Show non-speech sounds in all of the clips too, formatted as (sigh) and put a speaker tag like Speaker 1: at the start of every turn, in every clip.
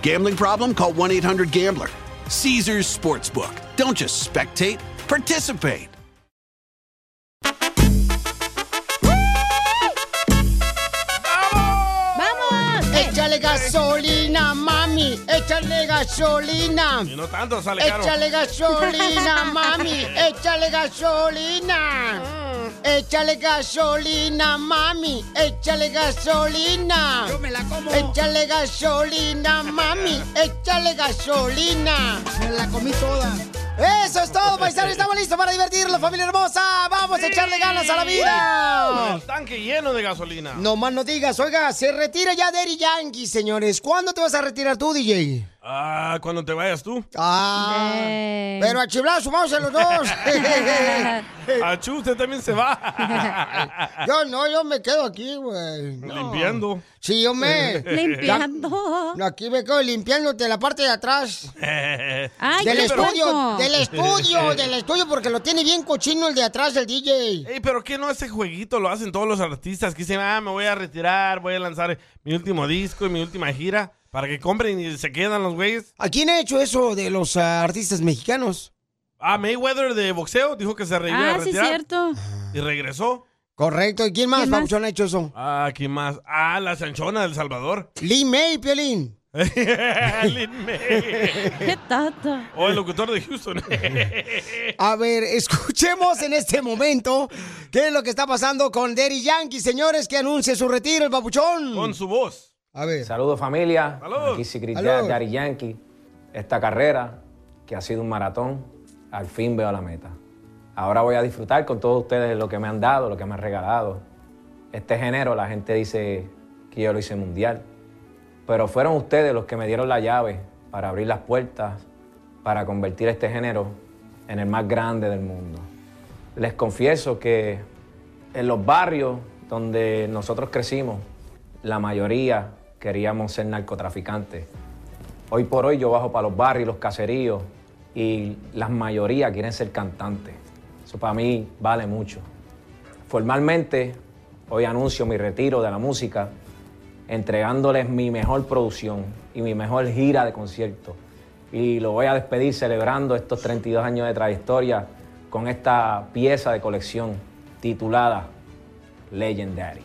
Speaker 1: Gambling problem? Call 1 800 Gambler. Caesars Sportsbook. Don't just spectate, participate.
Speaker 2: ¡Vamos!
Speaker 3: Eh.
Speaker 4: Échale gasolina, mami. Échale gasolina.
Speaker 3: Y no tanto, sale caro. (laughs)
Speaker 4: Échale gasolina, mami. Échale gasolina.
Speaker 3: Mm.
Speaker 4: Échale gasolina, mami. Échale gasolina.
Speaker 2: Yo me la
Speaker 3: (laughs)
Speaker 2: como.
Speaker 4: Échale gasolina, mami. Échale gasolina.
Speaker 2: Me la comí toda.
Speaker 4: Eso es todo, paisanos. Estamos listos para divertirnos, familia hermosa. Vamos a echarle ganas a la
Speaker 3: Con
Speaker 4: vida.
Speaker 3: El tanque lleno de gasolina.
Speaker 4: No más no digas, oiga, se retira ya Derry Yankee, señores. ¿Cuándo te vas a retirar tú, DJ?
Speaker 3: Ah, cuando te vayas tú.
Speaker 4: Ah,
Speaker 2: Ey.
Speaker 4: pero a chiblazo, vamos a los
Speaker 3: (laughs)
Speaker 2: (laughs)
Speaker 4: dos.
Speaker 3: Achú, usted también se va.
Speaker 4: yo no, yo me quedo aquí, güey. No.
Speaker 3: Limpiando.
Speaker 4: Sí, yo me.
Speaker 2: Limpiando.
Speaker 4: Aquí me quedo limpiándote la parte de atrás.
Speaker 2: Ay,
Speaker 4: del
Speaker 2: qué
Speaker 4: estudio,
Speaker 2: puerco.
Speaker 4: del estudio, del estudio, porque lo tiene bien cochino el de atrás del DJ.
Speaker 3: Ey, pero ¿qué no ese jueguito lo hacen todos los artistas que dicen, ah, me voy a retirar, voy a lanzar mi último disco y mi última gira para que compren y se quedan los güeyes?
Speaker 4: ¿A quién ha hecho eso de los ah, artistas mexicanos?
Speaker 3: Ah, Mayweather de boxeo dijo que se re- iba a
Speaker 2: Ah, sí,
Speaker 3: retirar
Speaker 2: cierto.
Speaker 3: y regresó.
Speaker 4: Correcto, ¿y quién más,
Speaker 2: ¿Quién más?
Speaker 4: Papuchón, ha hecho eso?
Speaker 3: Ah, ¿quién más? Ah, la chanchona del Salvador.
Speaker 4: Lee May, Piolín.
Speaker 3: (laughs) Lin May.
Speaker 2: Qué tata.
Speaker 3: o el locutor de Houston.
Speaker 4: A ver, escuchemos en este momento qué es lo que está pasando con Derry Yankee, señores, que anuncia su retiro el
Speaker 3: Con
Speaker 4: Papuchón.
Speaker 3: su voz.
Speaker 4: A ver.
Speaker 5: Saludos familia.
Speaker 3: Salud.
Speaker 5: Aquí sí
Speaker 4: Salud.
Speaker 5: Cristian Dari Yankee. Esta carrera, que ha sido un maratón, al fin veo la meta. Ahora voy a disfrutar con todos ustedes lo que me han dado, lo que me han regalado. Este género, la gente dice que yo lo hice mundial. Pero fueron ustedes los que me dieron la llave para abrir las puertas, para convertir este género en el más grande del mundo. Les confieso que en los barrios donde nosotros crecimos, la mayoría queríamos ser narcotraficantes. Hoy por hoy yo bajo para los barrios, los caseríos, y la mayoría quieren ser cantantes. Eso para mí vale mucho. Formalmente, hoy anuncio mi retiro de la música, entregándoles mi mejor producción y mi mejor gira de concierto. Y lo voy a despedir celebrando estos 32 años de trayectoria con esta pieza de colección titulada Legendary.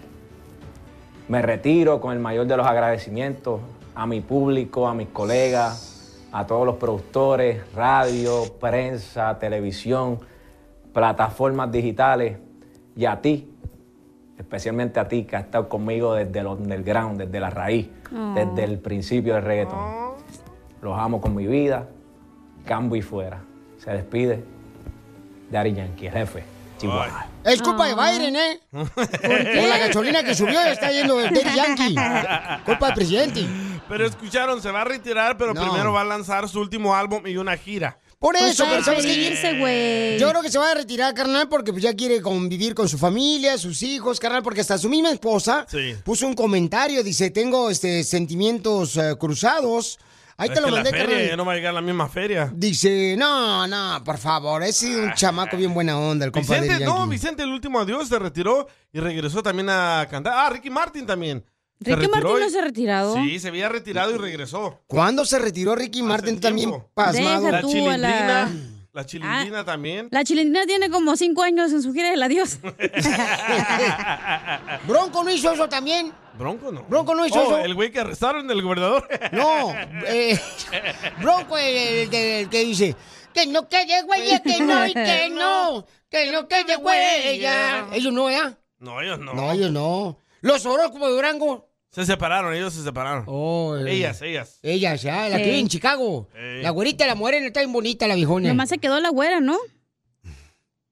Speaker 5: Me retiro con el mayor de los agradecimientos a mi público, a mis colegas, a todos los productores, radio, prensa, televisión, plataformas digitales y a ti, especialmente a ti que has estado conmigo desde el underground, desde la raíz, desde el principio del reggaetón. Los amo con mi vida, cambio y fuera. Se despide Daddy Yankee, el jefe, Chihuahua.
Speaker 3: Ay.
Speaker 4: Es culpa de Biden, ¿eh? ¿Por, la gasolina que subió está yendo el Daddy Yankee. Culpa del presidente.
Speaker 3: Pero escucharon, se va a retirar, pero
Speaker 4: No.
Speaker 3: primero va a lanzar su último álbum y una gira.
Speaker 4: Por
Speaker 2: Pues
Speaker 4: eso,
Speaker 2: hay
Speaker 4: pero
Speaker 2: que
Speaker 4: ¿sabes qué?
Speaker 2: irse, güey.
Speaker 4: Yo creo que se va a retirar, carnal, porque pues, ya quiere convivir con su familia, sus hijos, carnal, porque hasta su misma esposa
Speaker 3: Sí.
Speaker 4: puso un comentario, dice, tengo este sentimientos eh, cruzados. Ahí
Speaker 3: Es
Speaker 4: te lo
Speaker 3: que
Speaker 4: mandé,
Speaker 3: la feria, ya
Speaker 4: carnal.
Speaker 3: no va a llegar la misma feria.
Speaker 4: Dice, no, no, por favor, ese es un chamaco bien buena onda, el compadre.
Speaker 3: Vicente, no,
Speaker 4: Yankee.
Speaker 3: Vicente, el último adiós, se retiró y regresó también a cantar. Ah, Ricky Martin también. Se
Speaker 2: Ricky
Speaker 3: retiró
Speaker 2: Martin
Speaker 3: y-
Speaker 2: no se ha retirado.
Speaker 3: Sí, se había retirado y regresó.
Speaker 4: ¿Cuándo se retiró Ricky Martin también
Speaker 3: tiempo.
Speaker 4: pasmado?
Speaker 2: Deja
Speaker 3: La
Speaker 2: Tú,
Speaker 3: chilindrina,
Speaker 2: la- Ah.
Speaker 3: la chilindrina
Speaker 2: (laughs)
Speaker 3: también.
Speaker 2: La chilindrina tiene como cinco años en su gira del adiós.
Speaker 4: (laughs) Bronco no hizo eso también.
Speaker 3: Bronco no.
Speaker 4: Bronco no hizo
Speaker 3: Oh,
Speaker 4: eso.
Speaker 3: El güey que
Speaker 4: (laughs)
Speaker 3: arrestaron del gobernador.
Speaker 4: No, eh, Bronco, el, el- el que dice, Que no quede huella, que no y
Speaker 2: (laughs)
Speaker 4: que no. Que no quede huella. Ellos no, ¿eh?
Speaker 3: (laughs) No, ellos no.
Speaker 4: No, ellos no. Los Orozco de Durango.
Speaker 3: Se separaron, ellos se separaron.
Speaker 4: Oh, eh.
Speaker 3: Ellas, ellas.
Speaker 4: Ellas, ya, la que
Speaker 2: Ey.
Speaker 4: vive en Chicago.
Speaker 3: Ey.
Speaker 4: La güerita, la morena, está bien bonita la viejona.
Speaker 2: Nomás se quedó la güera, ¿no?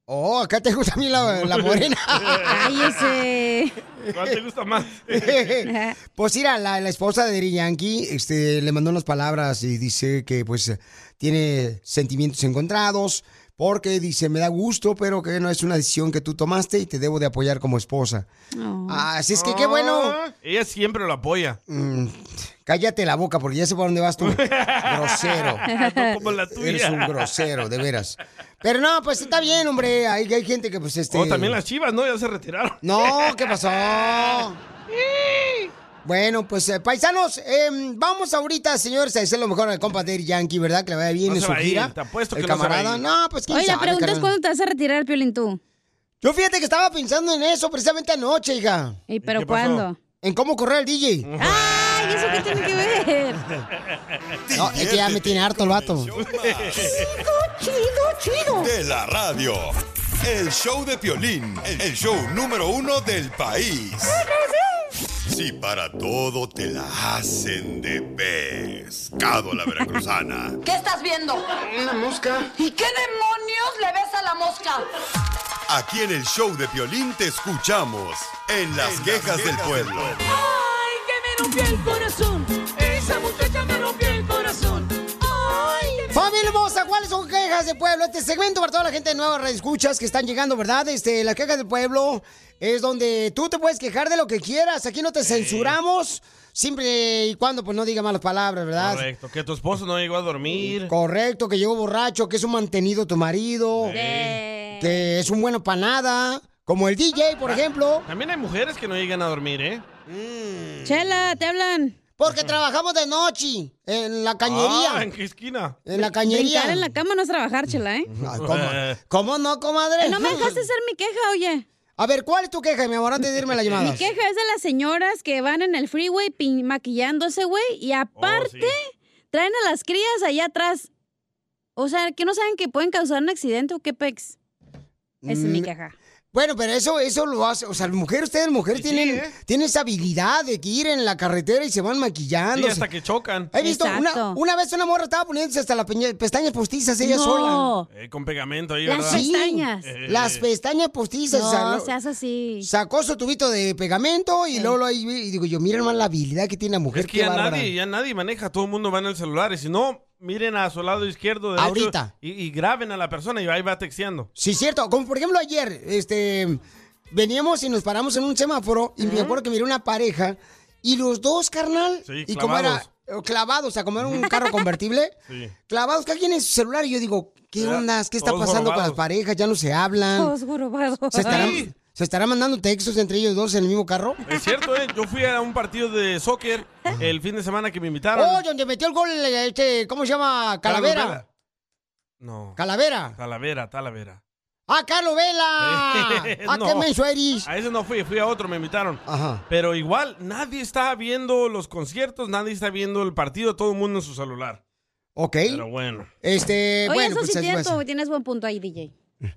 Speaker 4: Oh, acá te gusta a mí la,
Speaker 2: (laughs)
Speaker 4: la morena.
Speaker 2: Ay, ese.
Speaker 3: ¿Cuál te gusta más?
Speaker 4: (laughs) Pues mira, la, la esposa de Daddy Yankee este, le mandó unas palabras y dice que pues tiene sentimientos encontrados porque dice, me da gusto, pero que no es una decisión que tú tomaste y te debo de apoyar como esposa.
Speaker 2: No.
Speaker 3: (laughs)
Speaker 4: Así es que qué bueno.
Speaker 3: Ah, Ella siempre lo apoya.
Speaker 4: Mm, cállate la boca porque ya sé por dónde vas tú. grosero.
Speaker 3: (laughs) No como la
Speaker 4: Eres un
Speaker 3: tuya.
Speaker 4: grosero, de veras. Pero no, pues está bien, hombre. Hay, hay gente que pues este...
Speaker 3: O Oh, también las chivas, ¿no? Ya se retiraron.
Speaker 4: No, ¿qué pasó? Bueno, pues eh, paisanos, em, vamos ahorita, señores, a hacer lo mejor al compa de Yankee, ¿verdad? Que le vaya bien
Speaker 3: No
Speaker 4: en
Speaker 3: se
Speaker 4: su
Speaker 3: va a ir,
Speaker 4: gira.
Speaker 3: te apuesto
Speaker 4: el
Speaker 3: que no se va a
Speaker 4: camarada.
Speaker 3: ir.
Speaker 4: No, pues quién
Speaker 2: Oye, la
Speaker 4: sabe,
Speaker 2: pregunta es
Speaker 4: carnal.
Speaker 2: cuándo te vas a retirar, Piolín, tú.
Speaker 4: Yo fíjate que estaba pensando en eso precisamente anoche, hija.
Speaker 2: ¿Y pero
Speaker 3: qué pasó?
Speaker 2: cuándo?
Speaker 4: En cómo correr al DJ.
Speaker 2: ¡Ay, eso qué tiene que ver!
Speaker 4: No, es que ya me tiene harto el vato.
Speaker 6: Chido, chido, chido. De la radio. El show de Piolín, el show número uno del país. Si para todo te la hacen de pescado la veracruzana,
Speaker 7: ¿Qué estás viendo?
Speaker 8: Una mosca.
Speaker 7: ¿Y qué demonios le ves a la mosca?
Speaker 6: aquí en el show de Piolín te escuchamos en las quejas del pueblo.
Speaker 7: ¡Ay, que me rompió el corazón! Esa muchacha me rompió el corazón. ¡Ay, que
Speaker 4: Familia hermosa, ¿cuáles son quejas del pueblo? Este segmento para toda la gente de nueva escuchas que están llegando, ¿verdad? Este, las quejas del pueblo es donde tú te puedes quejar de lo que quieras. Aquí no te censuramos, siempre y cuando pues no diga malas palabras, ¿verdad? Correcto,
Speaker 3: Correcto. Que tu esposo no llegó a dormir.
Speaker 4: que llegó borracho, que es un mantenido tu marido, que es un bueno para nada, como el DJ, por ejemplo,
Speaker 3: También hay mujeres que no llegan a dormir, ¿eh?
Speaker 2: Chela, te hablan.
Speaker 4: porque trabajamos de noche en la
Speaker 3: Ah,
Speaker 4: cañería.
Speaker 3: ¿En qué esquina?
Speaker 4: En la
Speaker 2: Brincar
Speaker 4: cañería.
Speaker 2: en la cama no es trabajar, Chela, ¿eh?
Speaker 4: Ay, ¿cómo? ¿Cómo no, comadre?
Speaker 2: No me dejaste hacer mi queja, oye.
Speaker 4: A ver, ¿cuál es tu queja, mi amor, antes de irme a la llamada?
Speaker 2: Mi queja es de las señoras que van en el freeway pin- maquillándose, güey, y aparte traen a las crías allá atrás. O sea, que no saben que pueden causar un accidente o qué pex. Esa es mi
Speaker 4: Mm.
Speaker 2: queja.
Speaker 4: Bueno, pero eso, eso lo hace, o sea, las mujeres, ustedes las mujeres
Speaker 3: Sí, sí,
Speaker 4: tienen,
Speaker 3: ¿eh?
Speaker 4: tienen esa habilidad de que ir en la carretera y se van
Speaker 3: Sí,
Speaker 4: maquillando.
Speaker 3: hasta que chocan.
Speaker 4: He visto una,
Speaker 2: Exacto.
Speaker 4: una vez una morra estaba poniéndose hasta las peña- pestañas postizas ella sola.
Speaker 2: no,
Speaker 3: Eh, con pegamento ahí,
Speaker 2: las
Speaker 3: ¿verdad?
Speaker 4: Sí.
Speaker 2: pestañas.
Speaker 3: Eh,
Speaker 4: Las pestañas postizas. o sea,
Speaker 2: No,
Speaker 4: lo-
Speaker 2: seas así.
Speaker 4: Sacó su tubito de pegamento y
Speaker 2: Sí.
Speaker 4: luego lo ahí vi- y digo yo, mira hermano la habilidad que tiene la mujer.
Speaker 3: Es que
Speaker 4: qué
Speaker 3: ya
Speaker 4: bárbara.
Speaker 3: nadie, ya nadie maneja, todo el mundo va en el celular. Y si no, miren a su lado izquierdo, derecho.
Speaker 4: Ahorita.
Speaker 3: Y, y graben a la persona y ahí va texteando.
Speaker 4: Sí, cierto. Como por ejemplo ayer, este, veníamos y nos paramos en un semáforo y me acuerdo que miré una pareja y los dos, carnal,
Speaker 3: Sí,
Speaker 4: y como era
Speaker 3: clavados.
Speaker 4: eh, clavados, o sea, como era un carro
Speaker 3: (laughs)
Speaker 4: convertible,
Speaker 3: Sí.
Speaker 4: clavados, que alguien en su celular y yo digo, ¿qué
Speaker 3: Ya,
Speaker 4: ondas? ¿Qué está
Speaker 3: todos
Speaker 4: pasando con las
Speaker 3: jorobados.
Speaker 4: parejas? Ya no se hablan.
Speaker 2: Todos jorobados.
Speaker 4: ¿Se estarán,
Speaker 3: Sí.
Speaker 4: ¿Se estarán mandando textos entre ellos dos en el mismo carro?
Speaker 3: Es cierto, ¿eh? Yo fui a un partido de soccer el fin de semana que me invitaron.
Speaker 4: Oh, donde metió el gol, eh, este, ¿cómo se llama? Calavera.
Speaker 3: No.
Speaker 4: Calavera.
Speaker 3: Talavera, Talavera.
Speaker 4: ¡Ah,
Speaker 3: (laughs)
Speaker 4: Carlos Vela! ¡Ah, qué
Speaker 3: No.
Speaker 4: menso eres!
Speaker 3: A ese no fui, fui a otro, me invitaron.
Speaker 4: Ajá.
Speaker 3: Pero igual, nadie está viendo los conciertos, nadie está viendo el partido, todo el mundo en su celular.
Speaker 4: Ok.
Speaker 3: Pero bueno,
Speaker 4: Este,
Speaker 2: Oye,
Speaker 4: bueno,
Speaker 2: eso
Speaker 4: pues
Speaker 2: sí
Speaker 4: así va a
Speaker 2: tienes,
Speaker 4: ser.
Speaker 2: tienes buen punto ahí, DJ.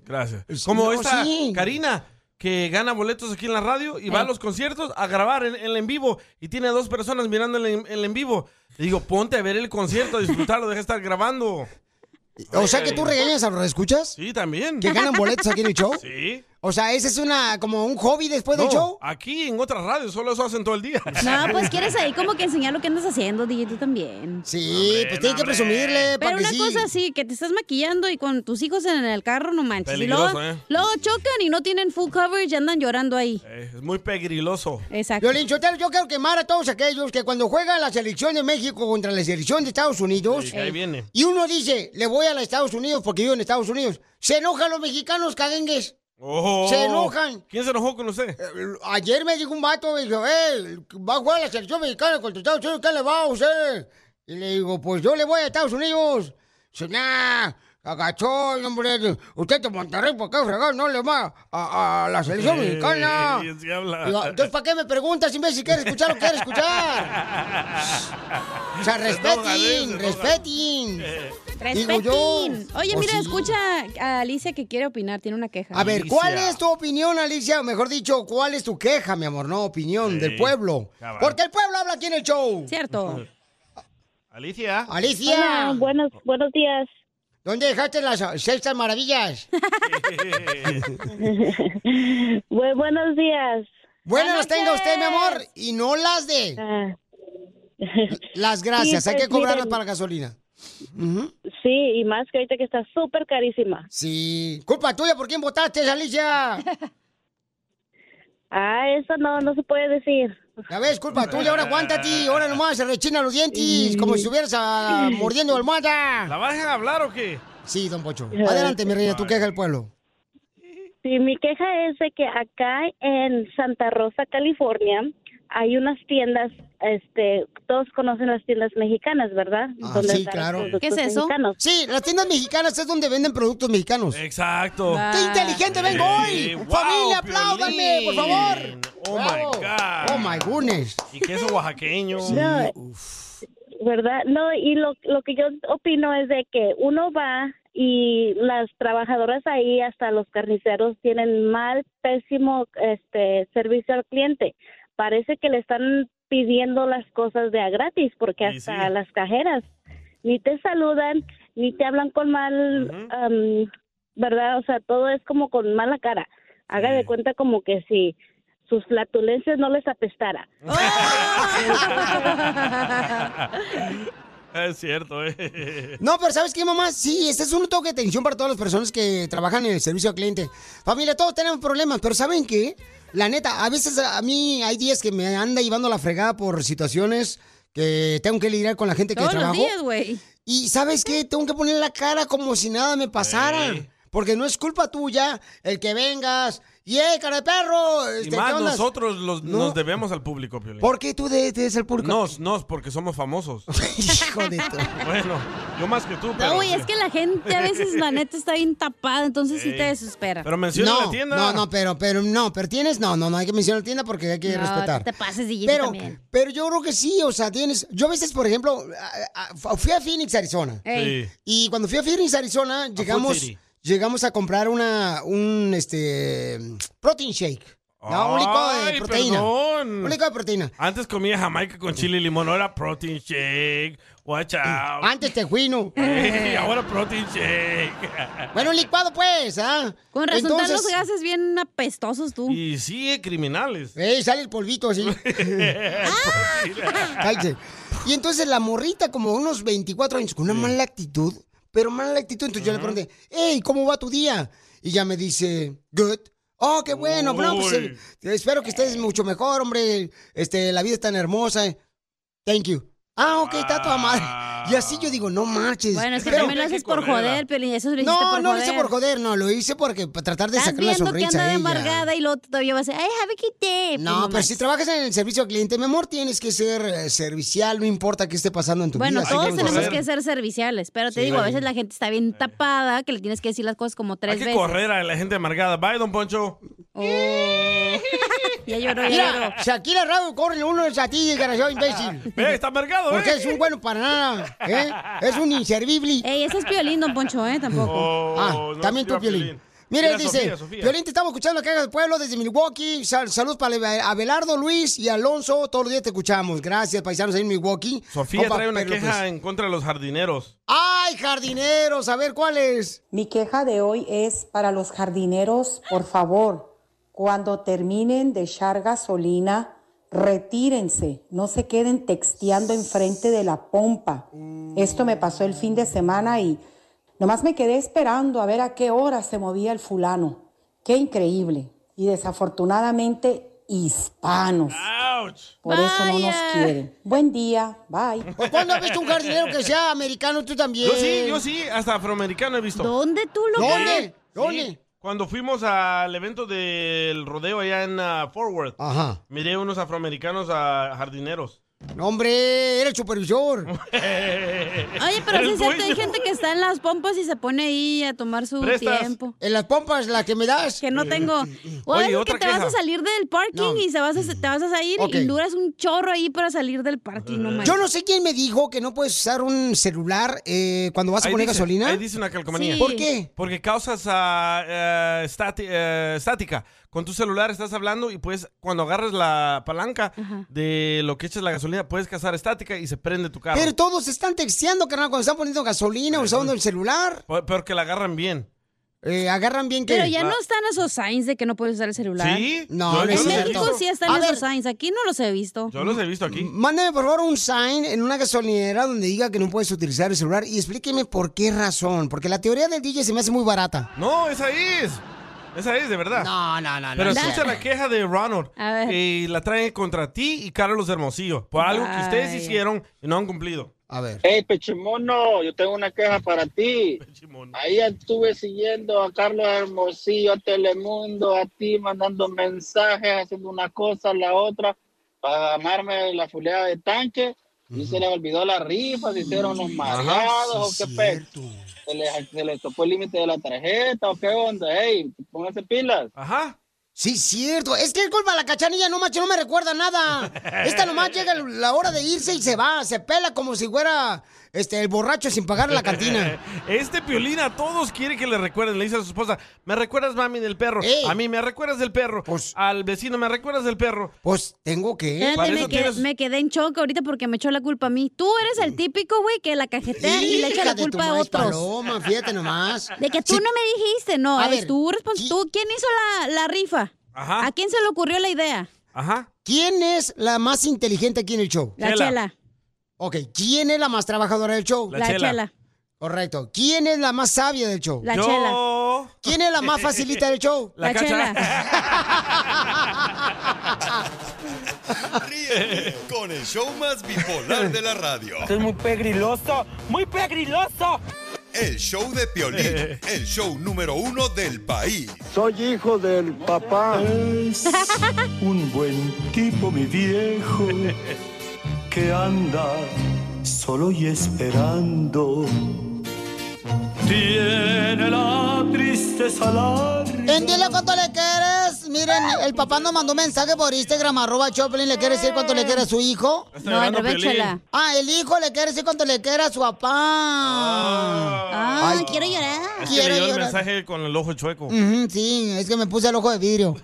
Speaker 3: gracias.
Speaker 4: Sí,
Speaker 3: Como
Speaker 4: no,
Speaker 3: esta
Speaker 4: sí.
Speaker 3: Karina, que gana boletos aquí en la radio
Speaker 4: Eh.
Speaker 3: y va a los conciertos a grabar el, el en vivo y tiene a dos personas mirando el, en- el en vivo. Le digo, ponte a ver el concierto, a disfrutarlo, deja de estar grabando.
Speaker 4: O sea que tú regañas a los escuchas
Speaker 3: Sí, también.
Speaker 4: que ganan boletos aquí en el show.
Speaker 3: Sí.
Speaker 4: O sea, ese es una como un hobby después del
Speaker 3: No,
Speaker 4: show.
Speaker 3: Aquí en otras radios, solo eso hacen todo el día.
Speaker 2: (laughs) (laughs) No, pues quieres ahí como que enseñar lo que andas haciendo, DJ, tú también.
Speaker 4: Sí,
Speaker 3: Hombre,
Speaker 4: pues tienen que
Speaker 3: hombre.
Speaker 4: presumirle para
Speaker 2: Pero
Speaker 4: que
Speaker 2: una
Speaker 4: sí.
Speaker 2: cosa así, que te estás maquillando y con tus hijos en el carro, no manches. Y
Speaker 3: Peligroso,
Speaker 2: luego,
Speaker 3: ¿eh?
Speaker 2: luego chocan y no tienen full coverage y andan llorando ahí.
Speaker 3: Eh, es muy pegriloso.
Speaker 2: Exacto.
Speaker 4: Violín Sotelo, yo quiero quemar a todos aquellos que cuando juega la selección de México contra la selección de Estados Unidos
Speaker 3: Sí, ahí viene.
Speaker 4: y uno dice, le voy a los Estados Unidos porque vivo en Estados Unidos, se enojan los mexicanos cadengues.
Speaker 3: Oh.
Speaker 4: Se enojan. Eh,
Speaker 3: ¿Quién se enojó con usted?
Speaker 4: Ayer me dijo un vato, me dijo, eh, va a jugar la selección mexicana contra Estados Unidos, ¿qué le va a usted? Y le digo, pues yo le voy a Estados Unidos. Dice, nah, agachón, hombre, usted de Monterrey, ¿por qué fregado no le va a, a la selección
Speaker 3: Eh,
Speaker 4: mexicana?
Speaker 3: y así habla.
Speaker 4: Digo, Entonces, ¿para qué me preguntas, imbécil, quieres escuchar
Speaker 3: (laughs)
Speaker 4: o quieres escuchar? O sea,
Speaker 3: Se enoja, ¿eh? Se
Speaker 4: respetin,
Speaker 3: enoja.
Speaker 4: respetin. Digo yo.
Speaker 2: Respetín. Oye,
Speaker 4: O
Speaker 2: mira,
Speaker 4: sí.
Speaker 2: escucha a Alicia que quiere opinar, tiene una queja.
Speaker 4: A ver, ¿cuál es tu opinión, Alicia? O mejor dicho, ¿cuál es tu queja, mi amor? No, opinión del pueblo.
Speaker 9: cabal.
Speaker 4: Porque el pueblo habla aquí en el show.
Speaker 2: Cierto.
Speaker 9: (laughs) Alicia.
Speaker 4: Alicia.
Speaker 10: Hola,
Speaker 4: buenos, buenos días. ¿Dónde dejaste las
Speaker 10: (laughs)
Speaker 4: sextas maravillas?
Speaker 10: buenos días.
Speaker 4: Buenas las tenga usted, mi amor, y no las de. Las gracias,
Speaker 10: Ah. Sí,
Speaker 4: hay que
Speaker 10: pues,
Speaker 4: cobrarlas
Speaker 10: miren.
Speaker 4: para gasolina.
Speaker 10: Sí, y más que ahorita que está súper carísima.
Speaker 4: Sí. Culpa tuya, ¿por quién votaste, Alicia?
Speaker 10: Ah, eso no, no se puede decir.
Speaker 4: Ya ves,
Speaker 10: (laughs)
Speaker 4: culpa tuya, ahora aguántate, ahora nomás se rechina los dientes, como si estuvieras ah, mordiendo almohada.
Speaker 3: ¿La vas a hablar o qué?
Speaker 4: Sí, don Pocho. Adelante, mi reina, tu queja del pueblo.
Speaker 10: Sí, mi queja es de que acá en Santa Rosa, California, hay unas tiendas, este, todos conocen las tiendas mexicanas, ¿verdad?
Speaker 4: Ah,
Speaker 10: Donde
Speaker 4: sí,
Speaker 10: están los
Speaker 4: claro.
Speaker 10: productos mexicanos.
Speaker 4: Sí, las tiendas mexicanas es donde venden productos mexicanos.
Speaker 3: Exacto.
Speaker 4: ¡Qué inteligente vengo
Speaker 3: Sí,
Speaker 4: hoy!
Speaker 3: wow,
Speaker 4: ¡Familia, apláudanme, por favor!
Speaker 3: Oh my
Speaker 4: (laughs)
Speaker 3: God.
Speaker 4: ¡Oh, my goodness!
Speaker 3: Y queso oaxaqueño.
Speaker 10: No, ¿Verdad? No, y lo, lo que yo opino es de que uno va y las trabajadoras ahí, hasta los carniceros, tienen mal, pésimo este servicio al cliente. Parece que le están pidiendo las cosas de a gratis, porque
Speaker 11: Y
Speaker 10: hasta
Speaker 11: sí.
Speaker 10: las cajeras ni te saludan, ni te hablan con mal, am, ¿verdad? O sea, todo es como con mala cara. Haga de cuenta como que si sus flatulencias no les apestara.
Speaker 3: (laughs) es cierto, eh.
Speaker 4: No, pero ¿sabes qué, mamá? Sí, este es un toque de atención para todas las personas que trabajan en el servicio al cliente. Familia, todos tenemos problemas, pero ¿saben qué? La neta, a veces a mí hay días que me anda llevando la fregada por situaciones que tengo que lidiar con la gente
Speaker 2: Todos
Speaker 4: que
Speaker 2: los
Speaker 4: trabajo.
Speaker 2: días, güey.
Speaker 4: Y ¿sabes qué? Tengo que poner la cara como si nada me pasara. Porque no es culpa tuya el que vengas. ¡Y eh, cara de perro!
Speaker 3: Y
Speaker 4: este,
Speaker 3: más
Speaker 4: ¿qué ondas?
Speaker 3: nosotros los-
Speaker 4: No.
Speaker 3: nos debemos al público, Piolín.
Speaker 4: ¿Por qué tú de- debes al público?
Speaker 3: Nos, nos, porque somos famosos.
Speaker 4: (laughs) Hijo de tu-
Speaker 3: Bueno, yo más que tú, pero...
Speaker 2: No, güey, es que la gente a veces, la neta, está bien tapada, entonces sí te
Speaker 3: Ey.
Speaker 2: desespera.
Speaker 3: Pero menciona
Speaker 4: no,
Speaker 3: la tienda.
Speaker 4: No, no, pero, pero no, pero tienes, no, no, no hay que mencionar la tienda porque hay que
Speaker 2: No,
Speaker 4: respetar.
Speaker 2: tú te pases, DJ, tú
Speaker 4: pero,
Speaker 2: también.
Speaker 4: pero yo creo que sí, o sea, tienes. Yo a veces, por ejemplo, a- a- fui a Phoenix, Arizona.
Speaker 7: Ey. Sí.
Speaker 4: Y cuando fui a Phoenix, Arizona, llegamos,
Speaker 7: City.
Speaker 4: llegamos a comprar una, un este protein shake. No, un licuado de
Speaker 3: Ay,
Speaker 4: proteína.
Speaker 3: perdón.
Speaker 4: Un licuado de proteína.
Speaker 3: Antes comía jamaica con chile y limón, ahora protein shake. Watch out.
Speaker 4: Antes tejuino.
Speaker 3: Ey, ahora protein
Speaker 12: (laughs)
Speaker 3: shake.
Speaker 4: Bueno, un licuado pues, ¿ah?
Speaker 2: Con razón están
Speaker 4: Entonces-
Speaker 2: los gases bien apestosos tú.
Speaker 3: Y sí, eh, criminales.
Speaker 4: Ey, sale el polvito
Speaker 3: (laughs)
Speaker 4: así. Cállate. Y entonces la morrita, como unos 24 años, con una mala actitud, pero mala actitud. Entonces yo le pregunté, hey, ¿cómo va tu día? Y ya me dice, good. Oh, qué bueno. No, pues, eh, espero que estés mucho mejor, hombre. Este, la vida es tan hermosa. eh. Thank you. Ah, ok, está toda madre. Y así yo digo, no marches.
Speaker 2: Bueno, es que
Speaker 4: Pero-
Speaker 2: también lo haces por joder, Pelín. Eso lo hiciste
Speaker 4: No, no
Speaker 2: por
Speaker 4: lo
Speaker 2: joder.
Speaker 4: hice por joder, no, lo hice porque para tratar de
Speaker 2: Estás
Speaker 4: sacar la
Speaker 2: viendo que
Speaker 4: sonrisa
Speaker 2: anda de
Speaker 4: a ella.
Speaker 2: amargada y luego todavía vas a decir, ay, have a good day". Pues
Speaker 4: No, pero
Speaker 2: manches.
Speaker 4: si trabajas en el servicio al cliente, mi amor, tienes que ser eh, servicial, no importa qué esté pasando en tu
Speaker 2: Bueno,
Speaker 4: vida.
Speaker 2: todos tenemos que ser serviciales, pero te
Speaker 4: Sí,
Speaker 2: digo, a
Speaker 4: vale.
Speaker 2: veces la gente está bien tapada, que le tienes que decir las cosas como tres
Speaker 3: Hay que
Speaker 2: veces.
Speaker 3: correr a la gente amargada. Bye, don Poncho.
Speaker 2: Oh. ya lloró, ya lloró.
Speaker 4: Mira, Shakira Rabo, corre uno es a ti, desgraciado
Speaker 2: (laughs)
Speaker 4: imbécil.
Speaker 3: Ve, está amargado,
Speaker 4: Porque
Speaker 3: ¿eh?
Speaker 4: es un bueno para nada, ¿eh? Es un inservible.
Speaker 2: Ey, ese es Piolín, don Poncho, ¿eh? Tampoco.
Speaker 4: ah,
Speaker 3: Oh, no,
Speaker 4: también
Speaker 3: iba
Speaker 4: tú, Piolín.
Speaker 3: Piolín.
Speaker 4: Mira,
Speaker 3: Mira,
Speaker 4: él dice,
Speaker 3: Sofía, Sofía.
Speaker 4: Piolín, te estamos escuchando acá en el pueblo desde Milwaukee. Sal- saludos para Ebe- Abelardo, Luis y Alonso. Todos los días te escuchamos. Gracias, paisanos ahí en Milwaukee.
Speaker 3: Sofía
Speaker 4: Compa
Speaker 3: trae una
Speaker 4: Pedro
Speaker 3: queja
Speaker 4: López.
Speaker 3: en contra de los jardineros.
Speaker 4: ¡Ay, jardineros! A ver, ¿cuál es?
Speaker 13: Mi queja de hoy es para los jardineros, por favor, cuando terminen de echar gasolina, retírense, no se queden texteando enfrente de la pompa. Esto me pasó el fin de semana y nomás me quedé esperando a ver a qué hora se movía el fulano. Qué increíble. Y desafortunadamente, hispanos. Por eso no nos
Speaker 4: Vaya.
Speaker 13: quieren. Buen día, bye.
Speaker 4: Pues, ¿Cuándo has visto un jardinero
Speaker 3: (laughs)
Speaker 4: que sea americano tú también?
Speaker 3: Yo sí, yo sí, hasta afroamericano he visto.
Speaker 2: ¿Dónde tú
Speaker 4: lo ¿Dónde? ves? ¿Dónde?
Speaker 3: Cuando fuimos al evento del rodeo allá en ah, Fort Worth,
Speaker 4: Ajá. (laughs)
Speaker 3: miré unos afroamericanos ah, jardineros.
Speaker 4: No, hombre, era el supervisor.
Speaker 2: Oye, pero sí es cierto, hay gente que está en las pompas y se pone ahí a tomar su
Speaker 4: Prestas.
Speaker 2: tiempo.
Speaker 4: ¿En las pompas la que me das?
Speaker 2: Que no tengo.
Speaker 4: (laughs)
Speaker 2: O
Speaker 4: Oye,
Speaker 2: es que
Speaker 4: otra
Speaker 2: te vas
Speaker 4: queja.
Speaker 2: a salir del parking
Speaker 4: No.
Speaker 2: y se vas a, te vas a salir
Speaker 4: Ok.
Speaker 2: y duras un chorro ahí para salir del parking, no manches.
Speaker 4: Yo no sé quién me dijo que no puedes usar un celular eh, cuando vas a
Speaker 3: Ahí
Speaker 4: poner
Speaker 3: dice-
Speaker 4: gasolina.
Speaker 3: Ahí dice una calcomanía.
Speaker 4: Sí. ¿Por qué?
Speaker 3: Porque causas ah, eh, estati- eh, estática. Con tu celular estás hablando y pues cuando agarras la palanca de lo que echas la gasolina, puedes causar estática y se prende tu carro.
Speaker 4: Pero todos están texteando, carnal, cuando están poniendo gasolina, usando el celular.
Speaker 3: Pe- Pero que la agarran bien.
Speaker 4: Eh, agarran bien que...
Speaker 2: Pero ya no están esos signs de que no puedes usar el celular.
Speaker 3: Ah, ¿Sí?
Speaker 4: No,
Speaker 3: Yo-
Speaker 4: no
Speaker 3: yo
Speaker 4: es
Speaker 3: los he
Speaker 4: cierto.
Speaker 2: México sí están
Speaker 4: A
Speaker 2: esos
Speaker 4: ver.
Speaker 2: signs. Aquí no los he visto.
Speaker 3: Yo los he visto aquí.
Speaker 4: Mándame, por favor, un sign en una gasolinera donde diga que no puedes utilizar el celular y explíqueme por qué razón. Porque la teoría del DJ se me hace muy barata.
Speaker 3: No, esa es. Esa es, de verdad.
Speaker 4: No, no, no.
Speaker 3: Pero
Speaker 4: no.
Speaker 3: escucha la queja de Ronald.
Speaker 4: A ver.
Speaker 3: Y la traen contra ti y Carlos Hermosillo. Por algo que ustedes
Speaker 14: Vaya.
Speaker 3: hicieron y no han cumplido.
Speaker 4: A ver.
Speaker 14: Hey, Pechimono, yo tengo una queja para ti. Ahí estuve siguiendo a Carlos Hermosillo, a Telemundo, a ti, mandando mensajes, haciendo una cosa, la otra, para ganarme la fuleada de tanque. Y se les olvidó la rifa, se hicieron los mareados,
Speaker 12: sí,
Speaker 14: o qué pe... Se les, se les topó el límite de la tarjeta, o qué onda, hey, pónganse pilas.
Speaker 3: Ajá.
Speaker 4: Sí, cierto. Es que es culpa de la cachanilla, no macho, no me recuerda nada. Esta nomás llega la hora de irse y se va, se pela como si fuera este, el borracho sin pagar la
Speaker 2: (laughs)
Speaker 4: cantina.
Speaker 3: (laughs) Este piolín a todos quiere que le recuerden. Le dice a su esposa: Me recuerdas, mami, del perro. A mí me recuerdas del perro. Al vecino me recuerdas del perro.
Speaker 4: Pues tengo que.
Speaker 2: Espérate, me, quedé, me quedé en shock ahorita porque me echó la culpa a mí. Tú eres el típico, güey, que la cajetea Eh, y le echa
Speaker 4: Hija
Speaker 2: la
Speaker 4: de tu
Speaker 2: culpa a
Speaker 4: maíz
Speaker 2: otros.
Speaker 4: paloma, fíjate nomás.
Speaker 2: (laughs) De que tú
Speaker 4: Sí.
Speaker 2: no me dijiste, no.
Speaker 4: A
Speaker 2: eres
Speaker 4: ver,
Speaker 2: tú, respons- tú, ¿quién hizo la, la rifa?
Speaker 3: Ajá.
Speaker 2: ¿A quién se le ocurrió la idea?
Speaker 3: Ajá.
Speaker 4: ¿Quién es la más inteligente aquí en el show?
Speaker 2: La Chela. Chela.
Speaker 4: Ok, ¿quién es la más trabajadora del show?
Speaker 2: La La Chela. Chela.
Speaker 4: Correcto. ¿Quién es la más sabia del show?
Speaker 2: La Yo. Chela.
Speaker 4: ¿Quién es la más facilita del show?
Speaker 12: La La Cacha.
Speaker 2: (laughs)
Speaker 6: Ríete con el show más bipolar de la radio.
Speaker 12: Esto es muy (laughs) pegriloso, muy pegriloso.
Speaker 6: El show de Piolín, el show número uno del país.
Speaker 7: Soy hijo del papá. Es un buen tipo, mi viejo, que anda solo y esperando. Tiene la tristeza larga.
Speaker 4: En dile cuánto le quieres. Miren, el papá nos mandó un mensaje por Instagram, arroba Choplin. ¿Le quiere decir cuánto le quiere a su hijo?
Speaker 12: Está No, al llorando revés, Piolín. Chela.
Speaker 4: Ah, el hijo le quiere decir cuánto le quiere a su papá. Ay, quiero llorar.
Speaker 3: Es que
Speaker 4: Quiero
Speaker 3: le dio el
Speaker 4: llorar.
Speaker 3: mensaje con el ojo chueco.
Speaker 4: Ujú, sí, es que me puse el ojo de vidrio.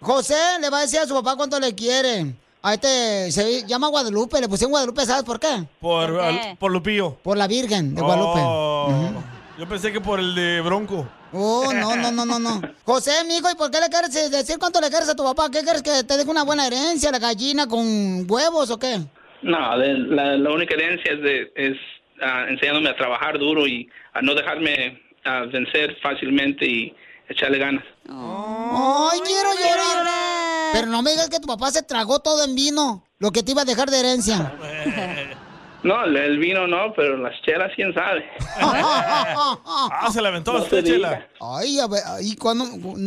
Speaker 4: José le va a decir a su papá cuánto le quiere. A este se llama Guadalupe, le puse en Guadalupe, ¿sabes por qué?
Speaker 3: Por,
Speaker 4: ¿Por qué?
Speaker 3: al- por Lupillo.
Speaker 4: Por la Virgen de Guadalupe.
Speaker 3: Oh. Yo pensé que por el de Bronco.
Speaker 4: Oh, no, no, no, no, no. José, mijo, ¿y por qué le quieres decir cuánto le quieres a tu papá? ¿Qué quieres que te deje una buena herencia, la gallina con huevos o qué?
Speaker 15: No, de- la, la única herencia es, de, es ah, enseñándome a trabajar duro y a no dejarme ah, vencer fácilmente y echarle ganas.
Speaker 4: Ay, quiero llorar. Pero no me digas que tu papá se tragó todo en vino, lo que te iba a dejar de herencia.
Speaker 7: (laughs)
Speaker 15: No, el- el vino no, pero las chelas quién sabe.
Speaker 3: Ah, se la aventó
Speaker 15: No
Speaker 3: usted,
Speaker 15: se diga.
Speaker 3: Chela.
Speaker 4: Ay, a ver, y cuando,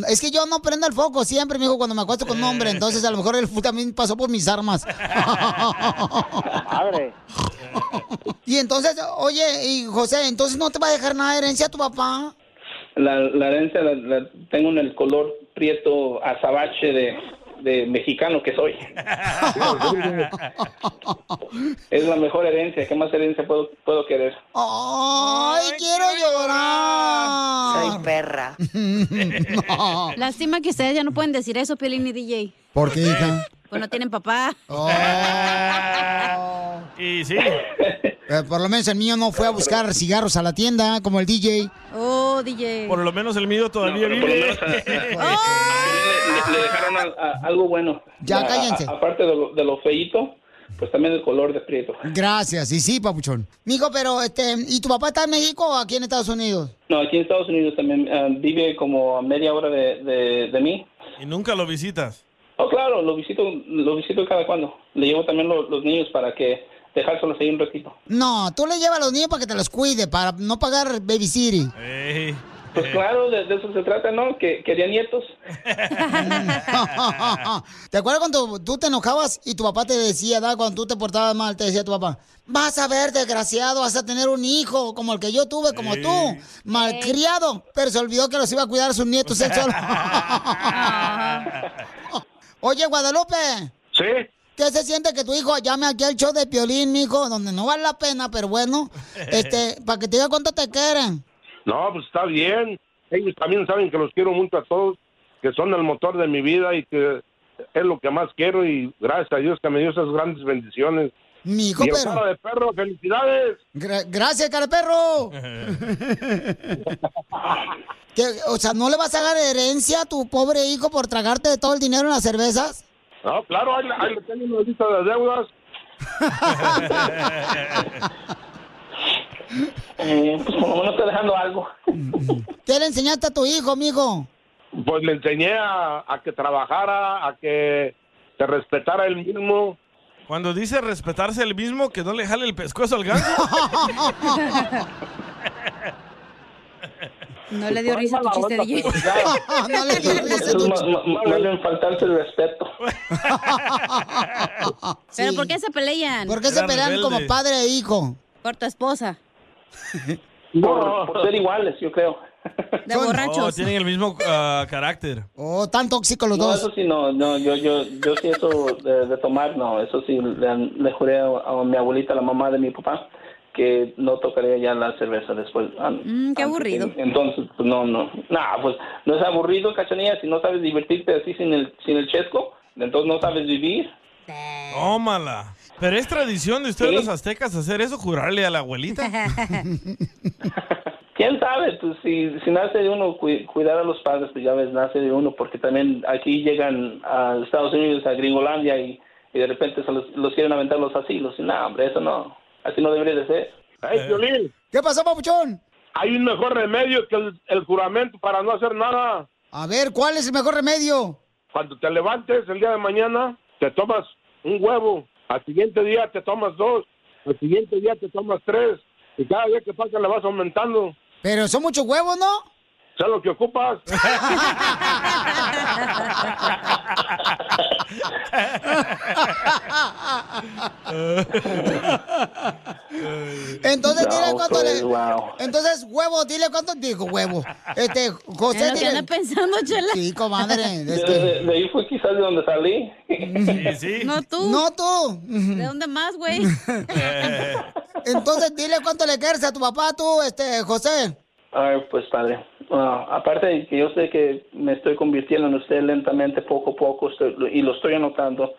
Speaker 4: es que yo no prendo el foco siempre, mijo, cuando me acuesto con un hombre, entonces a lo mejor el fu- también pasó por mis armas. (laughs) y entonces, oye, y José, entonces no te va a dejar nada de herencia tu papá.
Speaker 15: La, la herencia la, la tengo en el color prieto azabache de, de mexicano que
Speaker 3: (laughs)
Speaker 15: soy. es la mejor herencia. ¿Qué más herencia puedo, puedo querer?
Speaker 4: Ay, quiero llorar.
Speaker 15: Soy
Speaker 4: (laughs)
Speaker 15: perra.
Speaker 2: Lástima que ustedes ya no pueden decir eso, Piolín y DJ.
Speaker 4: ¿Por qué, hija?
Speaker 2: Pues no tienen papá.
Speaker 4: Oh.
Speaker 3: Y sí.
Speaker 4: Eh, por lo menos el mío no fue a buscar cigarros a la tienda, como el DJ.
Speaker 2: Oh, DJ.
Speaker 3: Por lo menos el mío todavía
Speaker 15: pero por lo
Speaker 3: vive.
Speaker 15: menos,
Speaker 3: (laughs)
Speaker 15: Le, le dejaron al- a- algo bueno.
Speaker 4: Ya,
Speaker 15: A- a-
Speaker 4: cállense.
Speaker 15: aparte de lo, de lo feíto, pues también el color de prieto.
Speaker 4: Gracias, y sí, papuchón. Mijo, pero, este, ¿y tu papá está en México o aquí en Estados Unidos?
Speaker 15: No, aquí en Estados Unidos también ah, vive como a media hora de, de, de mí.
Speaker 3: Y nunca lo visitas.
Speaker 15: Oh, claro, lo visito, lo visito cada cuando. Le llevo también lo- los niños para que dejárselos ahí un ratito.
Speaker 4: No, tú le llevas a los niños para que te los cuide, para no pagar baby city.
Speaker 15: Pues
Speaker 3: (laughs)
Speaker 15: claro, de, de eso se trata, ¿no? Que quería
Speaker 4: (laughs)
Speaker 15: nietos.
Speaker 4: (laughs) ¿Te acuerdas cuando tú te enojabas y tu papá te decía, ¿da? cuando tú te portabas mal, te decía tu papá, vas a ver, desgraciado, vas a tener un hijo como el que yo tuve, como tú, malcriado, pero se olvidó que los iba a cuidar sus nietos él solo. Oye, Guadalupe.
Speaker 16: Sí.
Speaker 4: ¿Qué se siente que tu hijo llame aquí al show de Piolín, mijo, donde no vale la pena, pero bueno, este, para que te diga cuánto te quieren?
Speaker 16: No, pues está bien. Ellos también saben que los quiero mucho a todos, que son el motor de mi vida y que es lo que más quiero y gracias a Dios que me dio esas grandes bendiciones.
Speaker 4: Mi hijo,
Speaker 16: Y el
Speaker 4: pero-
Speaker 16: cara de perro, felicidades.
Speaker 4: Gra- gracias, cara de perro. Que, o sea, ¿no le vas a dar herencia a tu pobre hijo por tragarte todo el dinero en las cervezas?
Speaker 16: No, claro, ahí, ahí le tengo una lista de deudas.
Speaker 15: (laughs) Eh, pues por lo menos está dejando algo.
Speaker 4: ¿Qué le enseñaste a tu hijo, mijo?
Speaker 16: Pues le enseñé a, a que trabajara, a que se respetara él mismo.
Speaker 3: Cuando dice respetarse el mismo, que no le jale el pescuezo al ganso.
Speaker 7: (laughs)
Speaker 2: No le dio risa tu chiste, DJ.
Speaker 4: (laughs) no le
Speaker 2: (laughs)
Speaker 4: dio risa
Speaker 15: Eso es ma- ma- ma- más bien faltarse el respeto.
Speaker 2: ¿Pero por qué se pelean?
Speaker 4: ¿Por qué se pelean como padre e hijo?
Speaker 2: Por tu esposa.
Speaker 15: Por, por ser iguales, yo creo.
Speaker 2: De borrachos.
Speaker 3: No, tienen el mismo ah, carácter.
Speaker 4: Oh, tan tóxicos los
Speaker 15: No, (laughs)
Speaker 4: dos.
Speaker 15: eso sí, no, no, yo, yo, yo sí eso de, de tomar, no, eso sí, le, le juré a, a mi abuelita, la mamá de mi papá, que no tocaría ya la cerveza después. Ah, an-
Speaker 2: Mm, qué aburrido.
Speaker 15: Entonces, pues no, no, nada, pues no es aburrido, cachanilla, si no sabes divertirte así sin el, sin el chesco, entonces no sabes vivir.
Speaker 3: Tómala. Pero es tradición de ustedes los aztecas hacer eso, jurarle a la abuelita.
Speaker 17: (laughs)
Speaker 18: Pues
Speaker 15: ¿Quién sabe? Pues si, si nace de uno, cui- cuidar a los padres, pues ya ves, nace de uno, porque también aquí llegan a Estados Unidos, a Gringolandia, y, y de repente se los, los quieren aventar los asilos. Y no, hombre, eso no, así no debería de ser.
Speaker 16: Ay, Piolín.
Speaker 4: ¿Qué pasó, papuchón?
Speaker 16: Hay un mejor remedio que el, el juramento para no hacer nada.
Speaker 4: A ver, ¿cuál es el mejor remedio?
Speaker 16: Cuando te levantes el día de mañana, te tomas un huevo. Al siguiente día te tomas dos. Al siguiente día te tomas tres. Y cada día que pasa le vas aumentando.
Speaker 4: Pero son muchos huevos, ¿no?
Speaker 16: ¿Sabes lo que
Speaker 4: (laughs)
Speaker 16: ocupas?
Speaker 4: (laughs)
Speaker 12: (laughs)
Speaker 4: Entonces, dile
Speaker 7: No,
Speaker 4: cuánto
Speaker 7: pues,
Speaker 4: le.
Speaker 7: wow.
Speaker 4: Entonces, huevo, dile cuánto. Digo, huevo. Este, José.
Speaker 2: En lo que anda pensando, Chela.
Speaker 4: Sí, comadre.
Speaker 15: De,
Speaker 4: este,
Speaker 15: de- de ahí fue quizás de donde salí. (laughs)
Speaker 2: No tú.
Speaker 4: No tú.
Speaker 2: ¿De dónde más,
Speaker 4: (laughs)
Speaker 2: güey?
Speaker 4: Entonces, dile cuánto le quieres a tu papá, tú, este, José.
Speaker 15: Ay, pues padre. Ah, aparte de que yo sé que me estoy convirtiendo en usted lentamente, poco a poco, estoy- y lo estoy anotando,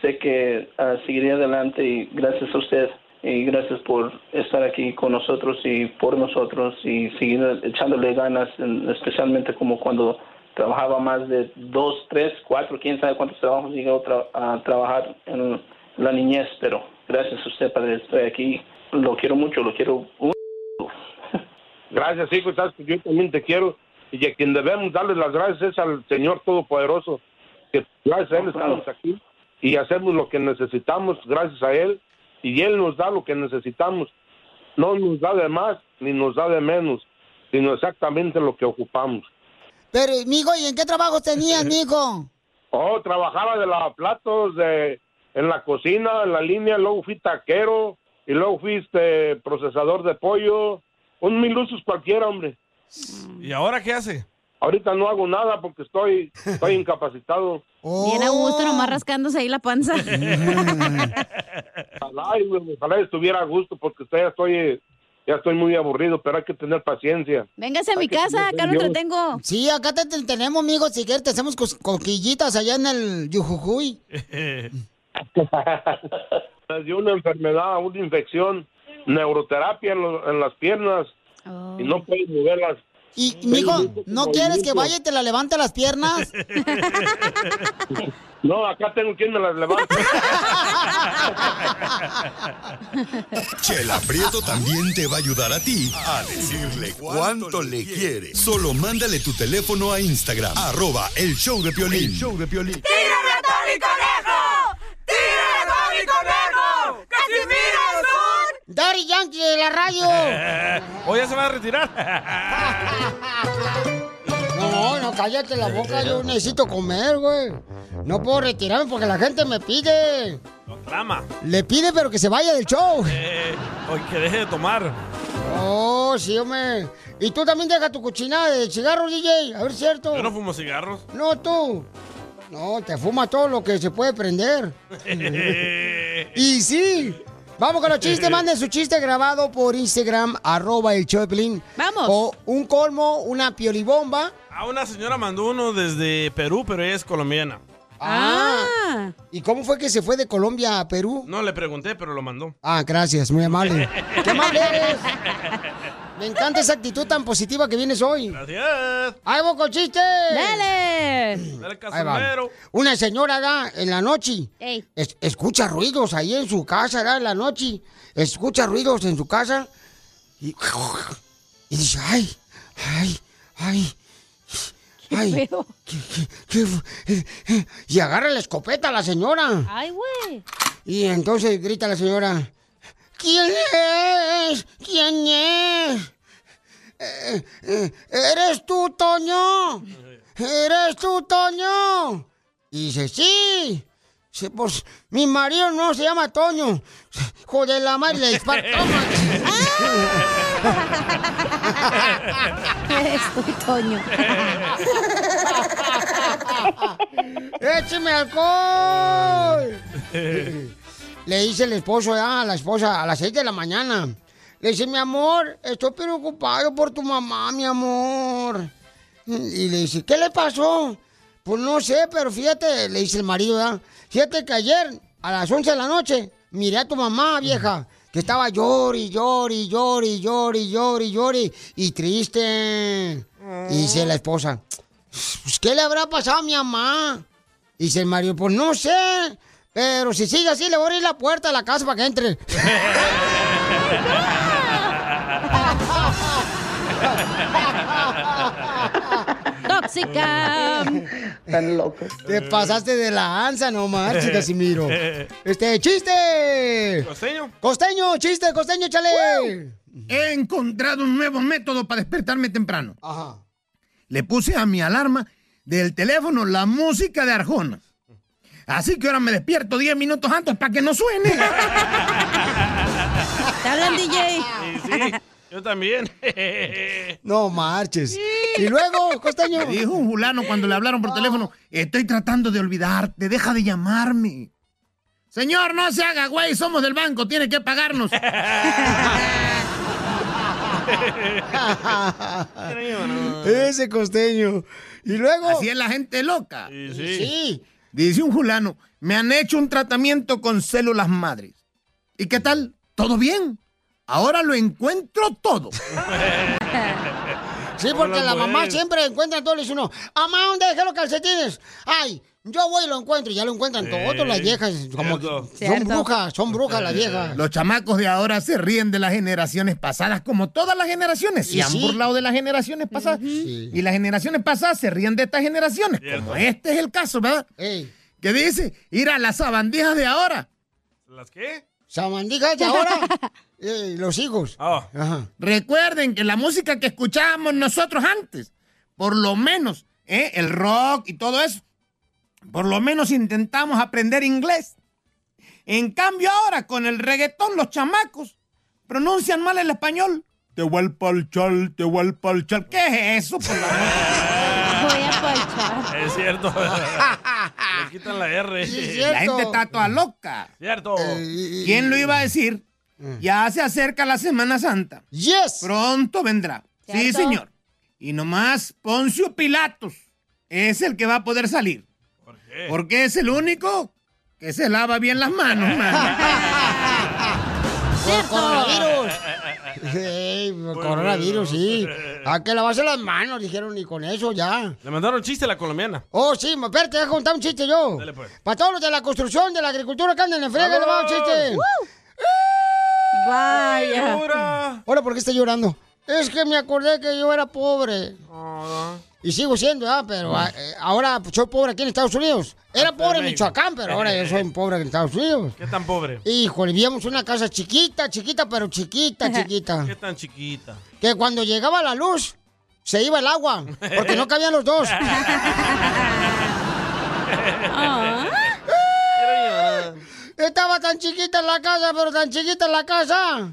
Speaker 15: sé que ah, seguiré adelante y gracias a usted y gracias por estar aquí con nosotros y por nosotros y seguir echándole ganas, en- especialmente como cuando trabajaba más de dos, tres, cuatro, quién sabe cuántos trabajos llegué a, tra- a trabajar en la niñez, pero gracias a usted, padre, estoy aquí. Lo quiero mucho, lo quiero un-
Speaker 16: Gracias, hijo. Sabes que yo también te quiero. Y a quien debemos darle las gracias es al Señor Todopoderoso. Que gracias a Él estamos aquí y hacemos lo que necesitamos, gracias a Él. Y Él nos da lo que necesitamos. No nos da de más ni nos da de menos, sino exactamente lo que ocupamos.
Speaker 4: Pero, mijo, ¿y en qué trabajos
Speaker 16: (laughs)
Speaker 4: tenías, mijo?
Speaker 16: Oh, trabajaba de lavaplatos, de, en la cocina, en la línea, luego fui taquero y luego fui este, procesador de pollo. Un mil usos cualquiera, hombre.
Speaker 3: ¿Y ahora qué hace?
Speaker 16: Ahorita no hago nada porque estoy,
Speaker 3: (laughs)
Speaker 16: estoy incapacitado.
Speaker 2: Bien a gusto, nomás rascándose ahí la panza.
Speaker 16: Ojalá, y, güey, ojalá estuviera a gusto porque ya estoy, eh, ya estoy muy aburrido, pero hay que tener
Speaker 3: (laughs)
Speaker 16: paciencia. (laughs)
Speaker 2: Véngase a mi casa, acá lo
Speaker 16: Dios.
Speaker 2: entretengo.
Speaker 4: Sí, acá te, te- tenemos, mijo, si quieres te hacemos cos- cosquillitas allá en el Yujujuy.
Speaker 16: Me dio una enfermedad, una infección, neuroterapia en, lo- en las piernas
Speaker 2: Oh.
Speaker 16: y no puedo moverlas.
Speaker 4: Y, mijo, ¿no quieres que vaya y te la levante las piernas?
Speaker 16: (laughs) No, acá tengo quien me las levante.
Speaker 6: Chela Prieto también te va a ayudar a ti a decirle cuánto le quiere. Solo mándale tu teléfono a Instagram, arroba el show de Piolín. El show de Piolín.
Speaker 7: ¡Tírame a Tony Conejo! ¡Tírame a Tony Conejo! ¡Casimiro son!
Speaker 16: (laughs)
Speaker 4: Dari Yankee de la radio.
Speaker 3: ¿O ya se va a retirar? (laughs)
Speaker 4: No, no, cállate la boca, yo necesito comer, güey. No puedo retirarme porque la gente me pide.
Speaker 3: Clama.
Speaker 4: Le pide pero que se vaya del show.
Speaker 3: Eh, o que deje de tomar.
Speaker 4: Oh, sí, hombre. Y tú también deja tu cochina de cigarro, DJ. A ver, cierto.
Speaker 3: Yo no fumo cigarros.
Speaker 4: No, tú. No, te fuma todo lo que se puede prender.
Speaker 3: Eh.
Speaker 4: y sí. Vamos con los chistes. Manden su chiste grabado por Instagram, arroba el Choplin.
Speaker 7: Vamos.
Speaker 4: O un colmo, una piolibomba.
Speaker 3: A una señora mandó uno desde Perú, pero ella es colombiana.
Speaker 4: Ah. ¿Y cómo fue que se fue de Colombia a Perú?
Speaker 3: No le pregunté, pero lo mandó.
Speaker 4: Ah, gracias,
Speaker 3: (laughs)
Speaker 4: muy amable. (laughs) ¡Qué amable eres! Me encanta esa actitud tan positiva que vienes hoy.
Speaker 3: Gracias.
Speaker 4: ¡Ahí voy con chiste!
Speaker 7: ¡Dale!
Speaker 3: Dale,
Speaker 4: Ahí va.
Speaker 3: casomero.
Speaker 4: Una señora da en la noche.
Speaker 7: Ey.
Speaker 4: es- escucha ruidos ahí en su casa, da en la noche. Escucha ruidos en su casa. Y, y dice, ay, ay, ay. Ay, qué- qué- qué fu- eh, eh". y agarra la escopeta a la señora.
Speaker 7: (laughs) Ay, güey.
Speaker 4: Y entonces grita la señora, ¿quién es? ¿Quién es? Eh, eh, ¿Eres tú, Toño? ¿Eres tú, Toño? Y dice, sí. Dice, pues mi marido no se llama Toño. Joder, la madre le dispara. Toma.
Speaker 7: (laughs) Eres tú, Toño.
Speaker 4: (laughs) ¡Écheme alcohol! Le dice el esposo ah, a la esposa a las 6 de la mañana. Le dice, mi amor, estoy preocupado por tu mamá, mi amor. Y le dice, ¿qué le pasó? Pues no sé, pero fíjate, le dice el marido, ¿verdad? fíjate que ayer a las 11 de la noche miré a tu mamá, vieja, que estaba llori, llori, llori, llori, llori, llori, y triste. Y dice la esposa, pues, ¿qué le habrá pasado a mi mamá? Y dice el marido, pues no sé, pero si sigue así le voy a abrir la puerta a la casa para que entre.
Speaker 7: ¡Tóxica!
Speaker 4: (laughs) Tan loco. Te pasaste de la ansa nomás, chicas y miro. Este, chiste.
Speaker 3: Costeño.
Speaker 4: Costeño, chiste, costeño, chale.
Speaker 19: He encontrado un nuevo método para despertarme temprano.
Speaker 4: Ajá.
Speaker 19: Le puse a mi alarma del teléfono la música de Arjona. Así que ahora me despierto 10 minutos antes para que no suene.
Speaker 7: ¿Te hablan, DJ?
Speaker 3: Sí, sí. Yo también.
Speaker 4: (laughs) No marches. Y luego, costeño.
Speaker 19: Me dijo un fulano cuando le hablaron por teléfono, estoy tratando de olvidarte, deja de llamarme. Señor, no se haga, güey, somos del banco, tiene que
Speaker 4: (laughs)
Speaker 19: pagarnos.
Speaker 4: (laughs) Ese costeño. Y luego.
Speaker 19: Así es la gente loca.
Speaker 4: sí. Sí.
Speaker 19: Dice un fulano, me han hecho un tratamiento con células madres. ¿Y qué tal? ¿Todo bien? Ahora lo encuentro todo.
Speaker 4: (laughs) (laughs) Sí, porque la mamá siempre encuentra todo. Le dice uno, mamá, ¿dónde dejé los calcetines? Ay, yo voy y lo encuentro. Y ya lo encuentran todos las viejas. Como que son brujas, son brujas las viejas.
Speaker 19: Los chamacos de ahora se ríen de las generaciones pasadas, como todas las generaciones.
Speaker 4: Y
Speaker 19: Se han
Speaker 4: sí.
Speaker 19: burlado de las generaciones pasadas. Y las generaciones pasadas se ríen de estas generaciones, como este es el caso, ¿verdad? Que dice, ir a las sabandijas de ahora.
Speaker 3: ¿Las qué?
Speaker 4: Samandijas de ahora.
Speaker 19: (laughs)
Speaker 4: eh, los hijos. Ajá.
Speaker 19: Recuerden que la música que escuchábamos nosotros antes, por lo menos, ¿eh? el rock y todo eso, por lo menos intentamos aprender inglés. En cambio ahora, con el reggaetón, los chamacos pronuncian mal el español. Te voy al palchal, te voy al palchal. ¿Qué es eso? por la
Speaker 4: (laughs)
Speaker 19: madre?
Speaker 7: Voy a palchar.
Speaker 3: Es cierto. Le quitan la R.
Speaker 19: La gente está toda loca.
Speaker 3: Cierto.
Speaker 4: Eh,
Speaker 19: ¿Quién lo iba a decir? Ya se acerca la Semana Santa.
Speaker 4: Yes.
Speaker 19: Pronto vendrá. Sí,
Speaker 9: ¿Cierto?
Speaker 19: señor. Y nomás Poncio Pilatos es el que va a poder salir. Porque es el único que se lava bien las
Speaker 17: (laughs)
Speaker 19: manos.
Speaker 17: Ah,
Speaker 4: Por coronavirus.
Speaker 3: (laughs)
Speaker 4: Ey, por coronavirus, sí. A que lavarse las manos, dijeron, y con eso ya.
Speaker 3: Le mandaron chiste a la colombiana.
Speaker 4: Oh, sí, ma- espérate, voy a contar un chiste yo.
Speaker 3: Dale, pues.
Speaker 4: Para todos los de la construcción, de la agricultura que andan en frega, le va un chiste.
Speaker 7: Vaya.
Speaker 3: Llora.
Speaker 4: Ahora, ¿por qué está llorando? Es que me acordé que yo era pobre. Y sigo siendo, ¿ah? Pero ah, eh, ahora pues, soy pobre aquí en Estados Unidos.
Speaker 3: Ah,
Speaker 4: Era pobre en
Speaker 3: México.
Speaker 4: Michoacán, pero ahora yo soy pobre en
Speaker 3: (laughs)
Speaker 4: Estados Unidos.
Speaker 3: ¿Qué tan pobre?
Speaker 4: Híjole, vivíamos en una casa chiquita, chiquita, pero chiquita, chiquita.
Speaker 3: ¿Qué tan chiquita?
Speaker 4: que cuando llegaba la luz, se iba el agua, porque no cabían los
Speaker 20: (laughs)
Speaker 4: dos.
Speaker 7: Ah.
Speaker 4: Estaba tan chiquita en la casa, pero tan chiquita en la casa.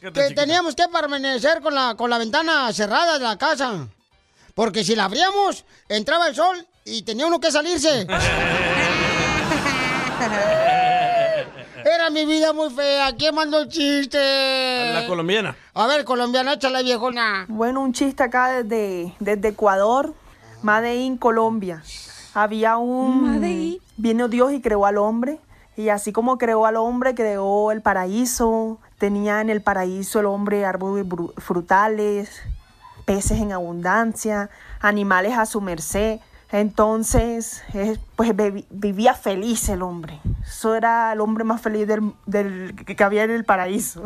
Speaker 20: ¿Qué tan
Speaker 4: Que
Speaker 20: chiquita?
Speaker 4: teníamos que permanecer con la, con la ventana cerrada de la casa. Porque si la abríamos, entraba el sol y tenía uno que
Speaker 20: (laughs)
Speaker 4: salirse. Era mi vida muy fea. ¿Quién mandó el chiste?
Speaker 3: La colombiana.
Speaker 4: A ver, colombiana, échale viejona.
Speaker 21: Bueno, un chiste acá desde, desde Ecuador, Made in Colombia. Había un... Vino Dios y creó al hombre. Y así como creó al hombre, creó el paraíso. Tenía en el paraíso el hombre árboles bru- frutales, peces en abundancia, animales a su merced. Entonces, eh, pues bebi- vivía feliz el hombre. Eso era el hombre más feliz del, del- que que había en el paraíso.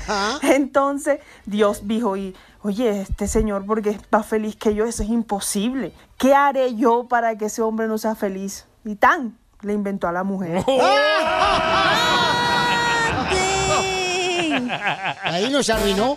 Speaker 21: (laughs) Entonces, Dios dijo, y, oye, este señor, porque es más feliz que yo, eso es imposible. ¿Qué haré yo para que ese hombre no sea feliz? Y tan, le inventó a la mujer.
Speaker 4: Ahí no se arruinó.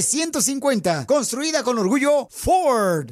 Speaker 4: construida con orgullo Ford.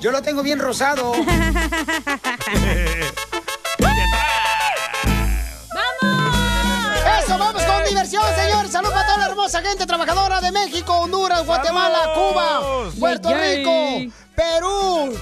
Speaker 4: Yo lo tengo
Speaker 3: (laughs)
Speaker 4: bien rosado.
Speaker 20: ¡Vamos!
Speaker 4: Eso, vamos con diversión, señor. Salud para toda la hermosa gente trabajadora de México, Honduras, Guatemala,
Speaker 20: ¡Vamos!
Speaker 4: Cuba, Puerto
Speaker 3: Yay, yay.
Speaker 4: Rico, Perú,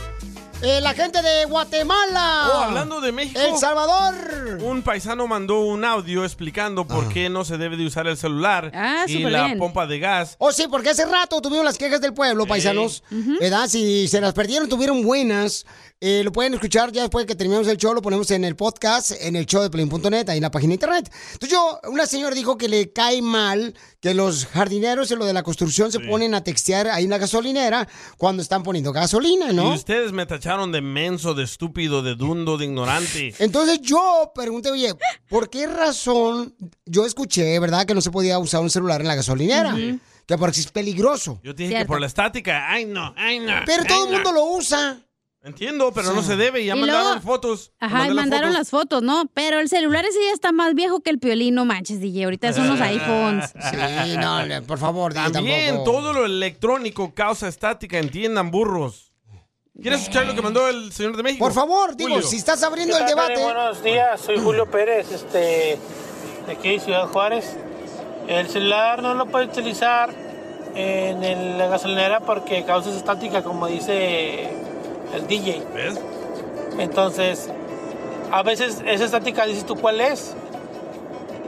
Speaker 4: eh, la gente de Guatemala.
Speaker 3: Oh, hablando de México.
Speaker 4: El Salvador.
Speaker 3: Un paisano mandó un audio explicando por qué no se debe de usar el celular
Speaker 4: Ah,
Speaker 3: y
Speaker 4: súper
Speaker 3: la
Speaker 4: bien.
Speaker 3: pompa de gas.
Speaker 4: Oh, sí, porque hace rato tuvimos las quejas del pueblo, paisanos. ¿Verdad? Si se las perdieron, tuvieron buenas. eh, lo pueden escuchar ya después que terminemos el show, lo ponemos en el podcast, en el show de Pelín.net, ahí en la página de internet. Entonces yo, una señora dijo que le cae mal que los jardineros en lo de la construcción se ponen a textear ahí en la gasolinera cuando están poniendo gasolina, ¿no?
Speaker 3: Y ustedes me tacharon de menso, de estúpido, de dundo, de ignorante.
Speaker 4: Entonces yo pregunté, oye, ¿por qué razón yo escuché, verdad, que no se podía usar un celular en la gasolinera?
Speaker 3: Ujú.
Speaker 4: Que porque es peligroso.
Speaker 3: Yo te dije
Speaker 4: Cierto.
Speaker 3: que por la estática, ay no, ay no.
Speaker 4: Pero
Speaker 3: ay,
Speaker 4: todo el
Speaker 3: no.
Speaker 4: mundo lo usa.
Speaker 3: Entiendo, pero no se debe. Ya
Speaker 2: Y
Speaker 3: mandaron
Speaker 2: luego-
Speaker 3: fotos.
Speaker 2: Ajá, y mandaron las fotos, ¿no? Pero el celular ese ya está más viejo que el piolín, no manches, DJ. Ahorita son los iPhones.
Speaker 4: Sí, no, le- por favor, dile
Speaker 3: También
Speaker 4: tampoco.
Speaker 3: todo lo electrónico causa estática, entiendan, burros. ¿Quieres escuchar lo que mandó el señor de México?
Speaker 4: Por favor, digo,
Speaker 3: Julio.
Speaker 4: si estás abriendo
Speaker 22: ¿Qué
Speaker 4: el
Speaker 22: tal,
Speaker 4: debate.
Speaker 22: Pelín? Buenos días, soy Julio Pérez, este, de aquí, Ciudad Juárez. El celular no lo puede utilizar en el- la gasolinera porque causa estática, como dice el DJ. Entonces, a veces esa estática dices tú cuál es.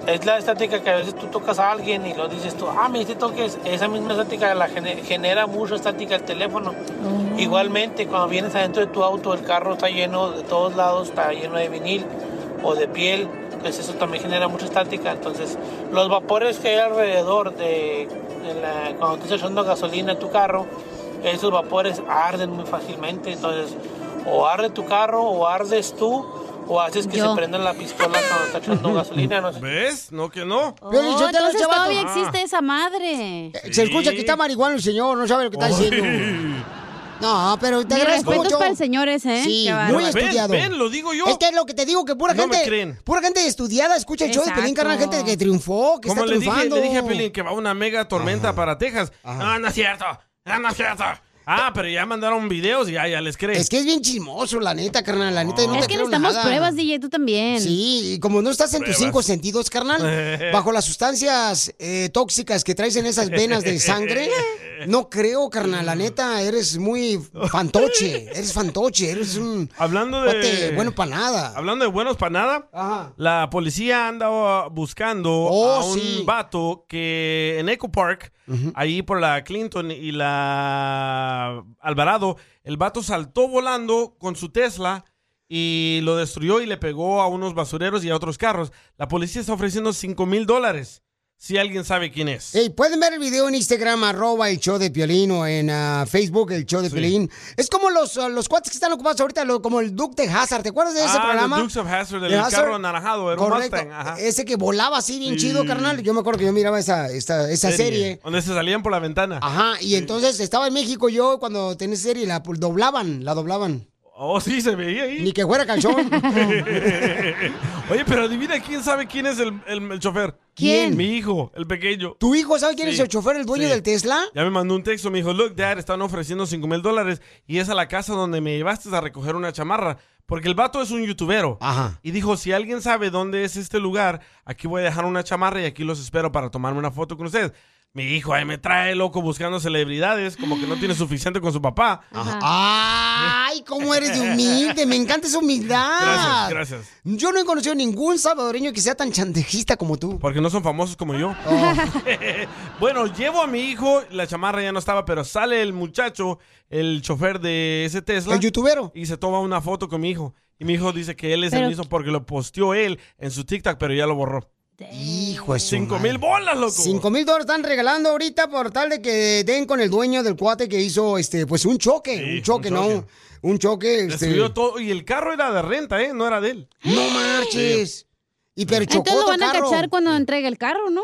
Speaker 22: Es la estática que a veces tú tocas a alguien y lo dices tú, ah, me hiciste toques. Esa misma estática la gene- genera mucha estática el teléfono. Igualmente, cuando vienes adentro de tu auto, el carro está lleno de todos lados, está lleno de vinil o de piel pues eso también genera mucha estática. Entonces, los vapores que hay alrededor de, de la- cuando estás echando gasolina en tu carro, esos vapores arden muy fácilmente. Entonces, o arde tu carro, o ardes tú, o haces que
Speaker 3: Yo.
Speaker 22: se prenda la pistola cuando estás echando gasolina. No sé.
Speaker 3: ¿Ves? No que no.
Speaker 2: Oh, entonces
Speaker 4: chavato.
Speaker 2: todavía
Speaker 4: Ah.
Speaker 2: existe esa madre.
Speaker 4: Se escucha que está marihuana el señor, no sabe lo que está diciendo. No, pero te
Speaker 2: Mi
Speaker 4: agradezco
Speaker 2: respeto es
Speaker 4: mucho.
Speaker 2: para el señor ese, ¿eh?
Speaker 4: Sí,
Speaker 2: Qué
Speaker 4: muy
Speaker 2: bárbaro.
Speaker 4: estudiado.
Speaker 3: lo digo yo.
Speaker 4: Es que es lo que te digo, que pura
Speaker 3: No me
Speaker 4: gente,
Speaker 3: creen.
Speaker 4: pura gente estudiada, escucha el show de
Speaker 3: Exacto.
Speaker 4: Pelín, carnal, gente que triunfó, que
Speaker 3: Como
Speaker 4: está
Speaker 3: le dije,
Speaker 4: triunfando.
Speaker 3: le dije a Piolín que va una mega tormenta para Texas. Ah, No, no es cierto. No, no es cierto. Ah, pero ya mandaron videos y ya, ya les cree.
Speaker 4: Es que es bien chismoso, la neta, carnal, la neta, yo no
Speaker 2: es
Speaker 4: te
Speaker 2: que
Speaker 4: creo
Speaker 2: necesitamos
Speaker 4: nada.
Speaker 2: pruebas, DJ, tú también.
Speaker 4: Sí, y como no estás en tus
Speaker 2: Pruebas.
Speaker 4: cinco
Speaker 3: (laughs)
Speaker 4: sentidos, carnal, bajo las sustancias eh, tóxicas que traes en esas venas
Speaker 3: (laughs)
Speaker 4: de sangre, no creo, carnal, la neta, eres muy fantoche, eres fantoche, eres un...
Speaker 3: Hablando de.
Speaker 4: cuate bueno para nada.
Speaker 3: Hablando de buenos para nada, la policía anda uh, buscando a un
Speaker 4: Oh, sí.
Speaker 3: vato que en Eco Park, ahí por la Clinton y la Alvarado, el vato saltó volando con su Tesla y lo destruyó y le pegó a unos basureros y a otros carros. La policía está ofreciendo 5 mil dólares si alguien sabe quién es.
Speaker 4: Ey, pueden ver el video en Instagram, arroba el show de Piolín, o en ah, Facebook, el show de Piolín. Es como los, ah, los cuates que están ocupados ahorita, lo- como el Duke de Hazard, ¿te acuerdas de ese
Speaker 3: Ah, los
Speaker 4: programa?
Speaker 3: Dukes of Hazzard, el
Speaker 4: De Hazzard.
Speaker 3: carro anaranjado, era un
Speaker 4: Correcto.
Speaker 3: Mustang, ajá.
Speaker 4: Ese que volaba así bien
Speaker 3: Sí.
Speaker 4: chido, carnal. Yo me acuerdo que yo miraba esa, esa, esa serie.
Speaker 3: Donde se salían por la ventana.
Speaker 4: Ajá, y entonces estaba en México yo cuando tenía esa serie, la pu- doblaban, la doblaban.
Speaker 3: Oh, sí, se veía ahí.
Speaker 4: Ni que fuera
Speaker 3: (laughs)
Speaker 4: canción.
Speaker 3: Oye, pero adivina quién sabe quién es el, el- el chofer.
Speaker 4: ¿Quién?
Speaker 3: Mi hijo, el pequeño.
Speaker 4: ¿Tu hijo sabe quién es
Speaker 3: Sí.
Speaker 4: el chofer, el dueño
Speaker 3: Sí.
Speaker 4: del Tesla?
Speaker 3: Ya me mandó un texto, me dijo, look, dad, están ofreciendo 5 mil dólares y es a la casa donde me llevaste a recoger una chamarra. Porque el vato es un youtubero.
Speaker 4: Ajá.
Speaker 3: Y dijo, si alguien sabe dónde es este lugar, aquí voy a dejar una chamarra y aquí los espero para tomarme una foto con ustedes. Mi hijo ahí me trae loco buscando celebridades, como que no tiene suficiente con su papá.
Speaker 4: Ay, cómo eres de humilde, me encanta esa humildad.
Speaker 3: Gracias, gracias.
Speaker 4: Yo no he conocido ningún salvadoreño que sea tan chantejista como tú.
Speaker 3: Porque no son famosos como yo. Oh. (laughs) bueno, llevo a mi hijo, la chamarra ya no estaba, pero sale el muchacho, el chofer de ese Tesla.
Speaker 4: El youtubero.
Speaker 3: Y se toma una foto con mi hijo. Y mi hijo dice que él es
Speaker 4: Pero-
Speaker 3: el mismo porque lo posteó él en su TikTok, pero ya lo borró.
Speaker 4: Hijo de su
Speaker 3: Cinco
Speaker 4: madre.
Speaker 3: mil bolas, loco.
Speaker 4: Cinco mil dólares están regalando ahorita por tal de que den con el dueño del cuate que hizo, este, pues un choque, un choque,
Speaker 3: un
Speaker 4: ¿no?
Speaker 3: choque.
Speaker 4: Un choque,
Speaker 3: Le
Speaker 4: este.
Speaker 3: subió todo. Y el carro era de renta, ¿eh? No era de él.
Speaker 4: No marches. Y pero chocó
Speaker 2: Entonces lo
Speaker 4: otro
Speaker 2: van a
Speaker 4: carro.
Speaker 2: cachar cuando entregue el carro, ¿no?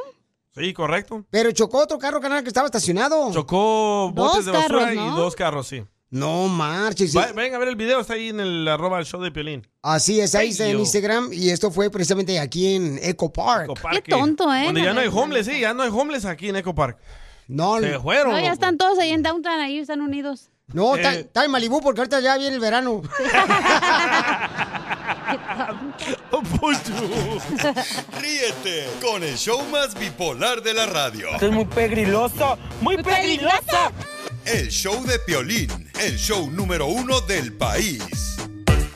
Speaker 3: Sí, correcto.
Speaker 4: Pero chocó otro carro, canal que estaba estacionado.
Speaker 3: Chocó Botes de basura y dos carros, sí.
Speaker 4: No marches. sí.
Speaker 3: Va- vengan a ver el video, está ahí en el arroba show de Piolín.
Speaker 4: Así es, ahí está en
Speaker 3: Ey, yo.
Speaker 4: Instagram. Y esto fue precisamente aquí en Eco Park.
Speaker 3: Parque.
Speaker 2: ¿eh?
Speaker 3: Donde ya no hay homeless, sí, ya no hay homeless aquí en Eco Park.
Speaker 4: No,
Speaker 3: Se fueron.
Speaker 2: No, ya
Speaker 3: loco.
Speaker 2: están todos ahí en Downtown, ahí están unidos.
Speaker 4: No,
Speaker 3: Eh.
Speaker 4: Oh, está, está en Malibú porque ahorita ya viene el
Speaker 2: (laughs)
Speaker 4: verano.
Speaker 6: (laughs) Ríete con el show más bipolar de la radio.
Speaker 23: Esto es muy pegriloso, muy pegriloso.
Speaker 6: El show de Piolín, el show número uno del país.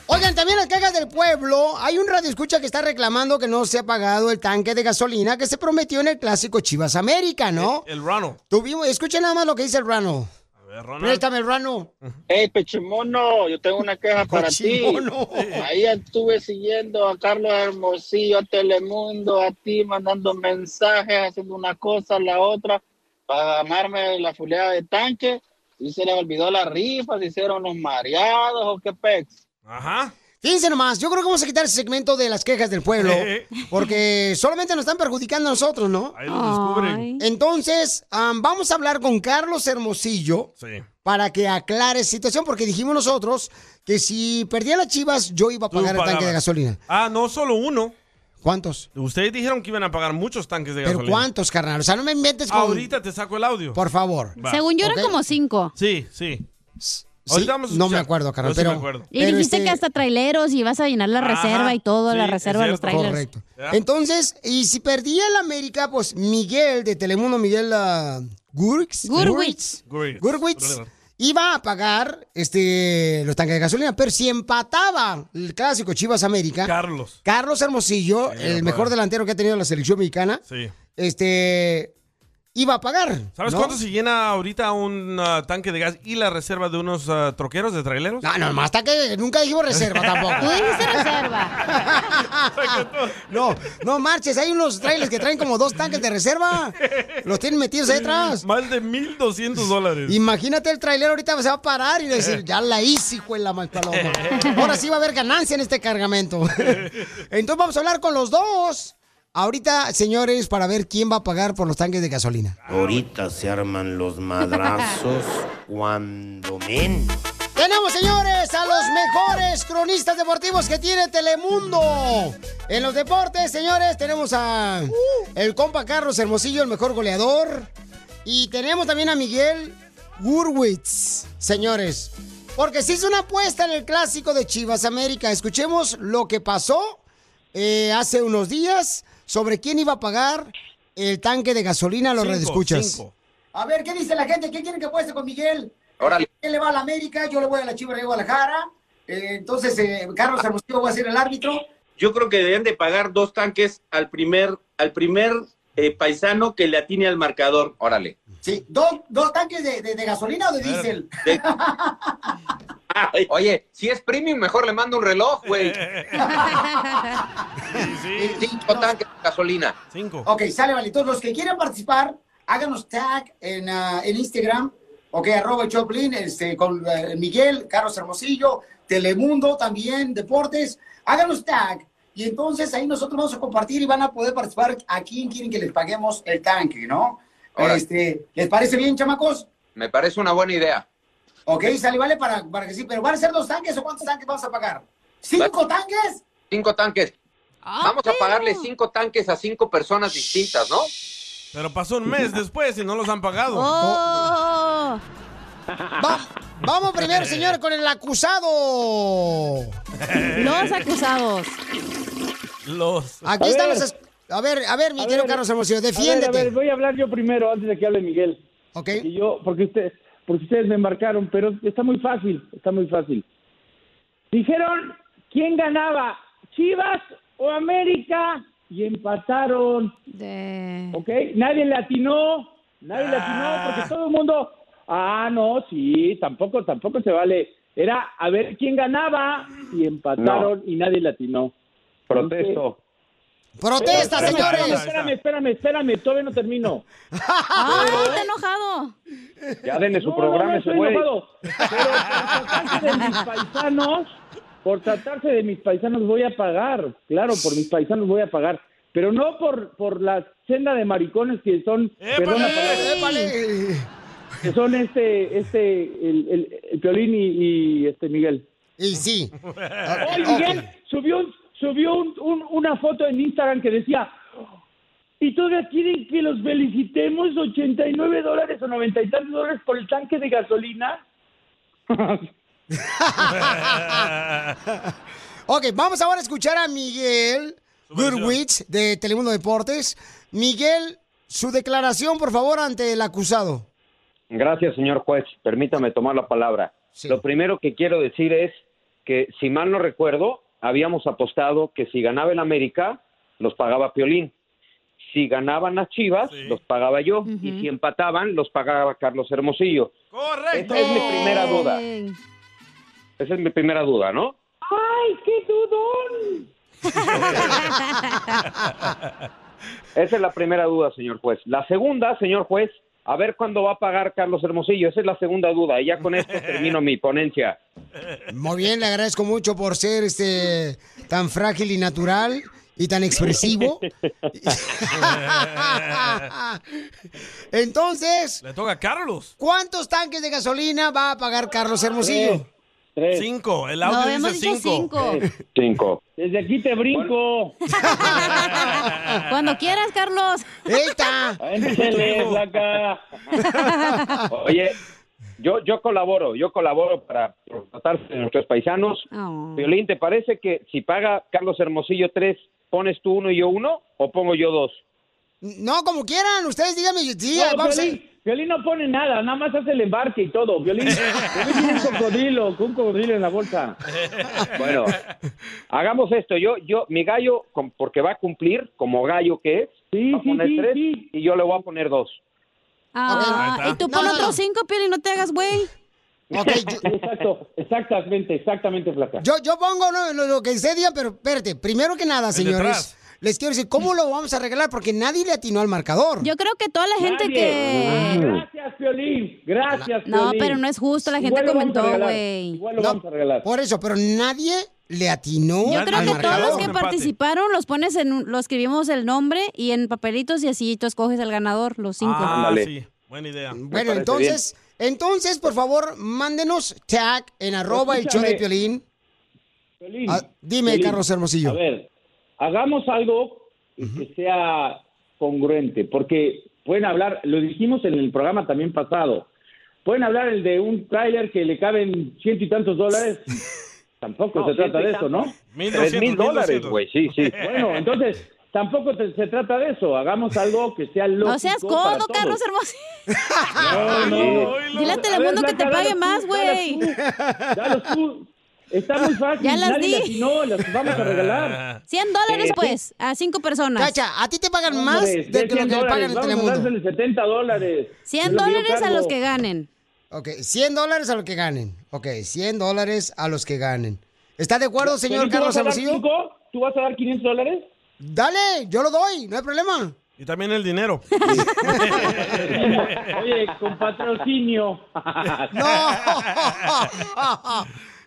Speaker 4: Oigan, también las cagas del pueblo. Hay un radio escucha que está reclamando que no se ha pagado el tanque de gasolina que se prometió en el clásico Chivas América, ¿no?
Speaker 3: El Rano.
Speaker 4: Tuvimos, escuchen nada más lo que dice el Rano.
Speaker 3: Eh, A ver, Ronald.
Speaker 4: Préstame el Rano.
Speaker 14: Hey, Pechimono, yo tengo una queja para ti.
Speaker 4: Cochimono.
Speaker 14: Ahí estuve siguiendo a Carlos Hermosillo, a Telemundo, a ti, mandando mensajes, haciendo una cosa, la otra, para ganarme la fuleada de tanque. Y se les olvidó la rifa, se hicieron los mareados o qué pex.
Speaker 3: Ajá.
Speaker 4: Fíjense nomás, yo creo que vamos a quitar ese segmento de las quejas del pueblo,
Speaker 14: Eh.
Speaker 4: porque solamente nos están perjudicando a nosotros, ¿no?
Speaker 3: Ahí lo descubren. Ay.
Speaker 4: Entonces, am, vamos a hablar con Carlos Hermosillo
Speaker 3: Sí.
Speaker 4: para que aclare esa situación, porque dijimos nosotros que si perdía las chivas, yo iba a
Speaker 3: Tú
Speaker 4: pagar el tanque
Speaker 3: pagabas.
Speaker 4: de gasolina.
Speaker 3: Ah, no solo uno.
Speaker 4: ¿Cuántos?
Speaker 3: Ustedes dijeron que iban a pagar muchos tanques de
Speaker 4: ¿Pero
Speaker 3: gasolina.
Speaker 4: cuántos, carnal? O sea, no me inventes con...
Speaker 3: Ahorita te saco el audio.
Speaker 4: Por favor.
Speaker 3: Va.
Speaker 2: Según yo
Speaker 3: Ok.
Speaker 2: eran como cinco.
Speaker 3: Sí, sí.
Speaker 4: Sí, no me acuerdo,
Speaker 3: Yo
Speaker 4: carnal,
Speaker 3: sí me
Speaker 4: pero- este
Speaker 3: acuerdo.
Speaker 2: Y dijiste que hasta traileros y vas a llenar la
Speaker 4: Ajá,
Speaker 2: reserva y todo, la
Speaker 4: sí,
Speaker 2: reserva de
Speaker 4: es
Speaker 2: los
Speaker 4: cierto.
Speaker 2: trailers.
Speaker 4: Correcto. Eh, Entonces, y si perdía el América, pues Miguel de Telemundo, Miguel ah, Gurwitz,
Speaker 2: Gurwitz.
Speaker 4: Gurwitz, Gurwitz iba a pagar este, los tanques de gasolina, pero si empataba el clásico Chivas América,
Speaker 3: Carlos,
Speaker 4: Carlos Hermosillo,
Speaker 3: iba a
Speaker 4: el mejor
Speaker 3: pagar.
Speaker 4: delantero que ha tenido la selección mexicana,
Speaker 3: Sí.
Speaker 4: este, iba a pagar.
Speaker 3: ¿Sabes
Speaker 4: ¿no?
Speaker 3: cuánto se llena ahorita un ah, tanque de gas y la reserva de unos ah, troqueros de traileros?
Speaker 4: No, no, más que nunca dijimos reserva tampoco.
Speaker 3: (laughs) Tú dijiste
Speaker 4: reserva. (laughs) no, no marches, hay unos trailers que traen como dos tanques de reserva. Los tienen metidos ahí atrás.
Speaker 3: Más de 1.200 dólares.
Speaker 4: Imagínate el trailer ahorita se va a parar y decir, ya la hice, hijo de la mal paloma. Ahora sí va a haber ganancia en este cargamento. Entonces vamos a hablar con los dos. Ahorita, señores, para ver quién va a pagar por los tanques de gasolina.
Speaker 24: Ahorita se arman los madrazos cuando men.
Speaker 4: Tenemos, señores, a los mejores cronistas deportivos que tiene Telemundo. En los deportes, señores, tenemos a el compa Carlos Hermosillo, el mejor goleador. Y tenemos también a Miguel Gurwitz, señores. Porque se hizo una apuesta en el clásico de Chivas América. Escuchemos lo que pasó eh, hace unos días sobre quién iba a pagar el tanque de gasolina. Lo
Speaker 7: Cinco,
Speaker 4: redescuchas.
Speaker 7: cinco. A ver, ¿qué dice la gente? ¿Qué quieren que apueste con Miguel?
Speaker 4: Órale.
Speaker 7: Él le va a la América, yo le voy a la Chivas de Guadalajara. Eh, entonces, eh, Carlos Hermosillo va a ser el árbitro.
Speaker 25: Yo creo que deberían de pagar dos tanques al primer, al primer eh, paisano que le atine al marcador. Órale.
Speaker 7: Sí. ¿Dos, dos tanques de, de- de gasolina o de diésel?
Speaker 26: Oye, si es premium, mejor le mando un reloj,
Speaker 3: (laughs)
Speaker 26: güey. Cinco tanques de gasolina.
Speaker 3: Cinco.
Speaker 7: Ok, sale, vale. Entonces, los que quieran participar, háganos tag en, ah, en Instagram, ok, arroba el Choplin, este, con eh, Miguel, Carlos Hermosillo, Telemundo también, Deportes, háganos tag. Y entonces ahí nosotros vamos a compartir y van a poder participar a quién quieren que les paguemos el tanque, ¿no?
Speaker 26: Ahora.
Speaker 7: Este, ¿Les parece bien, chamacos?
Speaker 26: Me parece una buena idea.
Speaker 7: Ok, sale, vale, para, para que sí. ¿Pero van a ser dos tanques o cuántos tanques vamos a pagar? ¿Cinco Ah, tanques?
Speaker 26: Cinco tanques. Vamos a pagarle cinco tanques a cinco personas distintas, ¿no?
Speaker 3: Pero pasó un mes después y no los han pagado.
Speaker 7: Oh.
Speaker 4: Vamos primero, señor, con el acusado.
Speaker 3: Los
Speaker 4: acusados.
Speaker 3: Los.
Speaker 4: Aquí
Speaker 18: A
Speaker 4: están
Speaker 18: ver.
Speaker 4: los. as- A ver, a ver, mi querido Carlos Hermosillo,
Speaker 18: A ver, a
Speaker 4: defiéndete.
Speaker 18: ver, voy a hablar yo primero antes de que hable Miguel.
Speaker 4: Ok.
Speaker 18: Y yo, porque ustedes, porque ustedes me embarcaron, pero está muy fácil, está muy fácil. Dijeron quién ganaba, Chivas o América, y empataron. ¿Ok? Nadie le atinó, nadie le atinó, porque todo el mundo, ah, no, sí, tampoco, tampoco se vale. Era a ver quién ganaba y empataron y nadie le atinó.
Speaker 9: Protesto.
Speaker 18: Protesta,
Speaker 4: señores.
Speaker 18: Espérame, espérame, espérame, todavía no termino.
Speaker 2: (laughs) ¡Ay, está enojado!
Speaker 18: Ya denle su
Speaker 9: programa ese
Speaker 18: estoy
Speaker 9: güey.
Speaker 18: enojado. Pero por tratarse de mis paisanos, por tratarse de mis paisanos voy a pagar. Claro, por mis paisanos voy a pagar. Pero no por, por la senda de maricones que son... perdón la palabra, Que son este, este, el, el, el Piolín y, y este Miguel.
Speaker 4: Y sí.
Speaker 18: Oye, Miguel, (laughs) subió, un- subió un- un- una foto en Instagram que decía... Y todavía quieren que los felicitemos 89 dólares o 90 y tantos dólares por el tanque de gasolina.
Speaker 4: Ok, vamos ahora a escuchar a Miguel Gurwitz de Telemundo Deportes. Miguel, su declaración, por favor, ante el acusado.
Speaker 9: Gracias, señor juez. Permítame tomar la palabra. Lo primero que quiero decir es que, si mal no recuerdo, habíamos apostado que si ganaba el América, los pagaba Piolín. Si ganaban las Chivas, los pagaba yo. Y si empataban, los pagaba Carlos Hermosillo.
Speaker 3: Correcto.
Speaker 9: Esa es mi primera duda. Esa es mi primera duda, ¿no?
Speaker 18: ¡Ay, qué dudón!
Speaker 9: Esa es la primera duda, señor juez. La segunda, señor juez, a ver cuándo va a pagar Carlos Hermosillo. Esa es la segunda duda. Y ya con esto termino mi ponencia.
Speaker 4: Muy bien, le agradezco mucho por ser este tan frágil y natural y tan
Speaker 18: (laughs)
Speaker 4: expresivo. Entonces,
Speaker 3: Le toca a Carlos.
Speaker 4: ¿cuántos tanques de gasolina va a pagar Carlos Hermosillo?
Speaker 3: Cinco. El audio dice cinco.
Speaker 9: Cinco.
Speaker 18: Desde aquí te brinco.
Speaker 2: Cuando quieras, Carlos.
Speaker 4: ¡Eita!
Speaker 9: Oye, yo, yo colaboro, yo colaboro para tratarse de nuestros paisanos.
Speaker 7: Ah.
Speaker 18: Oh.
Speaker 9: Violín, ¿te parece que si paga Carlos Hermosillo tres, pones tú uno y yo uno o pongo yo dos?
Speaker 4: No, como quieran, ustedes díganme. Sí,
Speaker 18: No,
Speaker 4: vamos a-
Speaker 18: Violín, Violín no pone nada, nada más hace el embarque y todo.
Speaker 4: (laughs)
Speaker 18: Violín, Violín tiene un cocodrilo, un cocodrilo en la bolsa.
Speaker 9: Bueno, hagamos esto. Yo, yo, mi gallo, com- porque va a cumplir como gallo que es, va a poner
Speaker 18: sí,
Speaker 9: tres y yo le voy a poner dos.
Speaker 2: (laughs) Ah,
Speaker 18: Ok. Ahí está.
Speaker 2: y tú
Speaker 18: No,
Speaker 2: pon
Speaker 18: no,
Speaker 2: otros cinco, Piolín, y no te hagas, güey.
Speaker 18: (laughs) Exacto, exactamente, exactamente, flaca.
Speaker 4: Yo, yo pongo ¿no? lo, lo que usted diga, pero espérate, primero que nada,
Speaker 18: El
Speaker 4: señores,
Speaker 18: detrás.
Speaker 4: les quiero decir, ¿cómo lo vamos a arreglar? Porque nadie le atinó al marcador.
Speaker 2: Yo creo que toda la gente
Speaker 4: Nadie.
Speaker 2: que...
Speaker 18: Gracias, Piolín. Gracias,
Speaker 2: No,
Speaker 4: Piolín.
Speaker 2: pero no es justo, la gente
Speaker 4: Igual lo vamos a
Speaker 2: comentó,
Speaker 4: regalar, No,
Speaker 2: güey.
Speaker 4: Por eso, pero nadie le atinó
Speaker 2: Yo
Speaker 4: al
Speaker 2: creo que todos los
Speaker 4: marcador.
Speaker 2: que participaron los pones en un- lo escribimos el nombre y en papelitos y así tú escoges al ganador, los cinco.
Speaker 3: Ah,
Speaker 4: Ándale.
Speaker 3: sí. Buena idea.
Speaker 4: Bueno, entonces, entonces, por favor, mándenos tag en arroba el show de
Speaker 2: eh,
Speaker 18: Escúchame.
Speaker 4: Piolín.
Speaker 18: Piolín,
Speaker 4: Ah, dime,
Speaker 18: Piolín,
Speaker 4: Carlos Hermosillo.
Speaker 18: A ver, hagamos algo que sea congruente, porque pueden hablar, lo dijimos en el programa también pasado, pueden hablar el de un tráiler que le caben ciento y tantos
Speaker 4: (laughs)
Speaker 18: dólares. Tampoco
Speaker 9: No,
Speaker 18: se trata de
Speaker 9: ciento
Speaker 18: eso,
Speaker 9: y
Speaker 18: ¿no?
Speaker 9: tantos. Mil
Speaker 18: Tres
Speaker 9: doscientos, mil doscientos.
Speaker 18: sí, sí. Bueno, entonces, tampoco te- se trata de eso. Hagamos algo que sea lógico.
Speaker 2: No seas
Speaker 18: para
Speaker 2: codo,
Speaker 18: todos.
Speaker 2: Carlos Hermosillo.
Speaker 18: (laughs) No, no.
Speaker 2: Dile a Telemundo que te
Speaker 18: Blanca,
Speaker 2: pague
Speaker 18: danos
Speaker 2: más,
Speaker 18: tú,
Speaker 2: güey.
Speaker 18: Dalos tú. Está muy
Speaker 2: (laughs)
Speaker 18: fácil.
Speaker 2: Ya las
Speaker 18: Nadie
Speaker 2: di.
Speaker 18: las- No, las vamos a regalar.
Speaker 2: 100 dólares,
Speaker 18: Eh,
Speaker 2: pues, a cinco personas.
Speaker 4: Cacha, a ti te pagan
Speaker 18: Hombre, de 100 dólares, vamos a dársele 70 dólares.
Speaker 2: 100
Speaker 4: Lo pidió
Speaker 2: dólares a
Speaker 4: Carlos.
Speaker 2: los que ganen.
Speaker 4: Ok, 100 dólares a los que ganen. Ok, 100 dólares a los que ganen. ¿Está de acuerdo, señor
Speaker 18: Piolín, ¿tú
Speaker 4: Carlos
Speaker 18: vas a dar
Speaker 4: Hermosillo?
Speaker 18: cinco? ¿Tú vas a dar 500 dólares?
Speaker 4: Dale, yo lo doy, no hay problema.
Speaker 3: Y también el dinero.
Speaker 18: (laughs) Oye, con
Speaker 3: (laughs)
Speaker 18: patrocinio.
Speaker 4: No. (laughs)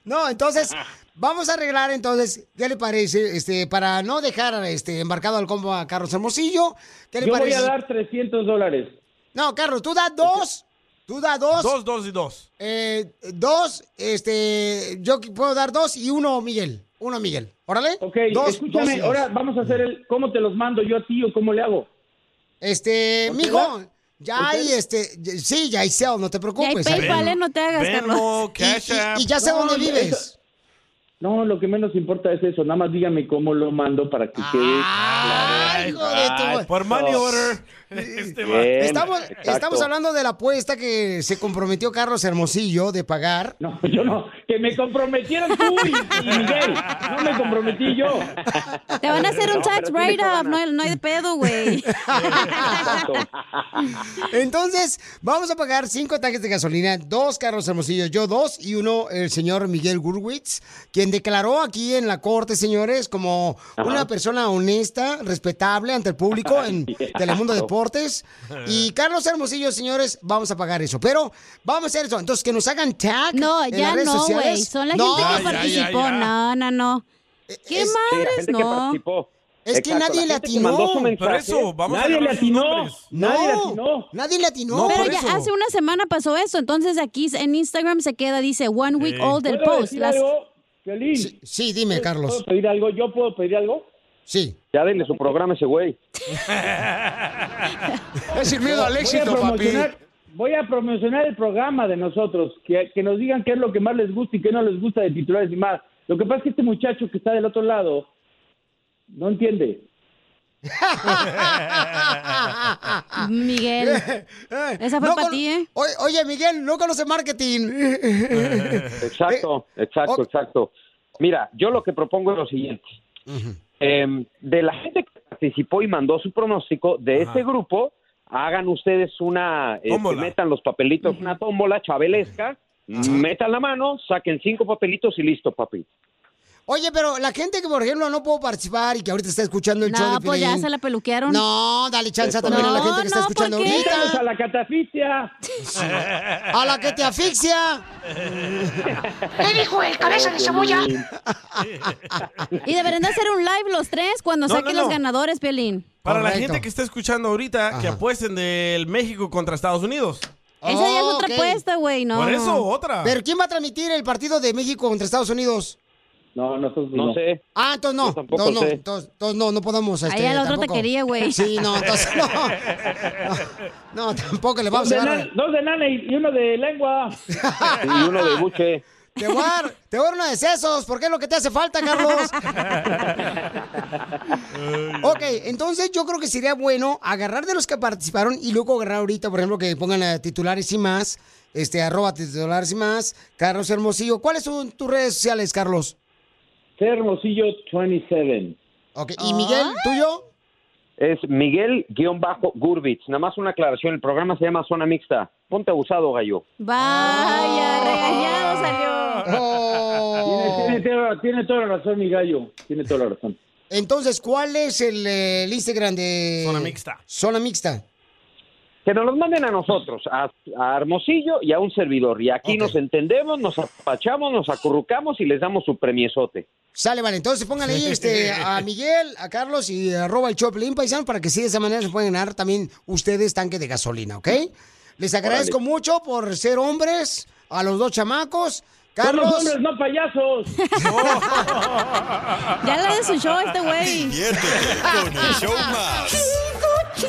Speaker 4: No, entonces vamos a arreglar entonces, ¿qué le parece? Este, para no dejar este embarcado al combo a Carlos Hermosillo, ¿qué le
Speaker 18: Yo voy
Speaker 4: parece?
Speaker 18: a dar 300 dólares.
Speaker 4: No, Carlos, tú da dos. Tú da dos.
Speaker 3: Dos, dos y dos.
Speaker 4: Eh, dos, este, yo qu- puedo dar dos y uno Miguel. Uno Miguel. Órale.
Speaker 18: Ok,
Speaker 4: dos,
Speaker 18: escúchame,
Speaker 4: dos y dos.
Speaker 18: ahora vamos a hacer el... ¿Cómo te los mando yo a ti o cómo le hago?
Speaker 4: Este,
Speaker 18: ¿Ok,
Speaker 4: mijo,
Speaker 18: va?
Speaker 4: ya hay
Speaker 18: ¿Ok?
Speaker 4: este, y- sí, ya hay Zelle, no te preocupes.
Speaker 18: Ya hay PayPal, eh, no te hagas, Venmo, Carlos.
Speaker 4: Y- y-
Speaker 18: Cash App.
Speaker 4: Y, ya sé
Speaker 18: No,
Speaker 4: dónde
Speaker 18: ya-
Speaker 4: vives.
Speaker 18: eso- No, lo que menos importa es eso. Nada más dígame cómo lo mando para que quede...
Speaker 4: hijo de tu-
Speaker 18: Exacto.
Speaker 3: Por money order. Este va.
Speaker 18: Bien,
Speaker 4: Estamos,
Speaker 18: exacto.
Speaker 4: estamos hablando de la apuesta que se comprometió Carlos Hermosillo de pagar.
Speaker 18: No, yo no. Que me comprometieron tú y, y Miguel. No me comprometí yo.
Speaker 2: Te van a hacer un
Speaker 18: No,
Speaker 2: tax
Speaker 18: pero sí me
Speaker 2: write-off, no, hay- no hay de pedo,
Speaker 18: (laughs)
Speaker 2: güey. (laughs)
Speaker 4: (laughs) Entonces, vamos a pagar cinco tanques de gasolina, dos Carlos Hermosillo, yo dos y uno el señor Miguel Gurwitz, quien declaró aquí en la corte, señores, como una persona honesta, respetable ante el público en Telemundo Deportes. Y Carlos Hermosillo, señores, vamos a pagar eso. Pero vamos a hacer eso. Entonces, que nos hagan tag.
Speaker 2: No,
Speaker 4: en
Speaker 2: ya
Speaker 4: las redes
Speaker 2: no, güey.
Speaker 4: sociales.
Speaker 2: Son la
Speaker 4: No,
Speaker 2: gente que participó. No, no, no. ¿Qué
Speaker 4: es- Sí, la
Speaker 2: madres?
Speaker 4: gente que
Speaker 2: No.
Speaker 9: participó.
Speaker 4: Es que nadie le atinó.
Speaker 18: Por eso, vamos a Nadie le agarrar sus atinó. nombres. Nadie le atinó.
Speaker 4: Nadie le atinó.
Speaker 2: Pero ya hace una semana pasó eso. Entonces aquí en Instagram se queda, dice, one week old el
Speaker 18: ¿Puedo
Speaker 2: post.
Speaker 18: decir
Speaker 2: Las-
Speaker 18: algo, Piolín?
Speaker 4: Sí, dime,
Speaker 18: ¿Puedo
Speaker 4: Carlos.
Speaker 18: pedir algo? ¿Yo puedo pedir algo?
Speaker 4: Sí.
Speaker 9: Ya denle su programa a ese güey.
Speaker 4: (laughs) Es el miedo al éxito,
Speaker 18: voy a
Speaker 4: papi.
Speaker 18: promocionar- Voy a promocionar el programa de nosotros, que, que nos digan qué es lo que más les gusta y qué no les gusta de titulares y más. Lo que pasa es que este muchacho que está del otro lado no entiende.
Speaker 2: Miguel.
Speaker 4: (laughs)
Speaker 2: Esa fue
Speaker 4: No
Speaker 2: para
Speaker 4: con-
Speaker 2: ti, ¿eh?
Speaker 4: Oye, oye, Miguel, no conoce marketing.
Speaker 3: (laughs)
Speaker 9: Exacto,
Speaker 4: Eh,
Speaker 9: exacto, exacto. Mira, yo lo que propongo es lo siguiente. Em, de la gente que participó y mandó su pronóstico, de
Speaker 18: Ajá.
Speaker 9: ese grupo, hagan ustedes una... este,
Speaker 18: Tómbola.
Speaker 9: metan los papelitos, en una tómbola chabelesca, metan la mano, saquen cinco papelitos y listo, papi.
Speaker 4: Oye, pero la gente que, por ejemplo, no pudo participar y que ahorita está escuchando el show
Speaker 2: No,
Speaker 4: de
Speaker 2: pues ya
Speaker 4: Piolín.
Speaker 2: se la peluquearon.
Speaker 4: No, dale chance también a la gente que está escuchando ahorita.
Speaker 18: a la catafixia!
Speaker 4: ¡A
Speaker 2: (laughs)
Speaker 4: la que te asfixia!
Speaker 18: ¿Qué dijo el cabeza de cebolla?
Speaker 2: Y deberían de hacer un live los tres cuando
Speaker 3: No,
Speaker 2: saquen
Speaker 3: no, no.
Speaker 2: los ganadores, Piolín.
Speaker 3: Para la gente que está escuchando ahorita, que apuesten del México contra Estados Unidos. Oh,
Speaker 2: Esa ya es otra
Speaker 4: Oh, Ok.
Speaker 2: apuesta, güey, ¿no?
Speaker 3: Por eso, otra.
Speaker 4: ¿Pero quién va a transmitir el partido de México contra Estados Unidos?
Speaker 18: No, nosotros
Speaker 9: No sé.
Speaker 4: Ah, entonces no.
Speaker 9: Yo tampoco
Speaker 4: no, no,
Speaker 9: sé.
Speaker 4: entonces, entonces no, no podemos. Este,
Speaker 2: Ahí a la otra
Speaker 4: tampoco.
Speaker 2: taquería, güey.
Speaker 4: Sí, no, entonces
Speaker 2: (laughs)
Speaker 4: no. No, tampoco le vamos a
Speaker 18: dos, de
Speaker 4: dar.
Speaker 18: nan- dos de nana y y uno
Speaker 4: (laughs)
Speaker 18: de lengua.
Speaker 9: (laughs) Y uno de buche.
Speaker 4: Te voy a dar, te voy a dar uno de sesos, porque es lo que te hace falta,
Speaker 18: (laughs)
Speaker 4: Carlos. ok, entonces yo creo que sería bueno agarrar de los que participaron y luego agarrar ahorita, por ejemplo, que pongan eh, titulares y más, este, arroba titulares y más, Carlos Hermosillo. ¿Cuáles son tus redes sociales, Carlos?
Speaker 18: Hermosillo 27.
Speaker 4: Ok, ¿y Miguel, tuyo?
Speaker 9: Es Miguel-Gurbitz. Nada más una aclaración. El programa se llama Zona Mixta. Ponte abusado, gallo.
Speaker 2: Vaya,
Speaker 27: Oh.
Speaker 2: regañado salió.
Speaker 18: Tiene, tiene toda- tiene toda la razón, mi gallo. Tiene toda la razón.
Speaker 4: Entonces, ¿cuál es el, eh, el Instagram de... Zona
Speaker 3: mixta.
Speaker 4: Zona mixta.
Speaker 9: Que nos los manden a nosotros, a, a Hermosillo y a un servidor. Y aquí nos entendemos, nos apachamos, nos acurrucamos y les damos su premiesote.
Speaker 4: Sale, vale. Entonces pónganle ahí este, a Miguel, a Carlos y arroba el Choplin Paisano para que sí de esa manera se pueden ganar también ustedes tanque de gasolina, ¿ok? Les agradezco mucho por ser hombres, a los dos chamacos. Carlos.
Speaker 18: Somos hombres, no payasos.
Speaker 4: (laughs)
Speaker 2: Ya la de su show este güey.
Speaker 6: Con el show más
Speaker 27: Chido,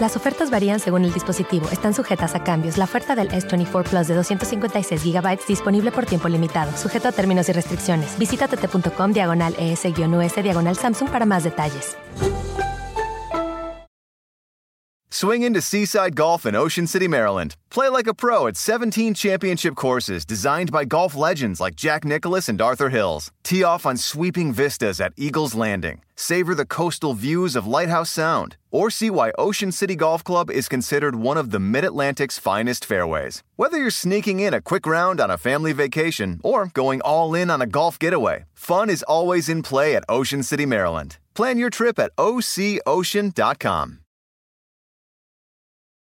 Speaker 28: Las ofertas varían según el dispositivo. Están sujetas a cambios. La oferta del S24 Plus de 256 GB disponible por tiempo limitado, sujeto a términos y restricciones. Visita tt.com diagonal E ES-US diagonal Samsung para más detalles.
Speaker 29: Swing into Seaside Golf in Ocean City, Maryland. Play like a pro at 17 championship courses designed by golf legends like Jack Nicholas and Arthur Hills. Tee off on sweeping vistas at Eagles Landing. Savor the coastal views of Lighthouse Sound. Or see why Ocean City Golf Club is considered one of the Mid Atlantic's finest fairways. Whether you're sneaking in a quick round on a family vacation or going all in on a golf getaway, fun is always in play at Ocean City, Maryland. Plan your trip at OCOcean.com.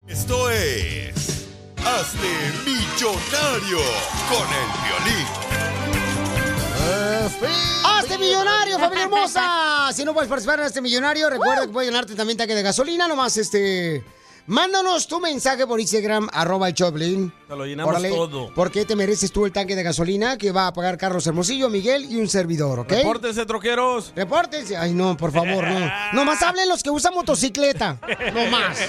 Speaker 6: Esto es Hazte Millonario con el violín.
Speaker 4: ¡Hazte ¡Ah, este millonario, familia hermosa! Si no puedes participar en este millonario, recuerda que puedes ganarte también tanque de gasolina. Nomás, este... Mándanos tu mensaje por Instagram, arroba el Choplin.
Speaker 3: Te lo llenamos
Speaker 4: Órale,
Speaker 3: todo.
Speaker 4: ¿Por qué te mereces tú el tanque de gasolina que va a pagar Carlos Hermosillo, Miguel y un servidor, ok?
Speaker 3: Repórtense, troqueros.
Speaker 4: Repórtense. Ay, no, por favor, no. Nomás hablen los que usan motocicleta. No más.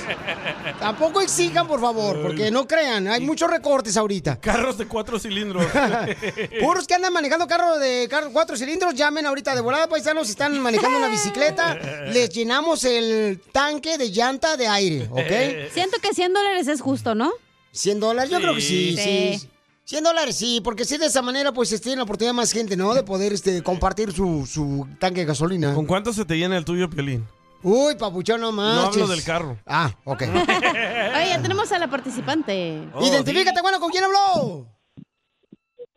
Speaker 4: Tampoco exijan, por favor, porque no crean. Hay muchos recortes ahorita.
Speaker 3: Carros de cuatro
Speaker 4: (laughs)
Speaker 3: cilindros. (laughs)
Speaker 4: Puros que andan manejando carro de car- cuatro cilindros, llamen ahorita de volada, paisanos, si están manejando una
Speaker 3: (laughs)
Speaker 4: bicicleta, les llenamos el tanque de llanta de aire,
Speaker 3: (laughs)
Speaker 4: ¿ok?
Speaker 2: Siento que 100 dólares es justo, ¿no?
Speaker 4: 100 dólares, yo creo que sí,
Speaker 2: Sí.
Speaker 4: sí. 100 dólares, sí, porque si de esa manera, pues, este, tiene la oportunidad más gente, ¿no? De poder, este, compartir su, su tanque de gasolina.
Speaker 3: ¿Con cuánto se te llena el tuyo, Piolín?
Speaker 4: Uy, papuchón, no
Speaker 3: No
Speaker 4: manches.
Speaker 3: hablo del carro.
Speaker 4: Ah,
Speaker 3: (laughs)
Speaker 4: ok.
Speaker 2: (laughs) Oye, ya tenemos a la participante.
Speaker 4: Oh, Identifícate, bueno, ¿con quién habló?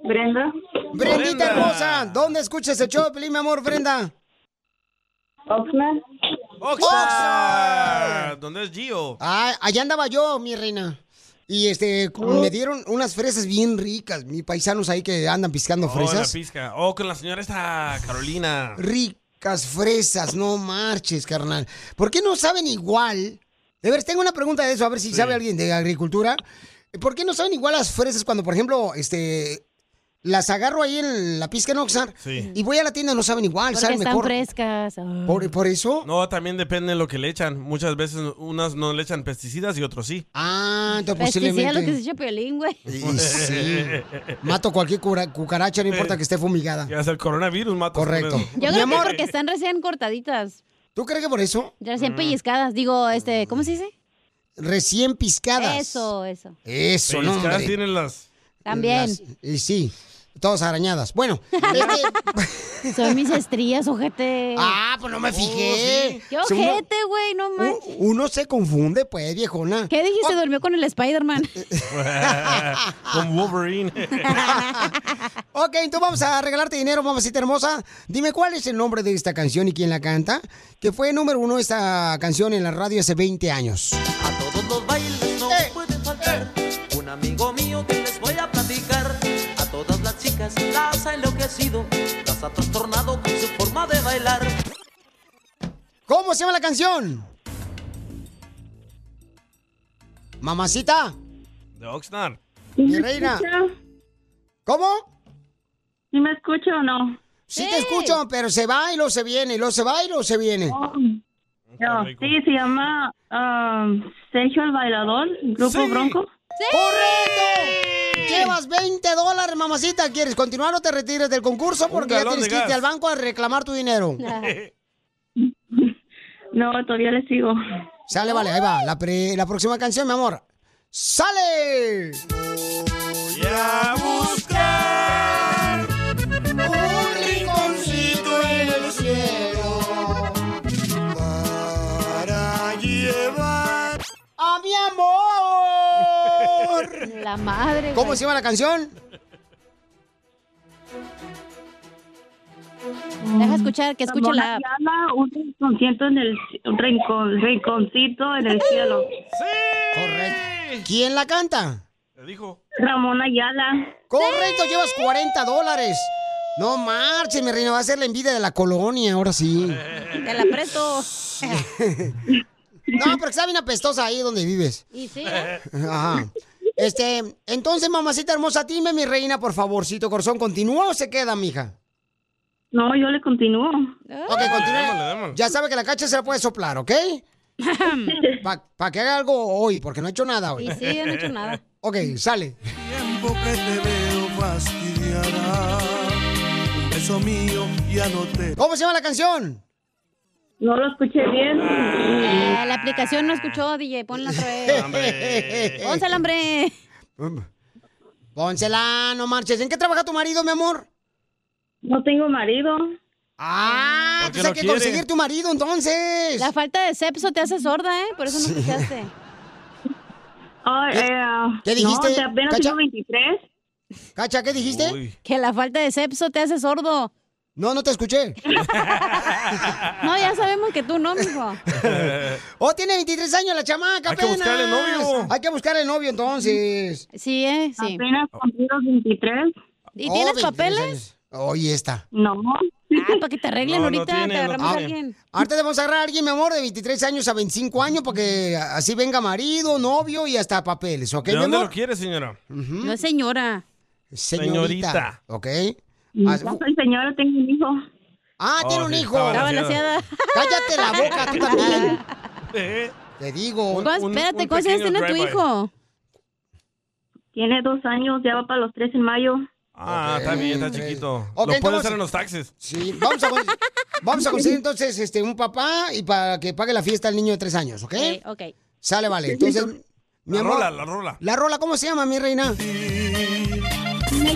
Speaker 4: Brenda. Brendita hermosa, ¿dónde escuchas el show, de Pelín, mi amor, Brenda? Oxnard.
Speaker 3: ¡Oxnard! ¿Dónde es Gio?
Speaker 4: Ah, allá andaba yo, mi reina. Y este, me dieron unas fresas bien ricas, mis paisanos ahí que andan piscando
Speaker 3: Oh, en la
Speaker 4: fresas.
Speaker 3: pizca. Oh, con la señora esta Carolina.
Speaker 4: Ricas fresas, no marches, carnal. ¿Por qué no saben igual? De ver, tengo una pregunta de eso, a ver si sabe alguien de agricultura. ¿Por qué no saben igual las fresas cuando, por ejemplo, este, las agarro ahí en la pizca en Oxnard
Speaker 3: Sí.
Speaker 4: Eh. y voy a la tienda, no saben igual,
Speaker 2: Porque
Speaker 4: saben
Speaker 2: están
Speaker 4: mejor? Pues
Speaker 2: frescas.
Speaker 4: Por, por eso.
Speaker 3: No, también depende de lo que le echan. Muchas veces unas no le echan pesticidas y otros sí.
Speaker 4: Ah, entonces
Speaker 2: Pesticida
Speaker 4: posiblemente.
Speaker 2: lo que se echa Piolín, güey.
Speaker 4: Y sí. Mato cualquier cura- cucaracha, no importa que esté fumigada.
Speaker 3: Eh, Ya es el coronavirus, mata.
Speaker 4: Correcto.
Speaker 2: Yo creo que porque están recién cortaditas.
Speaker 4: ¿Tú crees que por eso?
Speaker 2: Recién
Speaker 4: Mm.
Speaker 2: pellizcadas. Digo, este, ¿cómo se dice?
Speaker 4: Recién piscadas.
Speaker 2: Eso, eso.
Speaker 4: Eso, no,
Speaker 3: Pellizcadas
Speaker 4: hombre.
Speaker 3: tienen las...
Speaker 2: También.
Speaker 4: Las- y sí, todas arañadas. Bueno,
Speaker 2: Son mis estrías, ojete.
Speaker 4: Ah, pues no
Speaker 3: Oh,
Speaker 4: me fijé.
Speaker 2: Qué
Speaker 4: Si uno-
Speaker 2: Oh, ojete, güey, no más.
Speaker 4: u- uno se confunde, pues, viejona.
Speaker 2: ¿Qué dijiste? Durmió con el Spider-Man.
Speaker 3: (laughs) Con Wolverine.
Speaker 4: Ok, entonces vamos a regalarte dinero, mamacita hermosa. Dime cuál es el nombre de esta canción y quién la canta, que fue número uno esta canción en la radio hace 20 años.
Speaker 7: Todos los bailes no
Speaker 27: Eh.
Speaker 7: pueden faltar. Un amigo mío que les voy a platicar. A todas las chicas las ha enloquecido, las ha trastornado con su forma
Speaker 30: forma de bailar.
Speaker 4: ¿Cómo se llama la canción? Mamacita,
Speaker 3: De Oxnard.
Speaker 4: mi reina. ¿Cómo?
Speaker 10: ¿Sí me escucha o no?
Speaker 4: Sí, te escucho, pero se va y luego se viene, y luego se va y luego se viene.
Speaker 10: Oh. No, sí, se llama um, Sergio el Bailador, Grupo Bronco.
Speaker 4: ¡Correcto! Llevas 20 dólares, mamacita. ¿Quieres continuar o te retires del concurso? Porque ya
Speaker 10: galón
Speaker 4: tienes
Speaker 10: de
Speaker 4: que irte
Speaker 10: gas.
Speaker 4: al banco a reclamar tu dinero.
Speaker 2: Ah.
Speaker 10: No, todavía le sigo.
Speaker 4: Sale, vale, ahí va. La, pre- la próxima canción, mi amor. ¡Sale!
Speaker 20: a buscar un rinconcito en el cielo para llevar.
Speaker 4: ¡A mi amor!
Speaker 2: La madre.
Speaker 4: ¿Cómo
Speaker 2: güey.
Speaker 4: se llama la canción?
Speaker 2: Deja escuchar, que escuche la.
Speaker 10: Ramona Ayala, un rinconcito en el un rincon- rinconcito en el cielo.
Speaker 4: Correcto. ¿Quién la canta?
Speaker 3: Te dijo.
Speaker 4: Ramona Ayala. Correcto, llevas 40 dólares. No marches, mi reina, va a ser la envidia de la colonia, ahora sí.
Speaker 2: Te la presto.
Speaker 4: (laughs) No, porque está bien apestosa ahí donde vives.
Speaker 2: Y sí, ¿eh?
Speaker 4: Ajá. Este, entonces, mamacita hermosa, dime, mi reina, por favorcito, corazón, ¿continúa o se queda, mija?
Speaker 10: No, yo le continúo.
Speaker 4: Ok, continúa. Ya sabe que la cacha se la puede soplar, ¿ok? Para que haga algo hoy, porque no he hecho nada hoy.
Speaker 20: Y sí, yo no he hecho nada.
Speaker 4: Ok, sale.
Speaker 20: Tiempo que te veo fastidiada. Un beso mío ya no te.
Speaker 4: ¿Cómo se llama la canción?
Speaker 10: No lo escuché bien.
Speaker 2: Eh, la aplicación no escuchó, DJ. Ponla otra vez.
Speaker 4: (laughs) Hombre.
Speaker 2: Pónsela, hombre.
Speaker 4: Pónsela, no marches. ¿En qué trabaja tu marido, mi amor?
Speaker 10: No tengo marido.
Speaker 4: Ah,
Speaker 10: Porque
Speaker 4: entonces hay
Speaker 10: no
Speaker 4: que
Speaker 10: quiere.
Speaker 4: conseguir tu marido, entonces.
Speaker 2: La falta de sexo te hace sorda, ¿eh? Por eso no escuchaste.
Speaker 10: (laughs) Ay, eh, ah,
Speaker 2: ¿Qué dijiste,
Speaker 10: No, o sea, apenas
Speaker 2: Cacha?
Speaker 10: tengo 23.
Speaker 4: Cacha, ¿qué dijiste?
Speaker 2: Que la falta de sexo te hace sordo.
Speaker 4: No, no te escuché.
Speaker 2: (laughs) no, ya sabemos que tú no, mijo.
Speaker 4: (laughs) Oh, tiene 23 años la chamaca,
Speaker 2: Hay que
Speaker 4: apenas.
Speaker 2: buscarle novio.
Speaker 4: Hay que buscarle novio, entonces.
Speaker 2: Sí, eh, sí.
Speaker 10: Apenas cumplidos 23.
Speaker 2: ¿Y
Speaker 4: Oh,
Speaker 2: tienes papeles?
Speaker 4: Hoy está.
Speaker 10: No.
Speaker 2: Ah, para que te arreglen
Speaker 4: No, no
Speaker 2: ahorita,
Speaker 4: tiene,
Speaker 2: te
Speaker 4: no
Speaker 2: agarramos a
Speaker 4: tiene.
Speaker 2: alguien.
Speaker 4: Ah, Ahorita te vamos a agarrar a alguien, mi amor, de 23 años a 25 años, porque así venga marido, novio y hasta papeles, ¿ok,
Speaker 3: ¿De
Speaker 4: mi
Speaker 3: dónde
Speaker 4: amor?
Speaker 3: lo quiere, señora?
Speaker 2: No es señora.
Speaker 3: Señorita.
Speaker 4: ¿Ok?
Speaker 10: No soy señora, tengo un hijo.
Speaker 4: Ah,
Speaker 3: Oh, tiene un sí, hijo. está Está balanceada.
Speaker 4: (laughs) Cállate la boca,
Speaker 2: (laughs)
Speaker 4: tú también. Te digo.
Speaker 10: Un- un-
Speaker 2: espérate,
Speaker 10: un
Speaker 2: ¿cuántos
Speaker 10: pequeño
Speaker 2: años tiene tu
Speaker 10: drive-by.
Speaker 2: hijo?
Speaker 10: Tiene dos años, ya va para los tres en mayo.
Speaker 3: Ah, está bien, está chiquito.
Speaker 10: Ok,
Speaker 3: lo puede
Speaker 10: entonces-
Speaker 3: hacer en los taxis.
Speaker 4: Sí, vamos a, (laughs) con- vamos a conseguir entonces este, un papá y para que pague la fiesta al niño de 3 años, ¿ok?
Speaker 2: Eh, Ok.
Speaker 4: Sale, vale. Entonces, mi
Speaker 3: La
Speaker 4: amor.
Speaker 3: rola, la rola.
Speaker 4: La rola, ¿cómo se llama, mi reina?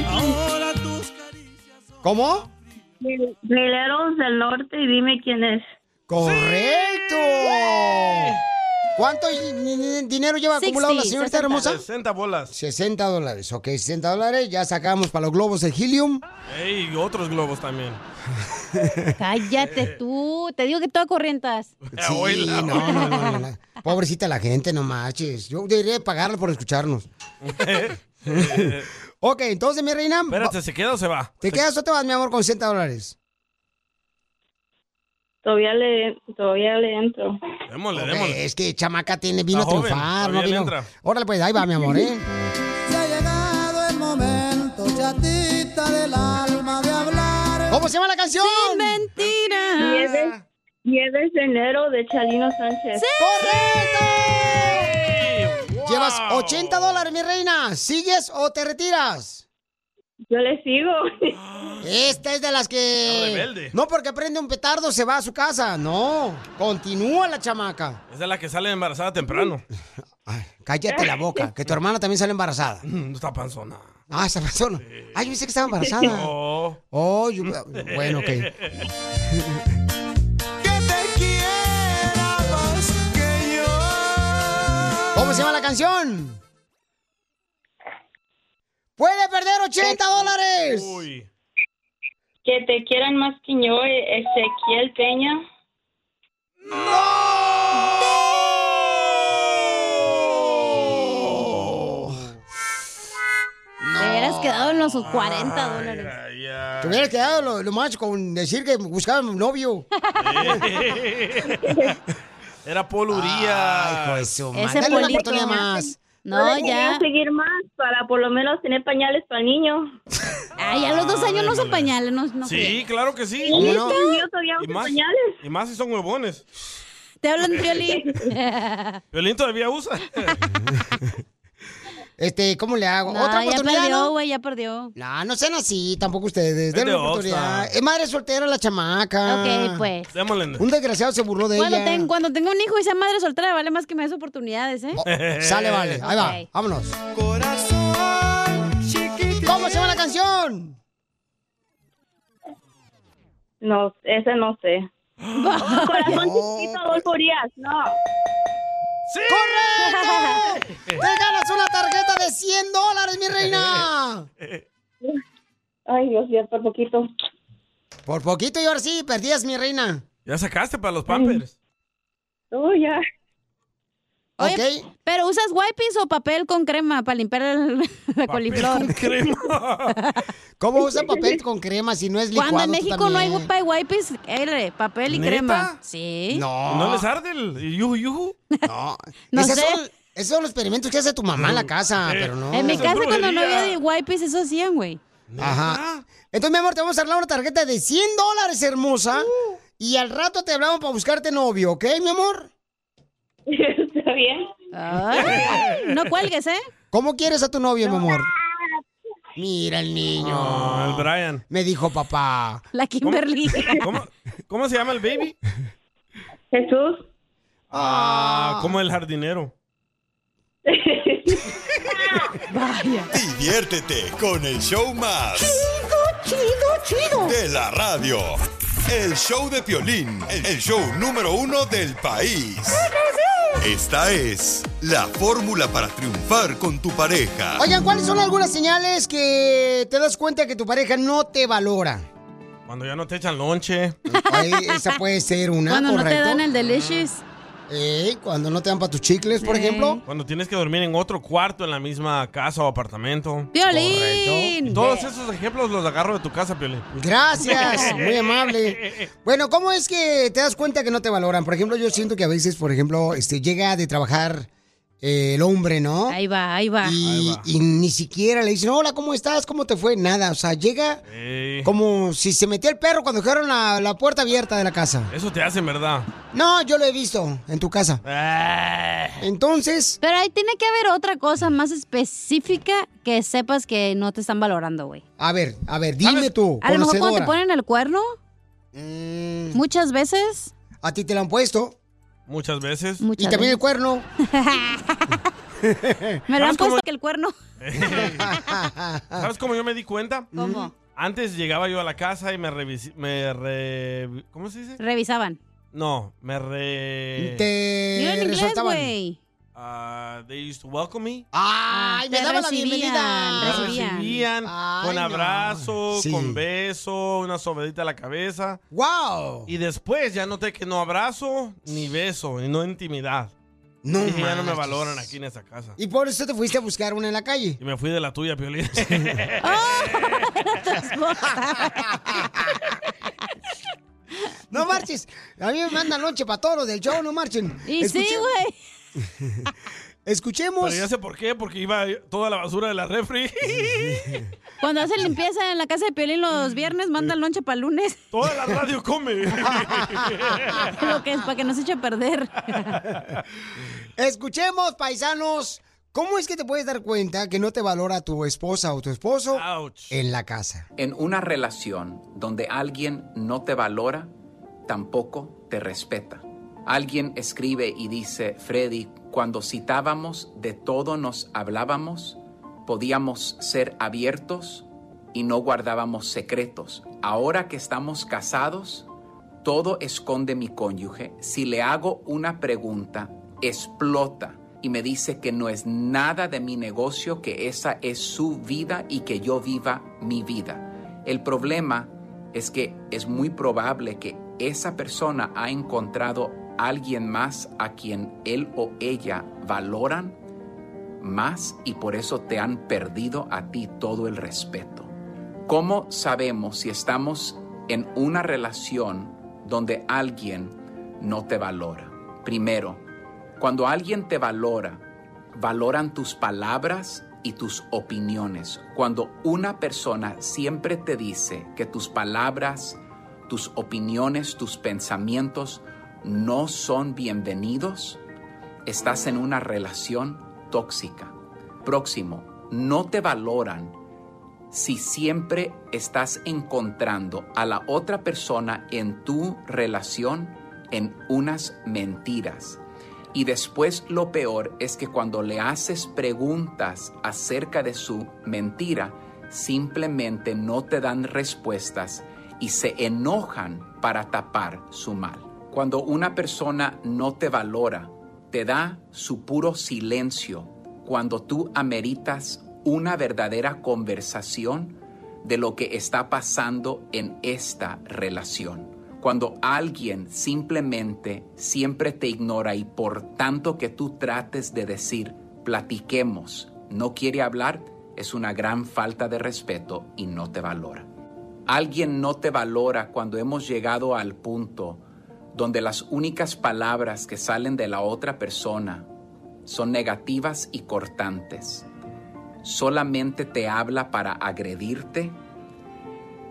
Speaker 10: Ahora
Speaker 4: ¿Cómo?
Speaker 10: Rileros del Norte y dime quién es.
Speaker 4: ¡Correcto! ¿Cuánto ni- ni- dinero lleva acumulado la señorita hermosa?
Speaker 3: 60 bolas.
Speaker 4: 60 dólares, ok, 60 dólares. Ya sacamos para los globos el helium.
Speaker 3: Ey, y otros globos también.
Speaker 2: Cállate tú. Te digo que tú acorrientas.
Speaker 4: Sí, no, (laughs) no, no, no, no. Pobrecita la gente, no marches. Yo debería pagarle por escucharnos. ok, entonces, mi reina.
Speaker 3: (laughs) Espérate, ¿se queda o se va?
Speaker 4: ¿Te quedas o te vas, mi amor, con 60 dólares?
Speaker 10: Todavía le, todavía le entro.
Speaker 3: Démosle,
Speaker 4: Ok,
Speaker 3: démosle.
Speaker 4: Eh, Es que chamaca tiene, vino
Speaker 3: Está
Speaker 4: a
Speaker 3: joven,
Speaker 4: triunfar, no
Speaker 3: todavía le
Speaker 4: vino.
Speaker 3: entra.
Speaker 4: Órale, pues, ahí va, mi amor, ¿eh?
Speaker 20: Se ha llegado el momento, chatita del alma, de hablar.
Speaker 4: ¿Cómo se llama la canción?
Speaker 20: Sin mentiras.
Speaker 10: Nieves, Nieves de enero de Chalino Sánchez.
Speaker 4: ¡Correcto! Llevas 80 dólares, mi reina. ¿Sigues o te retiras?
Speaker 10: Yo le sigo.
Speaker 4: Esta es de las que. No, porque prende un petardo, se va a su casa. No. Continúa la chamaca.
Speaker 3: Es de la que sale embarazada temprano.
Speaker 4: Cállate la boca, que tu hermana también sale embarazada.
Speaker 3: (laughs) No está panzona.
Speaker 4: Ah, esa persona. Ay, yo pensé que estaba embarazada.
Speaker 3: (laughs) No.
Speaker 4: Oh, yo- bueno, ok. ¿Cómo se llama la canción? ¡Puede perder 80 dólares!
Speaker 10: Que te quieran más que yo, eh, Ezequiel Peña.
Speaker 2: Te hubieras quedado en los 40 dólares.
Speaker 3: ya.
Speaker 4: Te hubieras quedado lo, lo más con decir que buscaba un
Speaker 2: (laughs)
Speaker 4: novio.
Speaker 3: (laughs) Era Paul Uría. Ay, pues su
Speaker 4: Ese Dale una Polito. oportunidad más.
Speaker 2: No, ya.
Speaker 10: seguir más para por lo menos tener pañales para el niño.
Speaker 2: Ay, a los dos años no usan pañales, no, no
Speaker 3: Sí, claro que sí.
Speaker 10: ¿Cómo no? Sí, yo todavía
Speaker 3: Y
Speaker 10: uso
Speaker 3: más,
Speaker 10: pañales.
Speaker 3: y más si son huevones.
Speaker 2: Te hablan
Speaker 4: (laughs)
Speaker 2: Piolín. (laughs)
Speaker 3: Violín todavía usa.
Speaker 4: Este, ¿cómo le hago?
Speaker 2: No,
Speaker 4: Otra
Speaker 2: ya
Speaker 4: oportunidad.
Speaker 2: perdió,
Speaker 4: ¿no?
Speaker 2: güey, ya perdió.
Speaker 4: No, no sean así, tampoco ustedes. Denle
Speaker 3: de
Speaker 4: una oportunidad.
Speaker 3: Oxxo.
Speaker 4: Es madre soltera la chamaca.
Speaker 2: Ok, pues.
Speaker 3: Démosle.
Speaker 4: Un desgraciado se burló de
Speaker 2: Cuando,
Speaker 4: ella.
Speaker 2: ten- cuando tenga un hijo y sea madre soltera, vale más que me des oportunidades, (laughs) ¿eh?
Speaker 4: Oh, Sale, vale. Ahí va.
Speaker 2: Ok.
Speaker 4: Vámonos. ¿Cómo se llama la canción?
Speaker 10: No, ese no
Speaker 2: (laughs)
Speaker 10: sé. Corazón chiquito, Adolfo Urias, no.
Speaker 4: ¡Correcto! ¡Te ganas una tarjeta de 100 dólares, mi reina!
Speaker 10: Ay, Dios mío, por poquito.
Speaker 4: Por poquito y ahora sí, perdías, mi reina.
Speaker 3: Ya sacaste para los Pampers.
Speaker 10: Oh, ya.
Speaker 2: Oye, pero ¿usas wipes o papel con crema para limpiar el- (laughs) la coliflor?
Speaker 4: (laughs) ¿Cómo usa papel con crema si no (laughs) es licuado?
Speaker 2: Cuando en
Speaker 4: tú
Speaker 2: México no hay
Speaker 4: también?
Speaker 2: wipe- wipes, R, papel y
Speaker 4: ¿Neta?
Speaker 2: crema. Sí.
Speaker 4: No.
Speaker 3: ¿No les arde el yuju yuju?
Speaker 4: No.
Speaker 2: (laughs) No
Speaker 4: Esas
Speaker 2: sé.
Speaker 4: son- esos son los experimentos que hace tu mamá en la casa,
Speaker 3: Eh,
Speaker 4: pero no.
Speaker 2: En mi casa cuando no había de wipes, eso hacían, güey.
Speaker 4: Ajá. Entonces, mi amor, te vamos a arreglar una tarjeta de 100 dólares, hermosa.
Speaker 2: Uh.
Speaker 4: Y al rato te hablamos para buscarte novio, ¿ok, mi amor?
Speaker 10: (laughs) Está bien.
Speaker 2: Ay, no
Speaker 3: (laughs)
Speaker 2: cuelgues, ¿eh?
Speaker 4: ¿Cómo quieres a tu novio, mi amor? Mira el niño.
Speaker 3: Ah, el Brian.
Speaker 4: Me dijo papá.
Speaker 2: La Kimberly. (laughs)
Speaker 3: ¿Cómo, cómo se llama el baby?
Speaker 10: Jesús.
Speaker 3: Ah, como el jardinero.
Speaker 2: Vaya.
Speaker 6: Diviértete con el show más. Chido, chido, chido. De la radio. El show de Piolín. El show número uno del país. Esta es la fórmula para triunfar con tu pareja.
Speaker 4: Oigan, ¿cuáles son algunas señales que te das cuenta que tu pareja no te valora?
Speaker 3: Cuando ya no te echan lonche.
Speaker 4: Ay, esa puede ser una,
Speaker 2: Cuando no te
Speaker 4: ¿correcto?
Speaker 2: dan el delicious.
Speaker 4: Eh, cuando no te dan para tus chicles, por ejemplo.
Speaker 3: Cuando tienes que dormir en otro cuarto en la misma casa o apartamento.
Speaker 2: Piolín.
Speaker 3: Todos esos ejemplos los agarro de tu casa, Piolín. (laughs)
Speaker 4: Gracias, muy amable. Bueno, ¿cómo es que te das cuenta que no te valoran? Por ejemplo, yo siento que a veces, por ejemplo, este, llega de trabajar eh, el hombre, ¿no?
Speaker 2: Ahí va, ahí va.
Speaker 4: Y, y ni siquiera le dicen, hola, ¿cómo estás? ¿Cómo te fue? Nada, o sea, llega como si se metía el perro cuando dejaron la, la puerta abierta de la casa.
Speaker 3: Eso te hacen, ¿verdad?
Speaker 4: No, yo lo he visto en tu casa. Ah. Entonces.
Speaker 2: Pero ahí tiene que haber otra cosa más específica que sepas que no te están valorando, güey.
Speaker 4: A ver, a ver, dime tú,
Speaker 2: A lo mejor cuando
Speaker 4: conocedora.
Speaker 2: te
Speaker 4: Mm,
Speaker 2: ponen el cuerno, muchas veces.
Speaker 4: A ti te lo han puesto.
Speaker 3: Muchas veces.
Speaker 4: y también el
Speaker 2: (laughs)
Speaker 4: cuerno.
Speaker 2: Me lo han
Speaker 3: ¿Sabes cómo-
Speaker 2: puesto que el cuerno.
Speaker 3: (laughs) ¿Sabes cómo yo me di cuenta?
Speaker 2: ¿Cómo?
Speaker 3: Antes llegaba yo a la casa y me revisé. Me re... ¿Cómo se dice?
Speaker 2: Revisaban.
Speaker 3: No, me re.
Speaker 2: Yo en inglés, güey.
Speaker 3: Ah, they used to welcome me.
Speaker 4: Ah, ¡Ay, me
Speaker 2: Te
Speaker 4: daban la
Speaker 2: recibían,
Speaker 4: bienvenida!
Speaker 3: Me
Speaker 2: recibían.
Speaker 3: recibían
Speaker 4: Ay,
Speaker 3: con
Speaker 4: no.
Speaker 3: abrazo,
Speaker 4: Sí.
Speaker 3: con beso, una sobadita a la cabeza.
Speaker 4: ¡Wow!
Speaker 3: Y después ya noté que no abrazo, ni beso, ni no intimidad.
Speaker 4: No
Speaker 3: Dije, ya no me
Speaker 4: manches.
Speaker 3: valoran aquí en esta casa.
Speaker 4: Y por eso te fuiste a buscar una en la calle.
Speaker 3: Y me fui de la tuya, Piolín.
Speaker 4: (laughs) No marches. A mí me mandan lonche para todos los del show, no marchen.
Speaker 2: Y sí,
Speaker 4: Escuche-
Speaker 2: güey.
Speaker 4: Escuchemos.
Speaker 3: Pero ya sé por qué, porque iba toda la basura de la refri.
Speaker 2: Cuando hacen limpieza en la casa de Piolín los viernes, manda el lonche para el
Speaker 3: (laughs)
Speaker 2: lunes.
Speaker 3: (laughs) toda la radio come.
Speaker 4: (laughs)
Speaker 2: (laughs) Lo que es para que no se eche a perder.
Speaker 4: Escuchemos, paisanos. ¿Cómo es que te puedes dar cuenta que no te valora tu esposa o tu esposo en la casa?
Speaker 31: En una relación donde alguien no te valora, tampoco te respeta. Alguien escribe y dice, Freddy, cuando citábamos, de todo nos hablábamos, podíamos ser abiertos y no guardábamos secretos. Ahora que estamos casados, todo esconde mi cónyuge. Si le hago una pregunta, explota y me dice que no es nada de mi negocio, que esa es su vida y que yo viva mi vida. El problema es que es muy probable que esa persona ha encontrado alguien más a quien él o ella valoran más y por eso te han perdido a ti todo el respeto. ¿Cómo sabemos si estamos en una relación donde alguien no te valora? Primero, cuando alguien te valora, valoran tus palabras y tus opiniones. Cuando una persona siempre te dice que tus palabras, tus opiniones, tus pensamientos no son bienvenidos, estás en una relación tóxica. Próximo, no te valoran si siempre estás encontrando a la otra persona en tu relación en unas mentiras. Y después lo peor es que cuando le haces preguntas acerca de su mentira, simplemente no te dan respuestas y se enojan para tapar su mal. Cuando una persona no te valora, te da su puro silencio cuando tú ameritas una verdadera conversación de lo que está pasando en esta relación. Cuando alguien simplemente siempre te ignora y por tanto que tú trates de decir platiquemos, no quiere hablar, es una gran falta de respeto y no te valora. Alguien no te valora cuando hemos llegado al punto donde las únicas palabras que salen de la otra persona son negativas y cortantes. Solamente te habla para agredirte,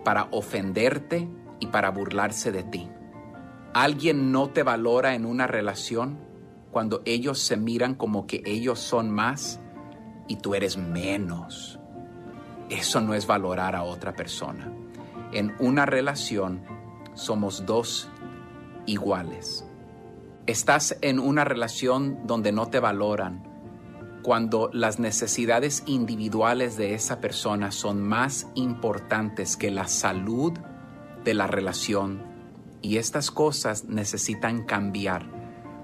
Speaker 31: para ofenderte y para burlarse de ti. Alguien no te valora en una relación cuando ellos se miran como que ellos son más y tú eres menos. Eso no es valorar a otra persona. En una relación somos dos iguales. Estás en una relación donde no te valoran cuando las necesidades individuales de esa persona son más importantes que la salud de la relación. Y estas cosas necesitan cambiar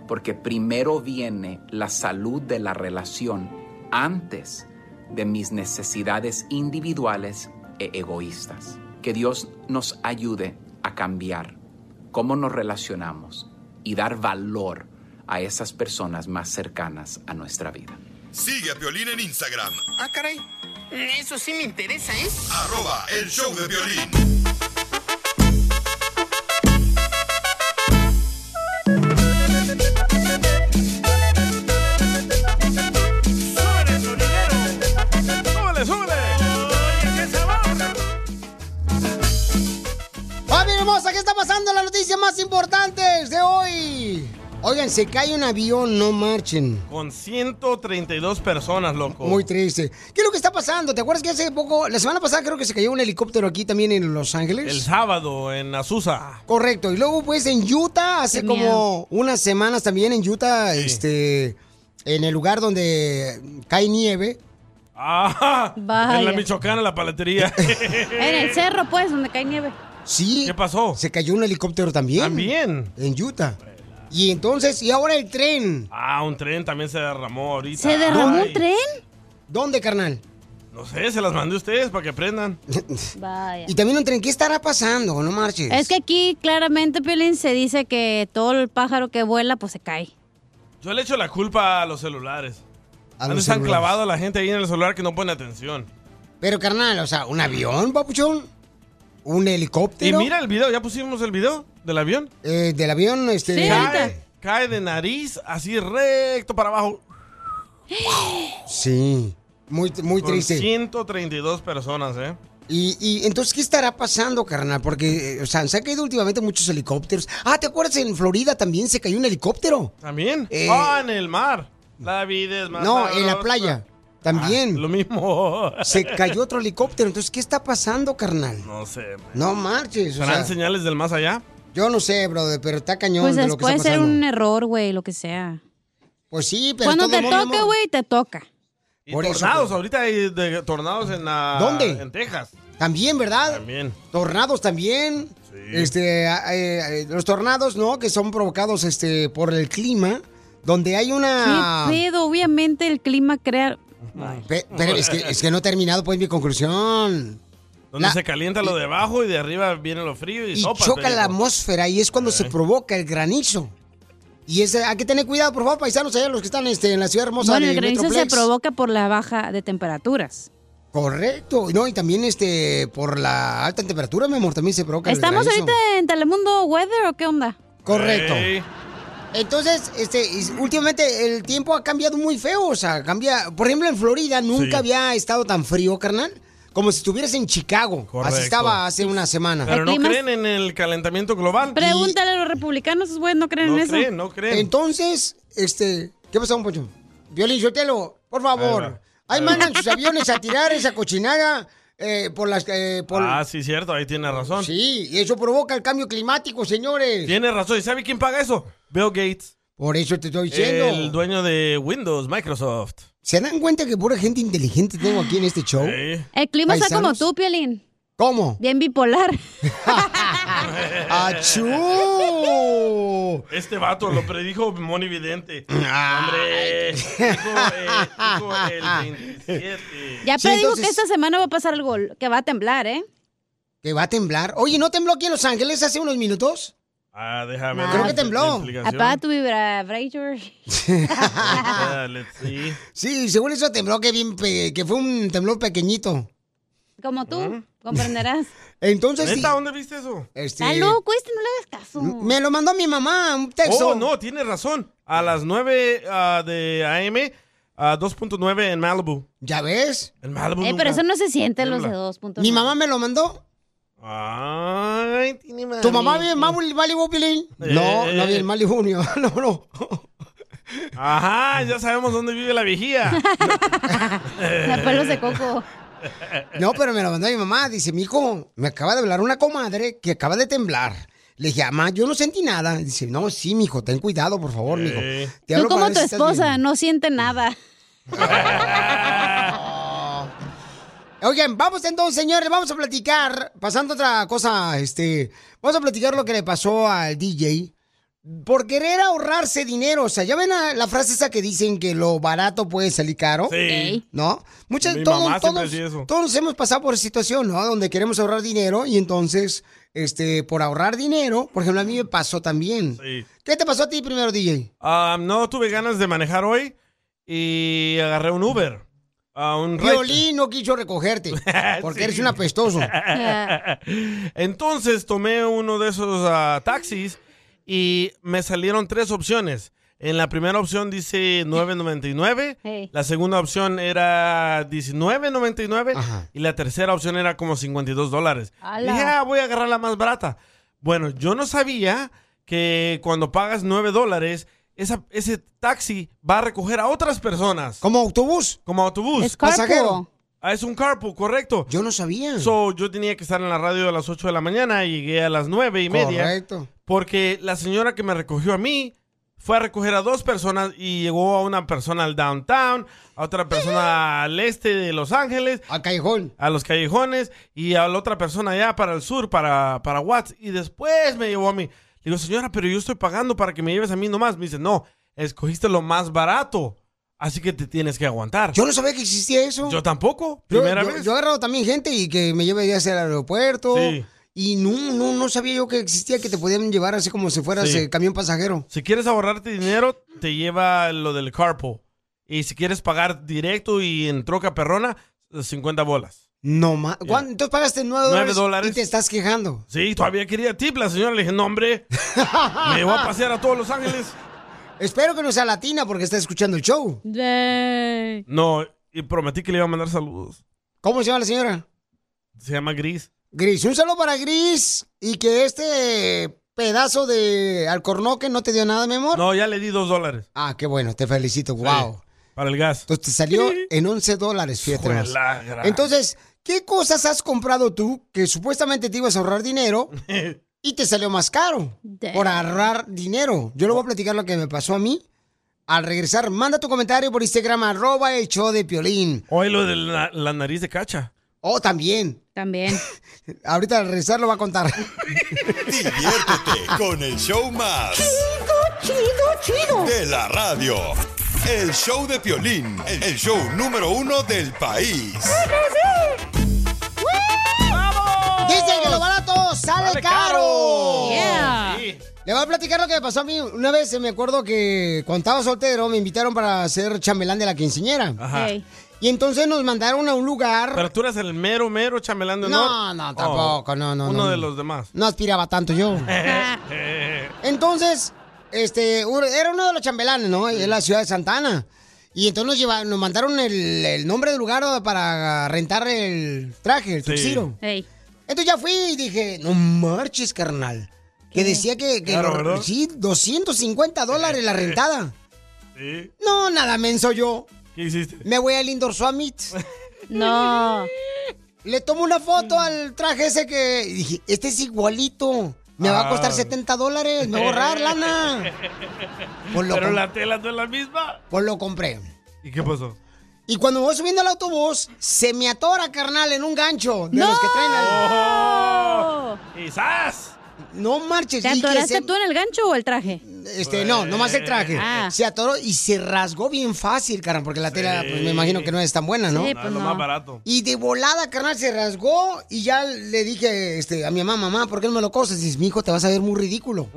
Speaker 31: porque primero viene la salud de la relación antes de mis necesidades individuales e egoístas. Que Dios nos ayude a cambiar cómo nos relacionamos y dar valor a esas personas más cercanas a nuestra vida.
Speaker 6: Sigue a Piolín en Instagram.
Speaker 17: Ah, caray. Eso sí me interesa, ¿eh?
Speaker 6: Arroba el show de violín.
Speaker 3: ¡Súbele, súbele!
Speaker 4: ¡Familia hermosa! ¿Qué está pasando? Las noticias más importantes de hoy. Oigan, se cae un avión, no marchen.
Speaker 3: Con 132 personas, loco.
Speaker 4: Muy triste. ¿Qué es lo que está pasando? ¿Te acuerdas que hace poco, la semana pasada creo que se cayó un helicóptero aquí también en Los Ángeles?
Speaker 3: El sábado en Azusa.
Speaker 4: Correcto. Y luego, pues, en Utah, hace
Speaker 3: Qué
Speaker 4: como
Speaker 3: miedo.
Speaker 4: unas semanas también en Utah, este, en el lugar donde cae nieve.
Speaker 3: Ah, en
Speaker 4: Vaya.
Speaker 3: la Michoacana, la paletería.
Speaker 2: En el cerro, pues, donde cae nieve.
Speaker 4: Sí. ¿Qué pasó? Se cayó un helicóptero también. También. En Utah. Y entonces, y ahora el tren.
Speaker 3: ah, un tren también se derramó ahorita. Ay,
Speaker 4: tren? ¿Dónde, carnal?
Speaker 3: No sé, se las mandé a ustedes para que
Speaker 4: (laughs)
Speaker 3: aprendan.
Speaker 2: Vaya.
Speaker 4: Y también un tren, ¿qué estará pasando? No marches.
Speaker 2: Es que aquí claramente, Piolín, se dice que todo el pájaro que vuela, pues se cae.
Speaker 3: Yo le echo la culpa a los celulares.
Speaker 4: A
Speaker 3: Han
Speaker 4: los
Speaker 3: están
Speaker 4: celulares.
Speaker 3: clavados a la gente ahí en el celular que no pone atención.
Speaker 4: Pero, carnal, o sea, un avión, papuchón. Un
Speaker 3: Y
Speaker 4: helicóptero.
Speaker 3: mira el video, ya pusimos el video del avión.
Speaker 4: Eh, del avión, este.
Speaker 3: cae, cae de nariz así recto para abajo.
Speaker 4: Sí. Muy, muy
Speaker 3: Con
Speaker 4: triste.
Speaker 3: 132 personas, ¿eh?
Speaker 4: Y, y entonces, ¿qué estará pasando, carnal? Porque, eh, o sea, se han caído últimamente muchos helicópteros. Ah, ¿te acuerdas? En Florida también se cayó un helicóptero.
Speaker 3: ¿También?
Speaker 4: Eh,
Speaker 3: Ah, en el mar. La vida es más
Speaker 4: No, en la
Speaker 3: sabrosa.
Speaker 4: playa. También.
Speaker 3: lo mismo.
Speaker 4: Se cayó otro helicóptero. Entonces, ¿qué está pasando, carnal?
Speaker 3: No sé. man.
Speaker 4: No marches. O
Speaker 3: ¿Serán
Speaker 4: sea,
Speaker 3: señales del más allá?
Speaker 4: yo no sé, brother, pero está cañón
Speaker 2: Pues
Speaker 4: de
Speaker 2: es-
Speaker 4: lo que
Speaker 2: puede
Speaker 4: está
Speaker 2: ser
Speaker 4: pasando.
Speaker 2: un error, güey, lo que sea.
Speaker 4: Pues sí, pero
Speaker 2: Cuando
Speaker 4: todo
Speaker 2: te
Speaker 4: el mundo, mi
Speaker 2: toca,
Speaker 4: amor.
Speaker 2: güey, te toca.
Speaker 3: Y
Speaker 4: Por eso,
Speaker 3: tornados,
Speaker 4: pero-
Speaker 3: ahorita hay de- tornados en la-
Speaker 4: ¿Dónde?
Speaker 3: En Texas.
Speaker 4: También, ¿verdad?
Speaker 3: También.
Speaker 4: Tornados también. Este, a- eh, eh, los tornados, ¿no? Que son provocados este, por el clima, donde hay una...
Speaker 2: ¿Qué pedo? Obviamente el clima crea...
Speaker 4: Pe- pero es que, es que no he terminado, pues, mi conclusión.
Speaker 3: Donde
Speaker 4: La-
Speaker 3: se calienta lo de abajo y de arriba viene lo frío y,
Speaker 4: Y
Speaker 3: sopa.
Speaker 4: choca la
Speaker 3: perico.
Speaker 4: atmósfera y es cuando
Speaker 3: Eh.
Speaker 4: se provoca el granizo. Y es, hay que tener cuidado, por favor, paisanos, allá los que están este, en la ciudad hermosa
Speaker 2: Bueno,
Speaker 4: de
Speaker 2: el granizo se
Speaker 4: Metroplex.
Speaker 2: provoca por la baja de temperaturas.
Speaker 4: Correcto. No, y también este por la alta temperatura, mi amor, también se provoca el
Speaker 2: ¿Estamos
Speaker 4: granizo.
Speaker 2: ahorita en Telemundo Weather o qué onda?
Speaker 4: Correcto. Entonces, este, y últimamente el tiempo ha cambiado muy feo, o sea, cambia, por ejemplo, en Florida nunca
Speaker 3: Sí.
Speaker 4: había estado tan frío, carnal, como si estuvieras en Chicago.
Speaker 3: Correcto.
Speaker 4: Así estaba hace una semana.
Speaker 3: Pero no creen en el calentamiento global.
Speaker 2: Pregúntale a los republicanos, esos güeyes no creen
Speaker 3: No
Speaker 2: en eso.
Speaker 3: creen, no creen.
Speaker 4: Entonces, este, ¿qué pasó, don Poncho? Violín Sotelo, por
Speaker 3: Ahí
Speaker 4: favor.
Speaker 3: va. Ahí
Speaker 4: Ahí
Speaker 3: va.
Speaker 4: mandan sus aviones a tirar esa cochinada eh, por las eh, por-
Speaker 3: Ah, sí, cierto, ahí tiene razón.
Speaker 4: Sí, y eso provoca el cambio climático, señores.
Speaker 3: Tiene razón. ¿Y sabe quién paga eso? Bill Gates.
Speaker 4: Por eso te estoy diciendo.
Speaker 3: El dueño de Windows,
Speaker 4: (laughs)
Speaker 3: Microsoft.
Speaker 4: ¿Se dan cuenta que pura gente inteligente tengo aquí en este show?
Speaker 2: El clima está como
Speaker 4: Paisanos.
Speaker 2: tú, Piolín.
Speaker 4: ¿Cómo?
Speaker 2: Bien bipolar.
Speaker 3: (laughs)
Speaker 4: ¡Achú!
Speaker 3: Este vato lo predijo Moni
Speaker 4: (laughs)
Speaker 3: Vidente. Hombre, dijo, eh, dijo
Speaker 4: (laughs)
Speaker 3: el 27.
Speaker 2: Ya
Speaker 4: Sí,
Speaker 2: predijo
Speaker 4: entonces-
Speaker 2: que esta semana va a pasar el gol, que va a temblar, ¿eh?
Speaker 4: Que va a temblar. Oye, ¿no tembló aquí en Los Ángeles hace unos minutos?
Speaker 3: Ah, déjame.
Speaker 4: Creo
Speaker 3: ver
Speaker 4: que
Speaker 3: la
Speaker 4: tembló.
Speaker 3: explicación.
Speaker 2: Apaga tu vibrator.
Speaker 3: Ah, let's see.
Speaker 4: Sí, según eso tembló que bien pe- que fue un temblor pequeñito.
Speaker 2: Como tú, comprenderás.
Speaker 4: (laughs) Entonces, sí,
Speaker 3: ¿Neta? ¿Dónde viste eso?
Speaker 4: este,
Speaker 2: Está loco, este no le hagas caso.
Speaker 4: me lo mandó mi mamá, un texto.
Speaker 3: Oh, no, tiene razón. A las 9 ah, de AM, a ah, 2.9 en Malibu.
Speaker 4: ¿Ya ves?
Speaker 3: En Malibu.
Speaker 2: Eh,
Speaker 3: nunca.
Speaker 2: pero eso no se siente los de
Speaker 3: Tiembla.
Speaker 2: 2.9.
Speaker 4: Mi mamá me lo mandó.
Speaker 3: Ay, tiene
Speaker 4: ¿Tu mamá vive en Malibu, Malibu, Pilín? No,
Speaker 3: Eh.
Speaker 4: no vive en Malibu, ni- (laughs) no, no.
Speaker 3: Ajá, ya sabemos dónde vive la vigía.
Speaker 2: De pelos de coco.
Speaker 4: No, pero me lo mandó mi mamá. Dice, mijo, me acaba de hablar una comadre que acaba de temblar. Le dije, mamá, yo no sentí nada. Dice, no, sí, mijo, ten cuidado, por favor, mijo.
Speaker 3: Eh.
Speaker 4: Te
Speaker 2: Tú
Speaker 4: hablo para
Speaker 2: como
Speaker 4: ver
Speaker 2: tu
Speaker 4: si estás bien".
Speaker 2: esposa no siente nada.
Speaker 4: Oigan, vamos entonces, señores, vamos a platicar, pasando a otra cosa, este, vamos a platicar lo que le pasó al DJ por querer ahorrarse dinero. O sea, ya ven la, la frase esa que dicen que lo barato puede salir caro.
Speaker 3: Sí.
Speaker 4: ¿No? Muchas,
Speaker 3: Mi
Speaker 4: todos-
Speaker 3: mamá siempre
Speaker 4: todos,
Speaker 3: decía eso.
Speaker 4: todos hemos pasado por esa situación, ¿no? Donde queremos ahorrar dinero y entonces, este, por ahorrar dinero, por ejemplo, a mí me pasó también.
Speaker 3: Sí.
Speaker 4: ¿Qué te pasó a ti primero, DJ?
Speaker 3: Ah, no tuve ganas de manejar hoy y agarré un Uber. A un ride-
Speaker 4: Violín no quiso recogerte
Speaker 3: (laughs)
Speaker 4: porque
Speaker 3: Sí.
Speaker 4: eres un apestoso.
Speaker 20: Eh,
Speaker 3: Entonces tomé uno de esos ah, taxis y me salieron tres opciones. En la primera opción dice
Speaker 2: (laughs)
Speaker 3: 9.99,
Speaker 2: Hey.
Speaker 3: la segunda opción era 19.99 y la tercera opción era como 52 dólares.
Speaker 2: Ala.
Speaker 3: Dije, "Ah, voy a agarrar la más barata. Bueno, yo no sabía que cuando pagas 9 dólares, esa- ese taxi va a recoger a otras personas.
Speaker 4: ¿Como autobús?
Speaker 3: Como autobús.
Speaker 2: Es carpool. Pasajero.
Speaker 3: Ah, es un carpool, correcto.
Speaker 4: Yo no sabía.
Speaker 3: So, yo tenía que estar en la radio a las 8 de la mañana y llegué a las 9 y media.
Speaker 4: Correcto.
Speaker 3: Porque la señora que me recogió a mí fue a recoger a dos personas y llegó a una persona al downtown, a otra persona al este de Los Ángeles.
Speaker 4: Al callejón.
Speaker 3: A los callejones y a la otra persona allá para el sur, para, para Watts. Y después me llevó a mí. Le digo, señora, pero yo estoy pagando para que me lleves a mí nomás. Me dice, no, escogiste lo más barato. Así que te tienes que aguantar.
Speaker 4: Yo no sabía que existía eso.
Speaker 3: Yo tampoco.
Speaker 4: Yo,
Speaker 3: Primera
Speaker 4: yo-
Speaker 3: vez.
Speaker 4: yo he agarrado también gente y que me lleve ya hacia el aeropuerto.
Speaker 3: Sí.
Speaker 4: Y no, no, no sabía yo que existía que te podían llevar así como si fueras
Speaker 3: Sí.
Speaker 4: eh, camión pasajero.
Speaker 3: Si quieres ahorrarte dinero, te lleva lo del carpool. Y si quieres pagar directo y en troca perrona, 50 bolas.
Speaker 4: No más. Entonces pagaste 9
Speaker 3: Nueve
Speaker 4: dólares,
Speaker 3: dólares.
Speaker 4: y te estás quejando.
Speaker 3: Sí, todavía quería tip. La señora le dije, no, hombre, me llevó a pasear a todos Los Ángeles.
Speaker 4: Espero que no sea latina porque está escuchando el show.
Speaker 3: No, y prometí que le iba a mandar saludos.
Speaker 4: ¿Cómo se llama la señora?
Speaker 3: Se llama Gris.
Speaker 4: Gris. Un saludo para Gris y que este pedazo de alcornoque no te dio nada, mi amor.
Speaker 3: No, ya le di dos dólares.
Speaker 4: Ah, qué bueno, te felicito. Wow.
Speaker 3: Para el gas.
Speaker 4: Entonces te salió en 11 dólares, fíjate.
Speaker 3: Hijo de
Speaker 4: nomás.
Speaker 3: la gran-
Speaker 4: Entonces, ¿qué cosas has comprado tú que supuestamente te ibas a ahorrar
Speaker 3: (laughs)
Speaker 4: dinero y te salió más caro por ahorrar dinero? Yo
Speaker 3: Oh.
Speaker 4: le voy a platicar lo que me pasó a mí. Al regresar, manda tu comentario por Instagram, arroba el show de Piolín.
Speaker 3: Hoy lo de la, la nariz de cacha.
Speaker 4: Oh, también.
Speaker 2: También.
Speaker 4: (laughs) Ahorita al regresar lo va a contar.
Speaker 6: (laughs) Diviértete con el show más. Chido, chido, chido. De la radio. El show de Piolín. El el show número uno del país.
Speaker 4: Dice que lo barato sale,
Speaker 20: Sale
Speaker 4: caro.
Speaker 20: caro. Yeah. Sí.
Speaker 4: Le voy a platicar lo que me pasó a mí. Una vez eh, me acuerdo que cuando estaba soltero me invitaron para ser chambelán de la quinceñera.
Speaker 20: Ajá. Ey.
Speaker 4: Y entonces nos mandaron a un lugar.
Speaker 3: Pero tú eres el mero, mero chambelán de
Speaker 4: No,
Speaker 3: honor.
Speaker 4: no, tampoco, no, no,
Speaker 3: Uno
Speaker 4: no.
Speaker 3: de los
Speaker 4: (laughs)
Speaker 3: demás.
Speaker 4: No aspiraba tanto
Speaker 20: (laughs)
Speaker 4: yo.
Speaker 20: Eh.
Speaker 4: Entonces, este, u- era uno de los chambelanes, ¿no? En la ciudad de Santana. Y entonces nos, lleva- nos mandaron el, el nombre del lugar para rentar el traje, el
Speaker 20: Sí.
Speaker 4: tuxedo. Entonces ya fui y dije, no marches, carnal. Que decía que, que
Speaker 20: Claro,
Speaker 4: lo-
Speaker 20: ¿verdad?
Speaker 4: sí, 250 dólares la rentada.
Speaker 3: ¿Sí?
Speaker 4: No, nada menso yo.
Speaker 3: ¿Qué hiciste?
Speaker 4: Me voy al Indoor Summit.
Speaker 2: No.
Speaker 4: Le tomo una foto al traje ese que y dije, este es igualito. Me va a costar
Speaker 3: Ah.
Speaker 4: 70 dólares, me va
Speaker 3: (laughs)
Speaker 4: a ahorrar lana. Por lo
Speaker 3: Pero
Speaker 4: com-
Speaker 3: la tela no es la misma.
Speaker 4: Pues lo compré.
Speaker 3: ¿Y qué (laughs) pasó?
Speaker 4: Y cuando voy subiendo al autobús, se me atora, carnal, en un gancho de los que traen
Speaker 3: al... ¡Oh! ¡Quizás!
Speaker 4: No marches.
Speaker 2: Oh. ¿Te
Speaker 4: y que
Speaker 2: atoraste
Speaker 4: se-
Speaker 2: tú en el gancho o el traje?
Speaker 4: Este, no, nomás el traje.
Speaker 2: Ah.
Speaker 4: Se atoró y se rasgó bien fácil, carnal, porque la tela,
Speaker 3: Sí.
Speaker 4: pues me imagino que no es tan buena, ¿no?
Speaker 2: pues
Speaker 3: No, es lo más barato.
Speaker 4: Y de volada, carnal, se rasgó y ya le dije este, a mi mamá, mamá, ¿por qué no me lo cosas? Dices, mi hijo, te vas a ver muy ridículo.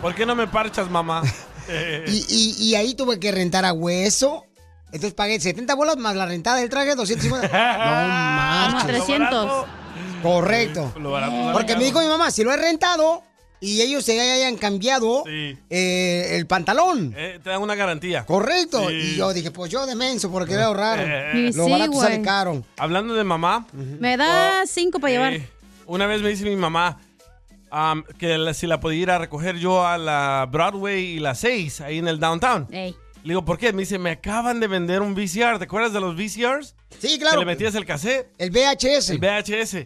Speaker 3: ¿Por qué no me parchas,
Speaker 4: (laughs)
Speaker 3: mamá? Eh,
Speaker 4: y, y- y ahí tuve que rentar a hueso. Entonces pagué 70 bolas más la rentada del traje,
Speaker 3: (laughs)
Speaker 4: 250. No marches.
Speaker 2: Como 300.
Speaker 4: Correcto.
Speaker 3: Lo barato sale
Speaker 4: Porque me
Speaker 3: caro.
Speaker 4: dijo mi mamá, si lo he rentado y ellos se hayan cambiado
Speaker 3: Sí.
Speaker 4: eh, el pantalón.
Speaker 3: Eh, te dan una garantía.
Speaker 4: Correcto.
Speaker 3: Sí. Eh.
Speaker 4: Y yo dije, pues yo de menso, porque querer ahorrar.
Speaker 3: Y
Speaker 4: lo
Speaker 3: sí,
Speaker 4: barato
Speaker 3: güey.
Speaker 4: sale caro.
Speaker 3: Hablando de mamá,
Speaker 2: Me da cinco para llevar.
Speaker 3: eh, una vez me dice mi mamá am, que la- si la podía ir a recoger yo a la Broadway y la 6, ahí en el downtown.
Speaker 2: Ey.
Speaker 3: Le digo, ¿por qué? Me dice, me acaban de vender un VCR. ¿Te acuerdas de los VCRs?
Speaker 4: Sí, claro.
Speaker 3: Que le metías el cassette.
Speaker 4: El VHS.
Speaker 3: El
Speaker 2: (laughs)
Speaker 3: VHS.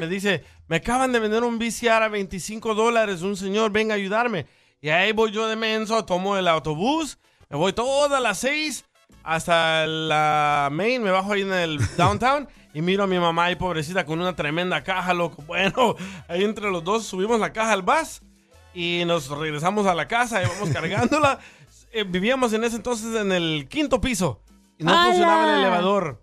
Speaker 3: me dice, me acaban de vender un VCR a 25 dólares. Un señor, venga a ayudarme. Y ahí voy yo de menso, tomo el autobús. Me voy todas las seis hasta la main. Me bajo ahí en el downtown. Y miro a mi mamá ahí, pobrecita, con una tremenda caja, loco. (laughs) Bueno, ahí entre los dos subimos la caja al bus. Y nos regresamos a la casa y vamos cargándola. Eh, vivíamos en ese entonces en el quinto piso. Y no
Speaker 20: ¡Hala!
Speaker 3: funcionaba el elevador.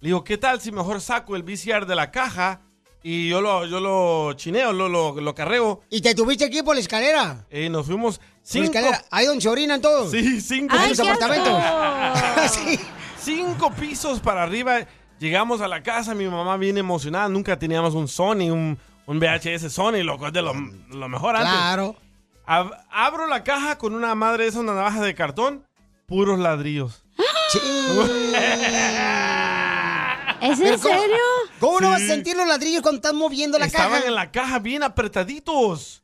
Speaker 3: Le digo, ¿qué tal si mejor saco el VCR de la caja y yo lo, yo lo chineo, lo, lo, lo carreo?
Speaker 4: Y te tuviste aquí por la escalera.
Speaker 3: Y nos fuimos
Speaker 4: Por la
Speaker 3: cinco,
Speaker 4: escalera. Ahí donde se orinan todos.
Speaker 3: Sí, cinco
Speaker 4: En los
Speaker 3: pisos.
Speaker 4: apartamentos. (laughs) Sí.
Speaker 3: cinco pisos para arriba. Llegamos a la casa, mi mamá bien emocionada. Nunca teníamos un Sony, un, un VHS Sony, loco, es de lo, lo mejor antes.
Speaker 4: Claro.
Speaker 3: Ab- abro la caja con una madre de esas una navaja de cartón, puros ladrillos.
Speaker 4: ¡Ah!
Speaker 3: (laughs)
Speaker 2: ¿Es
Speaker 4: Pero
Speaker 2: en
Speaker 4: ¿cómo-
Speaker 2: serio?
Speaker 4: ¿Cómo no vas a
Speaker 3: Sí.
Speaker 4: sentir los ladrillos cuando estás moviendo la
Speaker 3: Estaban
Speaker 4: caja? Oh.
Speaker 3: en la caja bien apretaditos.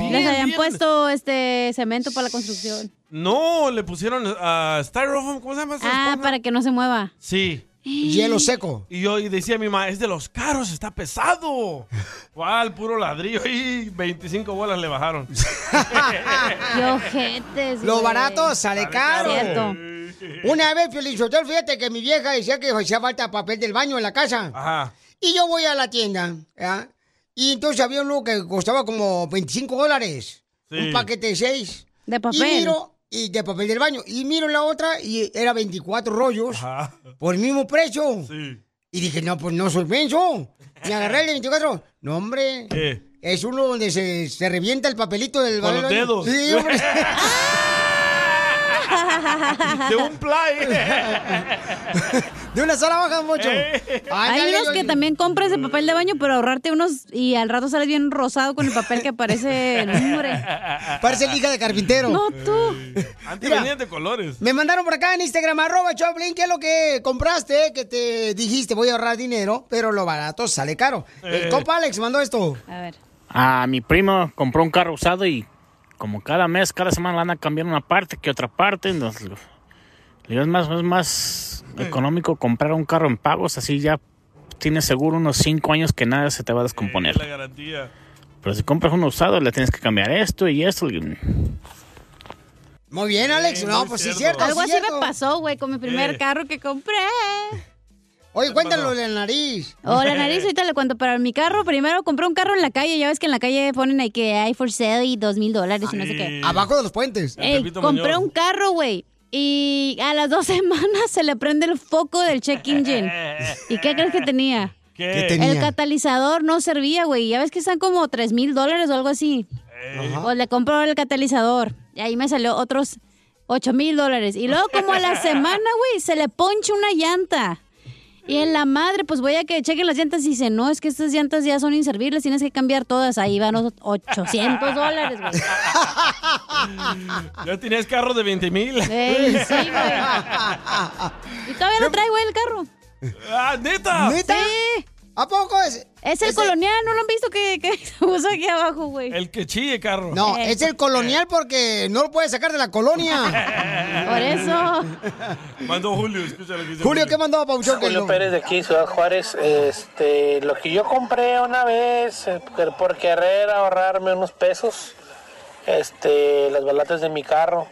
Speaker 3: Bien,
Speaker 2: Les habían
Speaker 3: bien.
Speaker 2: puesto este cemento para la construcción.
Speaker 3: No, le pusieron ah, styrofoam, ¿cómo se llama? eso?
Speaker 2: Ah, para que no se mueva.
Speaker 3: Sí.
Speaker 2: Hielo
Speaker 4: seco.
Speaker 3: Y yo y decía a mi mamá, es de los caros, está
Speaker 4: (laughs)
Speaker 3: pesado. ¿Cuál? Puro ladrillo. Y 25 bolas le
Speaker 4: (laughs)
Speaker 3: bajaron.
Speaker 2: ¡Qué ojetes!
Speaker 4: Lo
Speaker 2: güey.
Speaker 4: barato sale caro.
Speaker 2: Cierto.
Speaker 4: Una vez, Felicitol, fíjate que mi vieja decía que hacía falta papel del baño en la casa.
Speaker 3: Ajá.
Speaker 4: Y yo voy a la tienda, ¿ya? Y entonces había uno que costaba como 25 dólares.
Speaker 20: Sí.
Speaker 4: Un paquete de 6.
Speaker 2: De papel.
Speaker 4: Y miro, y de papel del baño. Y miro la otra y era 24 rollos por el mismo precio. Y dije, no, pues no soy menso. Me agarré el de 24. No, hombre.
Speaker 3: ¿Qué?
Speaker 4: Es uno donde se, se revienta el papelito del
Speaker 3: Con
Speaker 4: papel
Speaker 3: los
Speaker 4: del baño.
Speaker 3: dedos.
Speaker 16: (laughs)
Speaker 4: Sí, hombre.
Speaker 3: De un play.
Speaker 4: De una sola baja, (laughs) mucho.
Speaker 3: Eh.
Speaker 2: Hay unos que también compras el papel de baño, pero ahorrarte unos y al rato sales bien rosado con el papel que aparece en el hombre.
Speaker 4: Parece el hija de carpintero.
Speaker 2: No, (laughs) tú.
Speaker 3: Antes
Speaker 4: Mira.
Speaker 3: venían de colores.
Speaker 4: Me mandaron por acá en Instagram, arroba Choplin, ¿qué es lo que compraste? Que te dijiste, voy a ahorrar dinero, pero lo barato sale caro.
Speaker 16: Eh.
Speaker 4: El compa Alex mandó esto.
Speaker 2: A ver.
Speaker 16: A mi primo compró un carro usado y como cada mes, cada semana le van a cambiar una parte que otra parte. entonces, le digo, es más, es más económico comprar un carro en pagos, así ya tienes seguro unos 5 años que nada se te va a descomponer.
Speaker 3: La garantía.
Speaker 16: Pero si compras uno usado, le tienes que cambiar esto y esto. Le digo,
Speaker 4: Muy bien, Alex.
Speaker 16: Sí,
Speaker 4: no,
Speaker 16: muy
Speaker 4: pues sí,
Speaker 16: cierto.
Speaker 4: cierto.
Speaker 2: Algo
Speaker 4: sí,
Speaker 2: así
Speaker 4: cierto.
Speaker 2: me pasó, güey, con mi primer
Speaker 4: Eh.
Speaker 2: carro que compré.
Speaker 4: Oye, cuéntalo de la nariz.
Speaker 2: O Oh,
Speaker 4: (laughs)
Speaker 2: la nariz, ahorita le cuento, pero mi carro, primero compré un carro en la calle, ya ves que en la calle ponen ahí que hay for sale y dos mil dólares y no sé qué.
Speaker 4: Abajo de los puentes.
Speaker 2: Ey, compré un carro, güey. Y a las dos (laughs) semanas se le prende el foco del check engine. ¿Y qué crees que tenía?
Speaker 3: ¿Qué? ¿Qué tenía?
Speaker 2: El catalizador no servía, güey. Ya ves que están como tres
Speaker 3: Eh.
Speaker 2: mil dólares o algo así. Pues le compro el catalizador. Y ahí me salió otros 8 mil dólares. Y luego
Speaker 4: (laughs)
Speaker 2: como a la semana, güey, se le ponche una llanta. Y en la madre, pues voy a que chequen las llantas y dice, no, es que estas llantas ya son inservibles, tienes que cambiar todas. Ahí van los
Speaker 4: (laughs)
Speaker 2: 800 dólares, güey.
Speaker 3: (laughs) Ya tenías carro de 20 mil.
Speaker 2: Ey,
Speaker 3: (laughs)
Speaker 2: sí, güey. Y todavía lo trae, güey, el carro.
Speaker 3: ¡Ah, neta!
Speaker 4: ¿Neta?
Speaker 2: Sí.
Speaker 4: ¿A poco es?
Speaker 2: Es el
Speaker 4: ese-
Speaker 2: colonial, ¿no lo han visto que, que se usa aquí abajo, güey?
Speaker 3: El que chille, carro.
Speaker 4: No, es el colonial porque no lo puedes sacar de la colonia.
Speaker 2: (laughs) Por eso.
Speaker 3: Mandó Julio, escucha lo que dice
Speaker 4: Julio, ¿qué mandó Pauchón? Que
Speaker 22: Julio
Speaker 4: lo-
Speaker 22: Pérez de aquí, Ciudad Juárez. Este, lo que yo compré una vez eh, por- por querer ahorrarme unos pesos, este, las balatas de mi carro.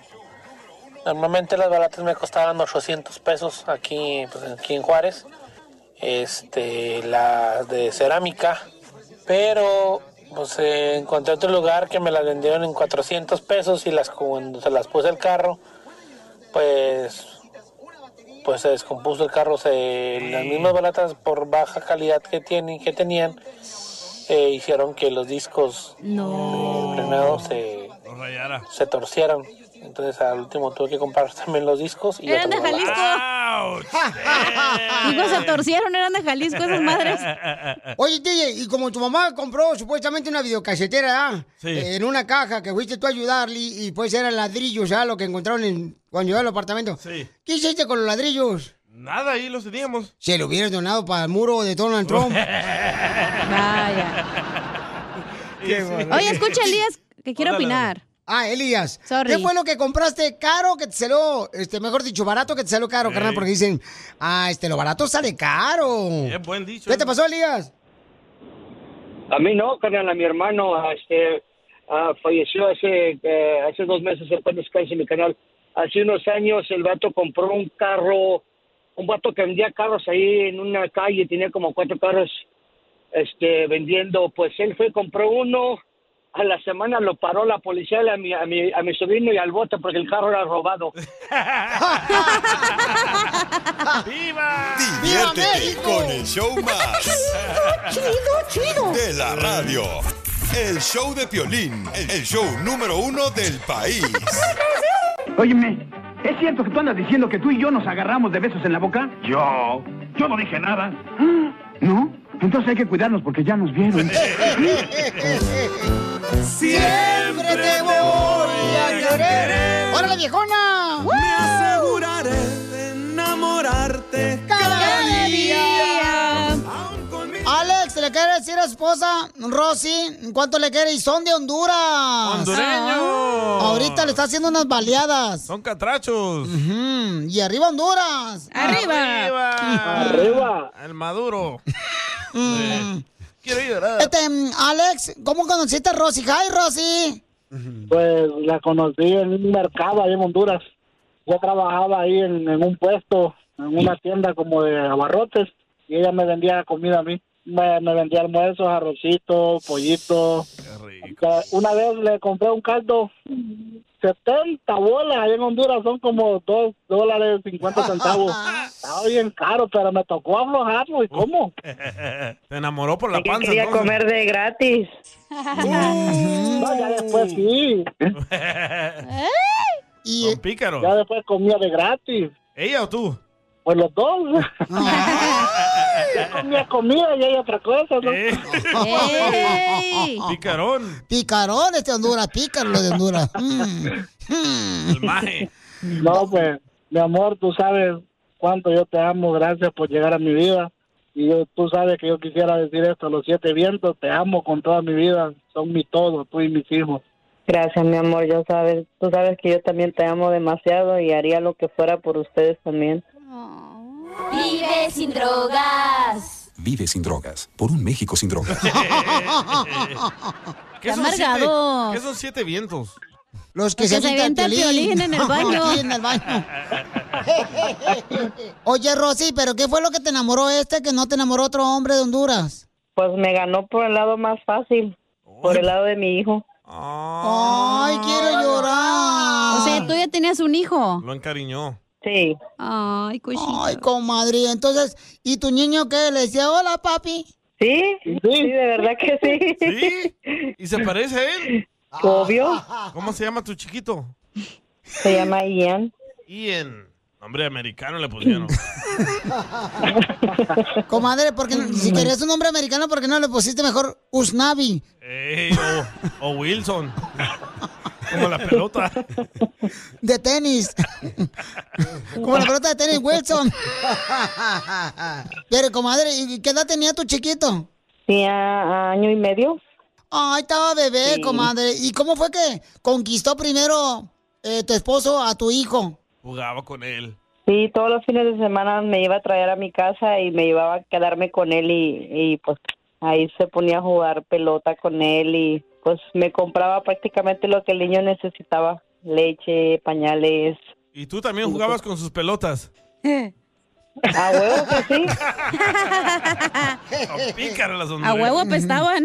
Speaker 22: Normalmente las balatas me costaban 800 pesos aquí, pues, aquí en Juárez. Este, las de cerámica. Pero pues eh, encontré otro lugar que me las vendieron en 400 pesos y las cuando se las puse al carro, pues pues se descompuso el carro, se, las mismas balatas por baja calidad que tienen, que tenían, eh, hicieron que los discos no. se, se torcieron. Entonces al último tuve que comprar también los discos y
Speaker 2: Eran de
Speaker 22: otras balatas.
Speaker 2: Jalisco. Digo, pues se torcieron, eran de Jalisco esas madres.
Speaker 4: Oye, TJ, y como tu mamá compró supuestamente una videocasetera ¿ah?
Speaker 32: Sí.
Speaker 4: Eh, en una caja que fuiste tú a ayudarle y pues eran ladrillos, ¿ah? Lo que encontraron en, cuando llegaron al apartamento.
Speaker 3: Sí.
Speaker 4: ¿Qué hiciste con los ladrillos?
Speaker 3: Nada, ahí los teníamos.
Speaker 4: Se lo hubieras donado para el muro de Donald
Speaker 7: (laughs)
Speaker 4: Trump.
Speaker 3: (laughs)
Speaker 4: Qué barbaridad.
Speaker 2: Oye, escucha,
Speaker 4: (laughs)
Speaker 2: Elías, que quiero
Speaker 4: Órale.
Speaker 2: opinar.
Speaker 4: Ah, Elías. ¿Qué fue lo que compraste caro que te salió, este, mejor dicho, barato que te salió caro, carnal? Porque dicen, ah, este, lo barato sale caro.
Speaker 3: Es buen dicho.
Speaker 4: ¿Qué te pasó, Elías?
Speaker 33: A mí no, carnal, a mi hermano ah, este, ah, falleció hace, eh, hace dos meses, el pan descanse mi canal. Hace unos años el vato compró un carro, un vato que vendía carros ahí en una calle, tenía como cuatro carros este, vendiendo. Pues él fue, compró uno, a la semana lo paró la policía a mi, a mi, a mi sobrino y al bote porque el carro era robado.
Speaker 6: Diviértete con el show más. Chido, chido. De la radio. El show de Piolín, el show número uno del país.
Speaker 18: Óyeme, ¿es cierto que tú andas diciendo que tú y yo nos agarramos de besos en la boca? ¿Ah?
Speaker 6: Yo, yo no dije nada.
Speaker 18: ¿No? Entonces hay que cuidarnos porque ya nos vieron.
Speaker 7: Siempre te voy a querer.
Speaker 4: ¡Órale, viejona!
Speaker 7: Me aseguraré de enamorarte cada día.
Speaker 4: Alex, ¿le quiere decir a su esposa, Rosy, cuánto le quiere? Y son de Honduras.
Speaker 3: Hondureños.
Speaker 4: Ah. Ahorita le está haciendo unas baleadas.
Speaker 3: Son catrachos.
Speaker 4: Mm, Y arriba Honduras.
Speaker 3: Arriba.
Speaker 4: Arriba.
Speaker 3: El Maduro. (laughs)
Speaker 4: Mm.
Speaker 3: Quiero llorar.
Speaker 4: Este, mm, Alex, ¿cómo conociste a Rosy? ¡Hi, Rosy!
Speaker 12: Pues la conocí en un mercado ahí en Honduras. Yo trabajaba ahí en, en un puesto, en una tienda como de abarrotes, y ella me vendía comida a mí. Me, me vendía almuerzos, arrocito, pollito. Ca- Una vez le compré un caldo, 70 bolas ahí en Honduras, son como 2 dólares
Speaker 3: (laughs)
Speaker 12: 50 centavos. Estaba bien caro, pero me tocó aflojarlo, ¿y cómo?
Speaker 3: Te enamoró por la
Speaker 12: Es que
Speaker 3: panza.
Speaker 12: quería
Speaker 3: entonces. Uh.
Speaker 12: comer de gratis. No, ya después Pues sí.
Speaker 3: (laughs)
Speaker 4: Y,
Speaker 3: Son pícaros.
Speaker 12: Ya después comía de gratis.
Speaker 3: ¿Ella o tú?
Speaker 12: Pues los dos. Yo comía comida y ella otra cosa, ¿no?
Speaker 4: ¡Ey!
Speaker 3: Eh. Picarón.
Speaker 4: Picarón este Honduras, pícaro lo de Honduras. Mm.
Speaker 3: (laughs)
Speaker 12: No, pues, mi amor, tú sabes cuánto yo te amo. Gracias por llegar a mi vida. Y yo- tú sabes que yo quisiera decir esto a los siete vientos. Te amo con toda mi vida. Son mi todo, tú y mis hijos.
Speaker 34: Gracias, mi amor. Yo sabes, tú sabes que yo también te amo demasiado y haría lo que fuera por ustedes también.
Speaker 35: Vive sin drogas.
Speaker 31: Vive sin drogas, por un México sin
Speaker 3: (laughs)
Speaker 31: drogas.
Speaker 3: ¿Qué son, siete,
Speaker 35: amargado.
Speaker 3: ¿Qué son siete vientos?
Speaker 4: Los
Speaker 3: que se avienta el
Speaker 4: violín
Speaker 3: piolín en el baño.
Speaker 4: Aquí (laughs) en el baño. Oye, Rosy, ¿pero qué fue lo que te enamoró este que no te enamoró otro hombre de Honduras?
Speaker 34: Pues me ganó por el lado más fácil, por el lado de mi
Speaker 4: (laughs)
Speaker 34: hijo.
Speaker 4: (laughs) Ay, quiero llorar.
Speaker 2: O sea, tú ya tenías un hijo.
Speaker 3: Lo encariñó.
Speaker 4: Sí.
Speaker 2: Ay,
Speaker 4: Ay, comadre. Entonces, ¿y tu niño qué? ¿Le decía hola, papi?
Speaker 34: Sí, sí, de verdad que sí.
Speaker 3: ¿Y se parece a él?
Speaker 4: Ah.
Speaker 34: Obvio.
Speaker 3: ¿Cómo se llama tu chiquito?
Speaker 34: Se llama Ian.
Speaker 3: Ian. Nombre americano le pusieron.
Speaker 4: Comadre,
Speaker 34: (laughs)
Speaker 4: porque si querías un nombre americano, ¿por qué no le pusiste mejor Usnavi?
Speaker 3: Ey, o, o Wilson. Como la pelota.
Speaker 4: De tenis. Como la pelota de tenis, Wilson. Pero, comadre, ¿y qué edad tenía tu chiquito?
Speaker 34: Tenía año y medio.
Speaker 4: Ay, estaba bebé, comadre. ¿Y cómo fue que conquistó primero eh, tu esposo a tu hijo?
Speaker 3: Jugaba con él.
Speaker 34: Sí, todos los fines de semana me iba a traer a mi casa y me llevaba a quedarme con él y, y pues ahí se ponía a jugar pelota con él y pues me compraba prácticamente lo que el niño necesitaba, leche,
Speaker 4: (laughs)
Speaker 34: pañales.
Speaker 3: Y tú también jugabas con sus pelotas.
Speaker 34: A huevo que sí.
Speaker 3: No, pícaras las
Speaker 2: A huevo pues. apestaban.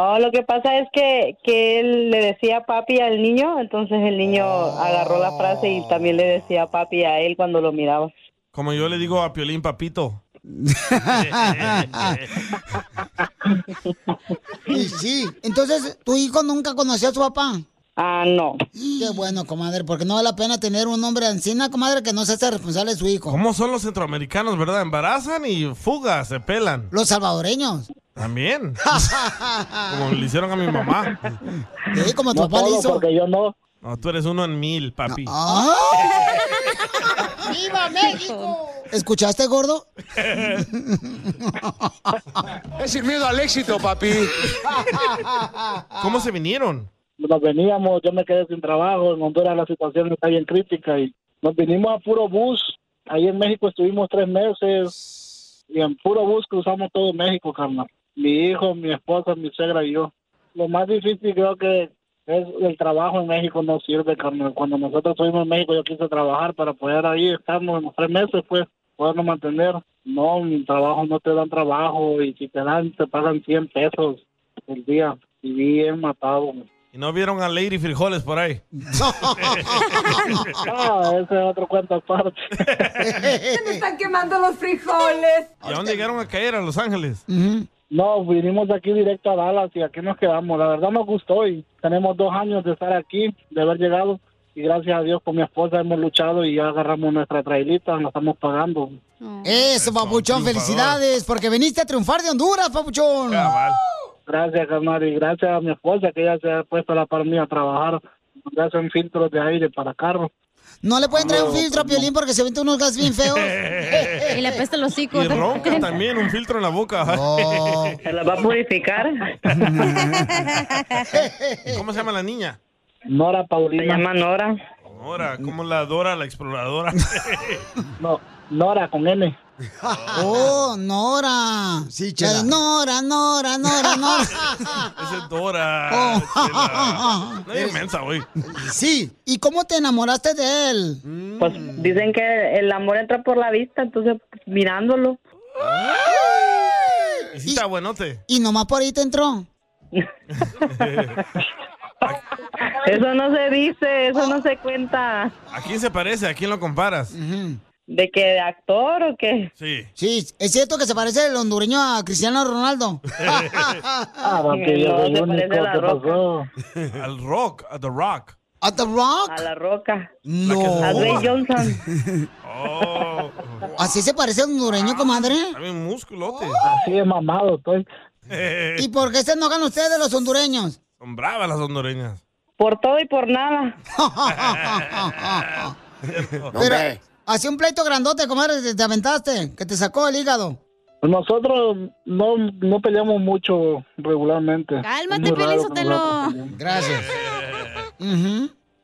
Speaker 34: Oh, lo que pasa es que, que él le decía papi al niño, entonces el niño
Speaker 4: Oh.
Speaker 34: agarró la frase y también le decía papi a él cuando lo miraba.
Speaker 3: Como yo le digo a Piolín Papito.
Speaker 4: Y sí. Entonces, ¿tu hijo nunca conoció a su papá?
Speaker 34: Ah, no.
Speaker 4: Qué bueno, comadre, porque no vale la pena tener un hombre ancina, comadre, que no se hace responsable de su hijo.
Speaker 3: ¿Cómo son los centroamericanos, verdad? Embarazan y fugas, se pelan.
Speaker 4: Los salvadoreños. Ah.
Speaker 3: También. Como le hicieron a mi mamá.
Speaker 4: Sí, como tu No papá le todo, hizo. porque
Speaker 3: yo no. No, tú eres uno en mil, papi.
Speaker 4: ¡Viva México! (laughs) ¿Escuchaste, gordo?
Speaker 19: Es sin miedo al éxito, papi.
Speaker 3: ¿Cómo se vinieron?
Speaker 19: Nos
Speaker 12: veníamos, yo me quedé sin trabajo, en Honduras la situación está bien crítica y nos vinimos a puro bus. Ahí en México estuvimos tres meses y en puro bus cruzamos todo México, carnal. Mi hijo, mi esposa, mi suegra y yo. Lo más difícil creo que es el trabajo en México no sirve, carnal. Cuando nosotros estuvimos en México yo quise trabajar para poder ahí estarnos en los tres meses, pues, podernos mantener. No, mi trabajo no te dan trabajo y si te dan te pagan 100 pesos el día. Y bien matado.
Speaker 3: Y no vieron a Lady Frijoles por
Speaker 34: (laughs)
Speaker 3: ahí.
Speaker 12: Ah, ese es otro cuento aparte.
Speaker 7: Se me están quemando los frijoles.
Speaker 3: ¿Y a dónde llegaron a caer? A Los Ángeles.
Speaker 12: No, vinimos de aquí directo a Dallas y aquí nos quedamos. La verdad nos gustó y tenemos dos años de estar aquí, de haber llegado. Y gracias a Dios con mi esposa hemos luchado y ya agarramos nuestra trailita, la estamos pagando.
Speaker 4: Eso, papuchón, felicidades, porque viniste a triunfar de Honduras, papuchón.
Speaker 12: Gracias, carnal, y gracias a mi esposa que ella se ha puesto a la par mía a trabajar. Ya hacen filtros de aire para carro.
Speaker 4: No le pueden traer un filtro a Piolín porque se vende unos gas bien feos.
Speaker 2: (laughs) Y le apesta los hocico.
Speaker 3: Y ronca pues, también, un filtro en la boca. (laughs)
Speaker 34: ¿Se la va a purificar?
Speaker 3: ¿Y ¿Cómo se llama la niña?
Speaker 12: Nora Paulina.
Speaker 34: Se llama Nora.
Speaker 3: Dora, como la Dora la exploradora. (laughs)
Speaker 12: No, Nora (laughs) con N.
Speaker 4: Oh, Nora. Sí,
Speaker 3: chela.
Speaker 4: Nora, Nora, Nora, Nora.
Speaker 3: Esa es Dora.
Speaker 4: Oh.
Speaker 3: Chela. No hay inmensa hoy.
Speaker 4: Sí. ¿Y cómo te enamoraste de él?
Speaker 34: Pues dicen que el amor entra por la vista, entonces mirándolo.
Speaker 3: Y sí está buenote.
Speaker 4: Y nomás por ahí te entró.
Speaker 34: (laughs) Eso no se dice, eso no se cuenta.
Speaker 3: ¿A quién se parece? ¿A quién lo comparas? (laughs)
Speaker 34: ¿De que de actor o qué?
Speaker 3: Sí.
Speaker 4: Sí, es cierto que se parece el hondureño a Cristiano Ronaldo.
Speaker 12: Ah, porque yo
Speaker 34: No,
Speaker 12: soy
Speaker 34: se
Speaker 12: único,
Speaker 34: parece a la
Speaker 12: ¿qué
Speaker 34: roca.
Speaker 12: pasó?
Speaker 3: Al rock, a The Rock.
Speaker 4: ¿A The Rock?
Speaker 34: A la roca.
Speaker 4: No. Oh.
Speaker 34: A Dwayne
Speaker 3: (laughs)
Speaker 34: Johnson.
Speaker 4: ¿Así se parece al hondureño, comadre?
Speaker 3: También Ah, musculote.
Speaker 12: Así de mamado
Speaker 3: (laughs)
Speaker 12: estoy.
Speaker 4: ¿Y por qué se enojan ustedes los hondureños?
Speaker 3: Son bravas las
Speaker 36: (laughs)
Speaker 3: hondureñas.
Speaker 34: Por todo y por
Speaker 4: (laughs)
Speaker 34: nada.
Speaker 4: Pero, hacía un pleito grandote, comadre, te, te aventaste, que te sacó el hígado.
Speaker 12: Nosotros no, no peleamos mucho regularmente.
Speaker 4: Cálmate,
Speaker 12: Es muy raro
Speaker 4: Piolín
Speaker 12: que
Speaker 4: Sotelo.
Speaker 12: nosotros peleemos.
Speaker 4: Gracias.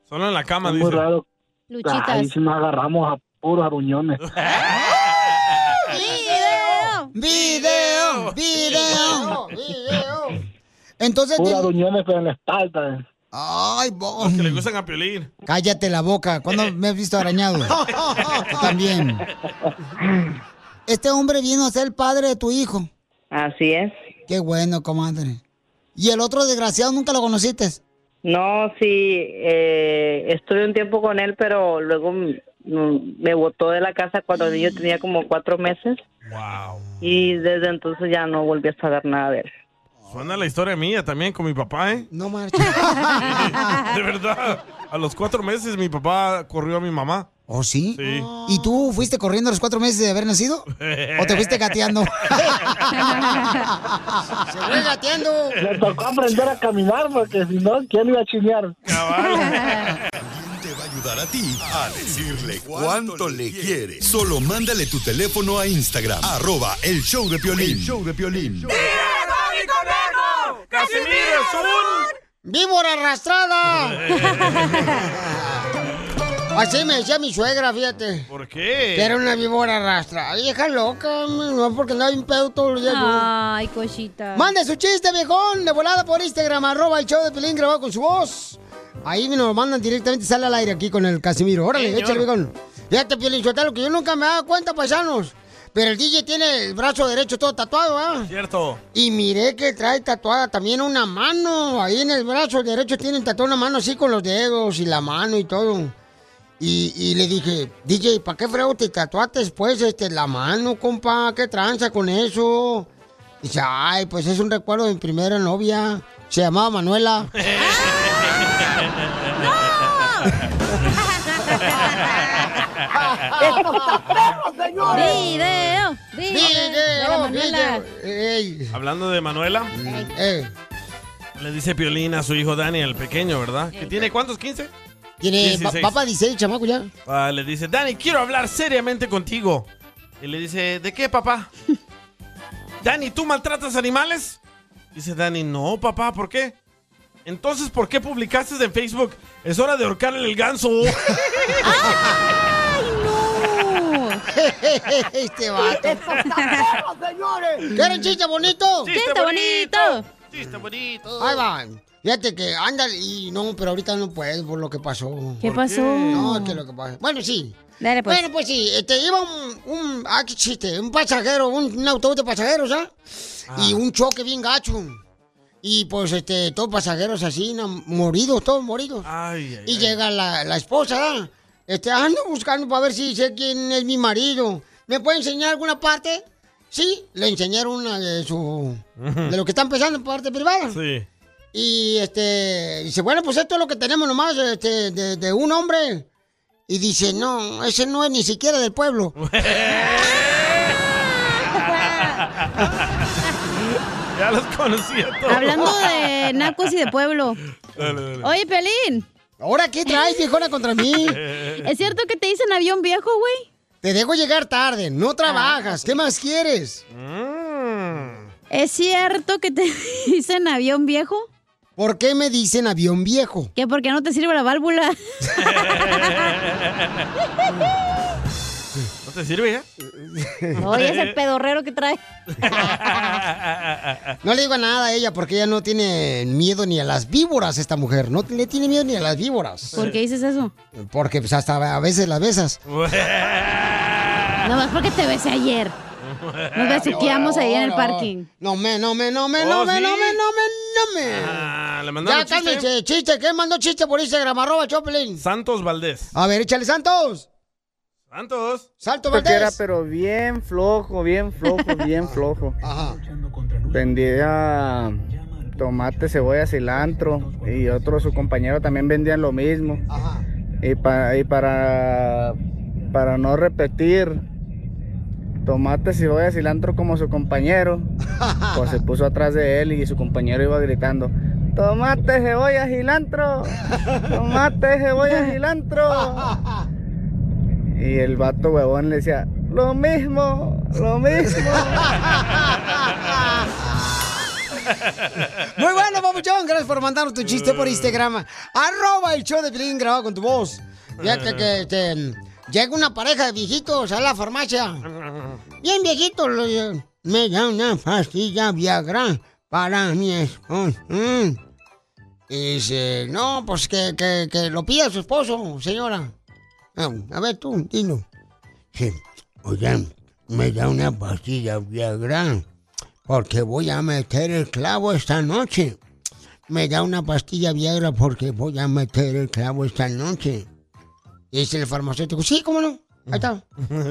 Speaker 3: Solo en la cama,
Speaker 12: Es muy
Speaker 3: dice.
Speaker 12: raro.
Speaker 2: Luchitas.
Speaker 12: Ahí sí nos agarramos a
Speaker 4: (laughs)
Speaker 12: puros aruñones.
Speaker 2: ¡Video!
Speaker 4: ¡Video! ¡Video! ¡Video! Entonces,
Speaker 12: puros
Speaker 4: di-
Speaker 12: aruñones pero en la espalda. eh.
Speaker 4: ay, bo-
Speaker 3: Que le gustan a Piolín.
Speaker 4: cállate la boca. ¿Cuándo me has visto
Speaker 3: (laughs)
Speaker 4: arañado? Tú también. Este hombre vino a ser el padre de tu hijo.
Speaker 34: Así es.
Speaker 4: Qué bueno, comadre. ¿Y el otro desgraciado nunca lo conociste?
Speaker 34: No, sí, eh, estuve un tiempo con él, pero luego m- m- me botó de la casa cuando yo tenía como cuatro meses. Y desde entonces ya no volví a saber nada de él.
Speaker 3: (laughs) Suena la historia mía también con mi papá, ¿eh?
Speaker 4: No marches.
Speaker 3: De verdad. a los cuatro meses mi papá corrió a mi mamá.
Speaker 36: ¿Oh, sí?
Speaker 3: Sí.
Speaker 36: ¿Y tú fuiste corriendo a los cuatro meses de haber nacido? ¿O te fuiste gateando?
Speaker 4: Se fue gateando.
Speaker 12: Le tocó aprender a caminar porque si no, ¿quién iba a chinear?
Speaker 6: Te va a ayudar a ti a decirle cuánto le quiere. Solo mándale tu teléfono a Instagram. Arroba el show de Piolín. El show de Piolín.
Speaker 3: ¡Casimiro es un!
Speaker 4: ¡Víbora arrastrada! Así me decía mi suegra, fíjate.
Speaker 3: ¿Por
Speaker 4: Que
Speaker 3: qué?
Speaker 4: era una víbora arrastrada. Vieja loca, no porque andaba un pedo todos los días.
Speaker 2: Ay, cosita.
Speaker 4: Mande su chiste, viejón, de volada por Instagram, arroba el show de Pelín grabado con su voz. Ahí nos lo mandan directamente, sale al aire aquí con el Casimiro. Órale,
Speaker 36: Señor.
Speaker 4: échale, viejón. Fíjate, Pelín, lo que yo nunca me daba cuenta, paisanos. Pero el DJ tiene el brazo derecho todo tatuado, ¿ah?
Speaker 3: Cierto.
Speaker 4: Y miré que trae tatuada también una mano. Ahí en el brazo derecho tienen tatuada una mano así con los dedos y la mano y todo. Y, y le dije, DJ, ¿para qué frego te tatuaste después este, la mano, compa? ¿Qué tranza con eso? Dice, ay, pues es un recuerdo de mi primera novia. Se llamaba Manuela.
Speaker 7: señor!
Speaker 2: Video,
Speaker 4: video, video.
Speaker 3: Hablando de Manuela, le dice Piolín a su hijo Daniel, pequeño, ¿verdad? ¿Que tiene cuántos? ¿15?
Speaker 4: Tiene, va,
Speaker 3: 16.
Speaker 4: va para 16, chamaco ya.
Speaker 3: Ah, le dice, Dani, quiero hablar seriamente contigo. Y le dice, ¿de qué,
Speaker 4: (laughs)
Speaker 3: papá? Dani, ¿tú maltratas animales? Dice Dani, no, papá, ¿por qué? Entonces, ¿por qué publicaste en Facebook? Es hora de ahorcarle el
Speaker 4: (laughs)
Speaker 3: ganso.
Speaker 4: (laughs)
Speaker 7: (laughs)
Speaker 4: este vato.
Speaker 7: señores!
Speaker 4: ¿Quieren chiste bonito?
Speaker 7: ¡Chiste bonito!
Speaker 3: ¡Chiste bonito!
Speaker 4: Ahí va. Fíjate que anda y no, pero ahorita no puedo por lo que pasó.
Speaker 2: ¿Qué ¿Por pasó? qué?
Speaker 4: No, que lo que pasó. Bueno, sí.
Speaker 2: Dale, pues.
Speaker 4: Bueno, pues sí, este, iba un, un ah, qué chiste, un pasajero, un, un autobús de pasajeros, ¿ah? Y un choque bien gacho. Y pues, este, todos pasajeros así, na- moridos, todos moridos. y llega la, la esposa, ¿ah? Este, ando buscando para ver si sé quién es mi marido. ¿Me puede enseñar alguna parte? Sí, le enseñaron una de su, de lo que están pensando en parte privada.
Speaker 3: Sí.
Speaker 4: Y este, dice, bueno, pues esto es lo que tenemos nomás este, de, de un hombre. Y dice, no, ese no es ni siquiera del pueblo.
Speaker 3: ya los conocía todos.
Speaker 2: Hablando de nacos y de pueblo.
Speaker 3: Dale, dale.
Speaker 2: Oye, Pelín.
Speaker 4: ¿Ahora qué traes, viejona, contra mí?
Speaker 2: ¿Es cierto que te dicen avión viejo, güey?
Speaker 4: Te dejo llegar tarde, no trabajas, ¿qué más quieres?
Speaker 2: Mm.
Speaker 4: (laughs)
Speaker 2: ¿Es cierto que te (laughs) dicen avión viejo?
Speaker 4: ¿Por qué me dicen avión viejo?
Speaker 2: Que porque no te sirve la válvula.
Speaker 3: ¿No te sirve ¿eh? ya?
Speaker 2: Oye,
Speaker 4: (laughs)
Speaker 2: ese
Speaker 3: Eh,
Speaker 2: pedorrero que trae.
Speaker 4: No le digo nada a ella porque ella no tiene miedo ni a las víboras, esta mujer. No le tiene miedo ni a las víboras.
Speaker 2: ¿Por qué dices eso?
Speaker 4: Porque pues, hasta a veces las besas.
Speaker 2: Nada más porque te besé ayer.
Speaker 3: Ah,
Speaker 2: Nos besuqueamos ahí en el
Speaker 4: No,
Speaker 2: parking.
Speaker 4: No me, no me, no me,
Speaker 2: Oh,
Speaker 4: no me,
Speaker 2: ¿sí?
Speaker 4: no me, no me, no me.
Speaker 3: Ah, le
Speaker 4: Ya
Speaker 3: mandaron chiste.
Speaker 4: cálmense, chiste, ¿qué mandó chiste por Instagram? Arroba Choplin. Ah.
Speaker 3: Santos Valdés.
Speaker 4: A ver, échale Santos.
Speaker 3: Santos.
Speaker 4: Salto
Speaker 37: Porque era,
Speaker 4: Valdés.
Speaker 37: pero bien flojo, bien flojo,
Speaker 4: (laughs)
Speaker 37: bien flojo.
Speaker 4: Ajá.
Speaker 37: Vendía tomate, cebolla, cilantro y otro su compañero también vendían lo mismo. Y, pa- y para, para no repetir tomate, cebolla, cilantro como su
Speaker 4: (laughs)
Speaker 37: compañero, pues se puso atrás de él y su compañero iba gritando. Tomate, cebolla, cilantro. Tomate, cebolla, cilantro. Y el vato huevón le decía, lo mismo, lo mismo.
Speaker 4: Muy bueno, papuchón. Gracias por mandarnos tu chiste por Instagram. Arroba el show de Pilín grabado con tu voz. Fíjate que este, llega una pareja de viejitos a la farmacia. Bien viejitos. lo- Me da una pastilla Viagra para mi esposo. Y dice, no, pues que, que- que lo pida su esposo, señora. Ah, A ver tú, dilo. Sí, oigan, me da una pastilla Viagra porque voy a meter el clavo esta noche. Me da una pastilla Viagra porque voy a meter el clavo esta noche. Y dice el farmacéutico, sí, cómo no, ahí está.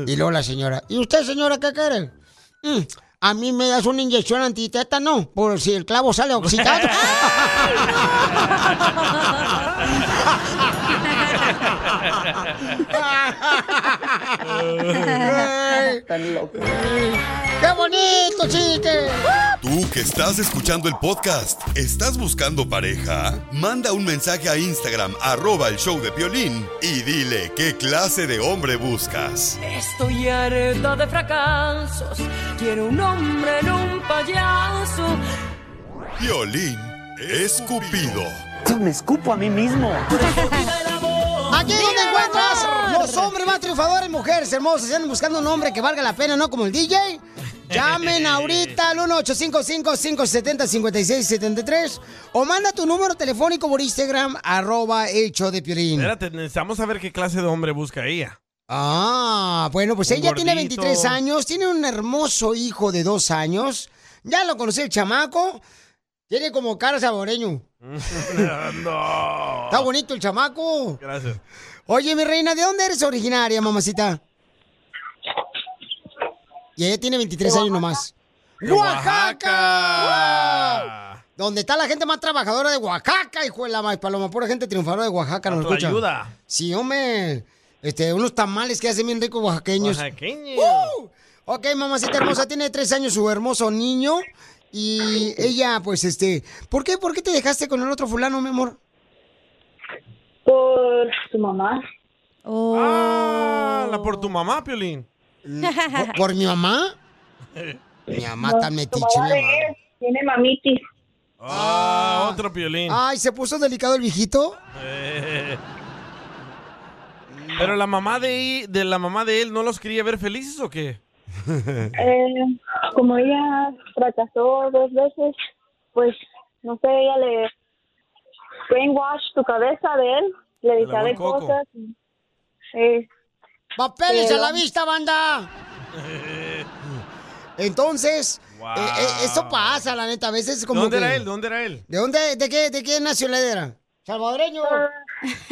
Speaker 4: Y luego la señora, ¿y usted, señora, qué quiere? "Mm, a mí me das una inyección antitétano por
Speaker 7: (laughs)
Speaker 4: si el clavo sale oxidado. Tan loco. ¡Qué bonito chiste!
Speaker 6: Tú que estás escuchando el podcast, ¿estás buscando pareja? Manda un mensaje a Instagram, arroba el show de Piolín, y dile qué clase de hombre buscas.
Speaker 20: Estoy harta de fracasos. Quiero un hombre en un payaso.
Speaker 6: Piolín escupido.
Speaker 30: Me escupo a mí mismo.
Speaker 4: (laughs) Aquí es donde encuentras los hombres más triunfadores, mujeres hermosas. Si andan buscando un hombre que valga la pena, ¿no? Como el DJ. Llamen ahorita al 1-855-570-5673 o manda tu número telefónico por Instagram, arroba hecho de piolín.
Speaker 3: Espérate, necesitamos saber qué clase de hombre busca ella.
Speaker 4: Ah, bueno, pues
Speaker 3: Un
Speaker 4: ella tiene
Speaker 3: gordito.
Speaker 4: 23 años, tiene un hermoso hijo de dos años. Ya lo conocí el chamaco. Tiene como cara saboreño.
Speaker 3: (laughs) no. Ah.
Speaker 4: Está bonito el chamaco.
Speaker 3: Gracias.
Speaker 4: Oye, mi reina, ¿de dónde eres originaria, mamacita? Y ella tiene 23 años nomás.
Speaker 20: De
Speaker 4: ¡Oaxaca! ¡Wow! Donde está la gente más trabajadora de Oaxaca, hijo de la más paloma. Pura gente triunfadora de Oaxaca, nos
Speaker 20: Atlayuda.
Speaker 4: escucha. Sí, hombre. Este, unos tamales que hacen bien ricos oaxaqueños.
Speaker 3: Oaxaqueños.
Speaker 4: ¡Uh! Ok, mamacita hermosa, tiene tres años su hermoso niño. Y ella, pues, este... ¿Por qué, por qué te dejaste con el otro fulano, mi amor?
Speaker 1: Por su mamá.
Speaker 4: Oh.
Speaker 3: Ah, la por tu mamá, Piolín.
Speaker 4: ¿Por, por mi mamá? Mi mamá está metiche, mi mamá.
Speaker 1: Tiene mamitis.
Speaker 3: Ah, otro Piolín.
Speaker 4: Ay, ¿se puso delicado el viejito?
Speaker 3: Eh. Pero la mamá de, i- de la mamá de él no los quería ver felices o qué?
Speaker 1: (laughs) Eh, como ella fracasó dos veces, pues no sé, ella le brainwash tu cabeza de él, le
Speaker 3: lavó
Speaker 1: dice
Speaker 3: el coco.
Speaker 1: cosas. Eh,
Speaker 4: ¡Papeles a la
Speaker 1: Pero-
Speaker 4: vista, banda! Entonces,
Speaker 3: Wow.
Speaker 4: eh, eh, eso pasa, la neta. A veces es como
Speaker 3: ¿Dónde
Speaker 4: que-
Speaker 3: era él? ¿Dónde era él?
Speaker 4: ¿De dónde? ¿De qué, de qué nacionalidad era? ¿Salvadoreño?
Speaker 1: Ah,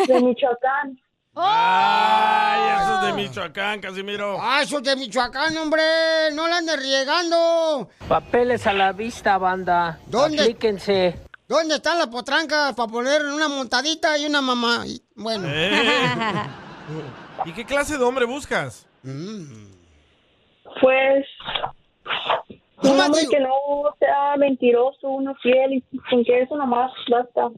Speaker 1: De Michoacán.
Speaker 3: ¡Ay, eso es de Michoacán, Casimiro!
Speaker 4: ¡Ah, eso es de Michoacán, hombre! ¡No la andes riegando!
Speaker 20: Papeles a la vista, banda.
Speaker 4: ¿Dónde?
Speaker 20: Aplíquense.
Speaker 4: ¿Dónde están las potrancas para poner una montadita y una mamá? Y- Bueno.
Speaker 3: Eh. ¿Y qué clase de hombre buscas?
Speaker 1: Pues
Speaker 4: un
Speaker 1: hombre que no sea mentiroso, uno fiel y con que eso nomás basta.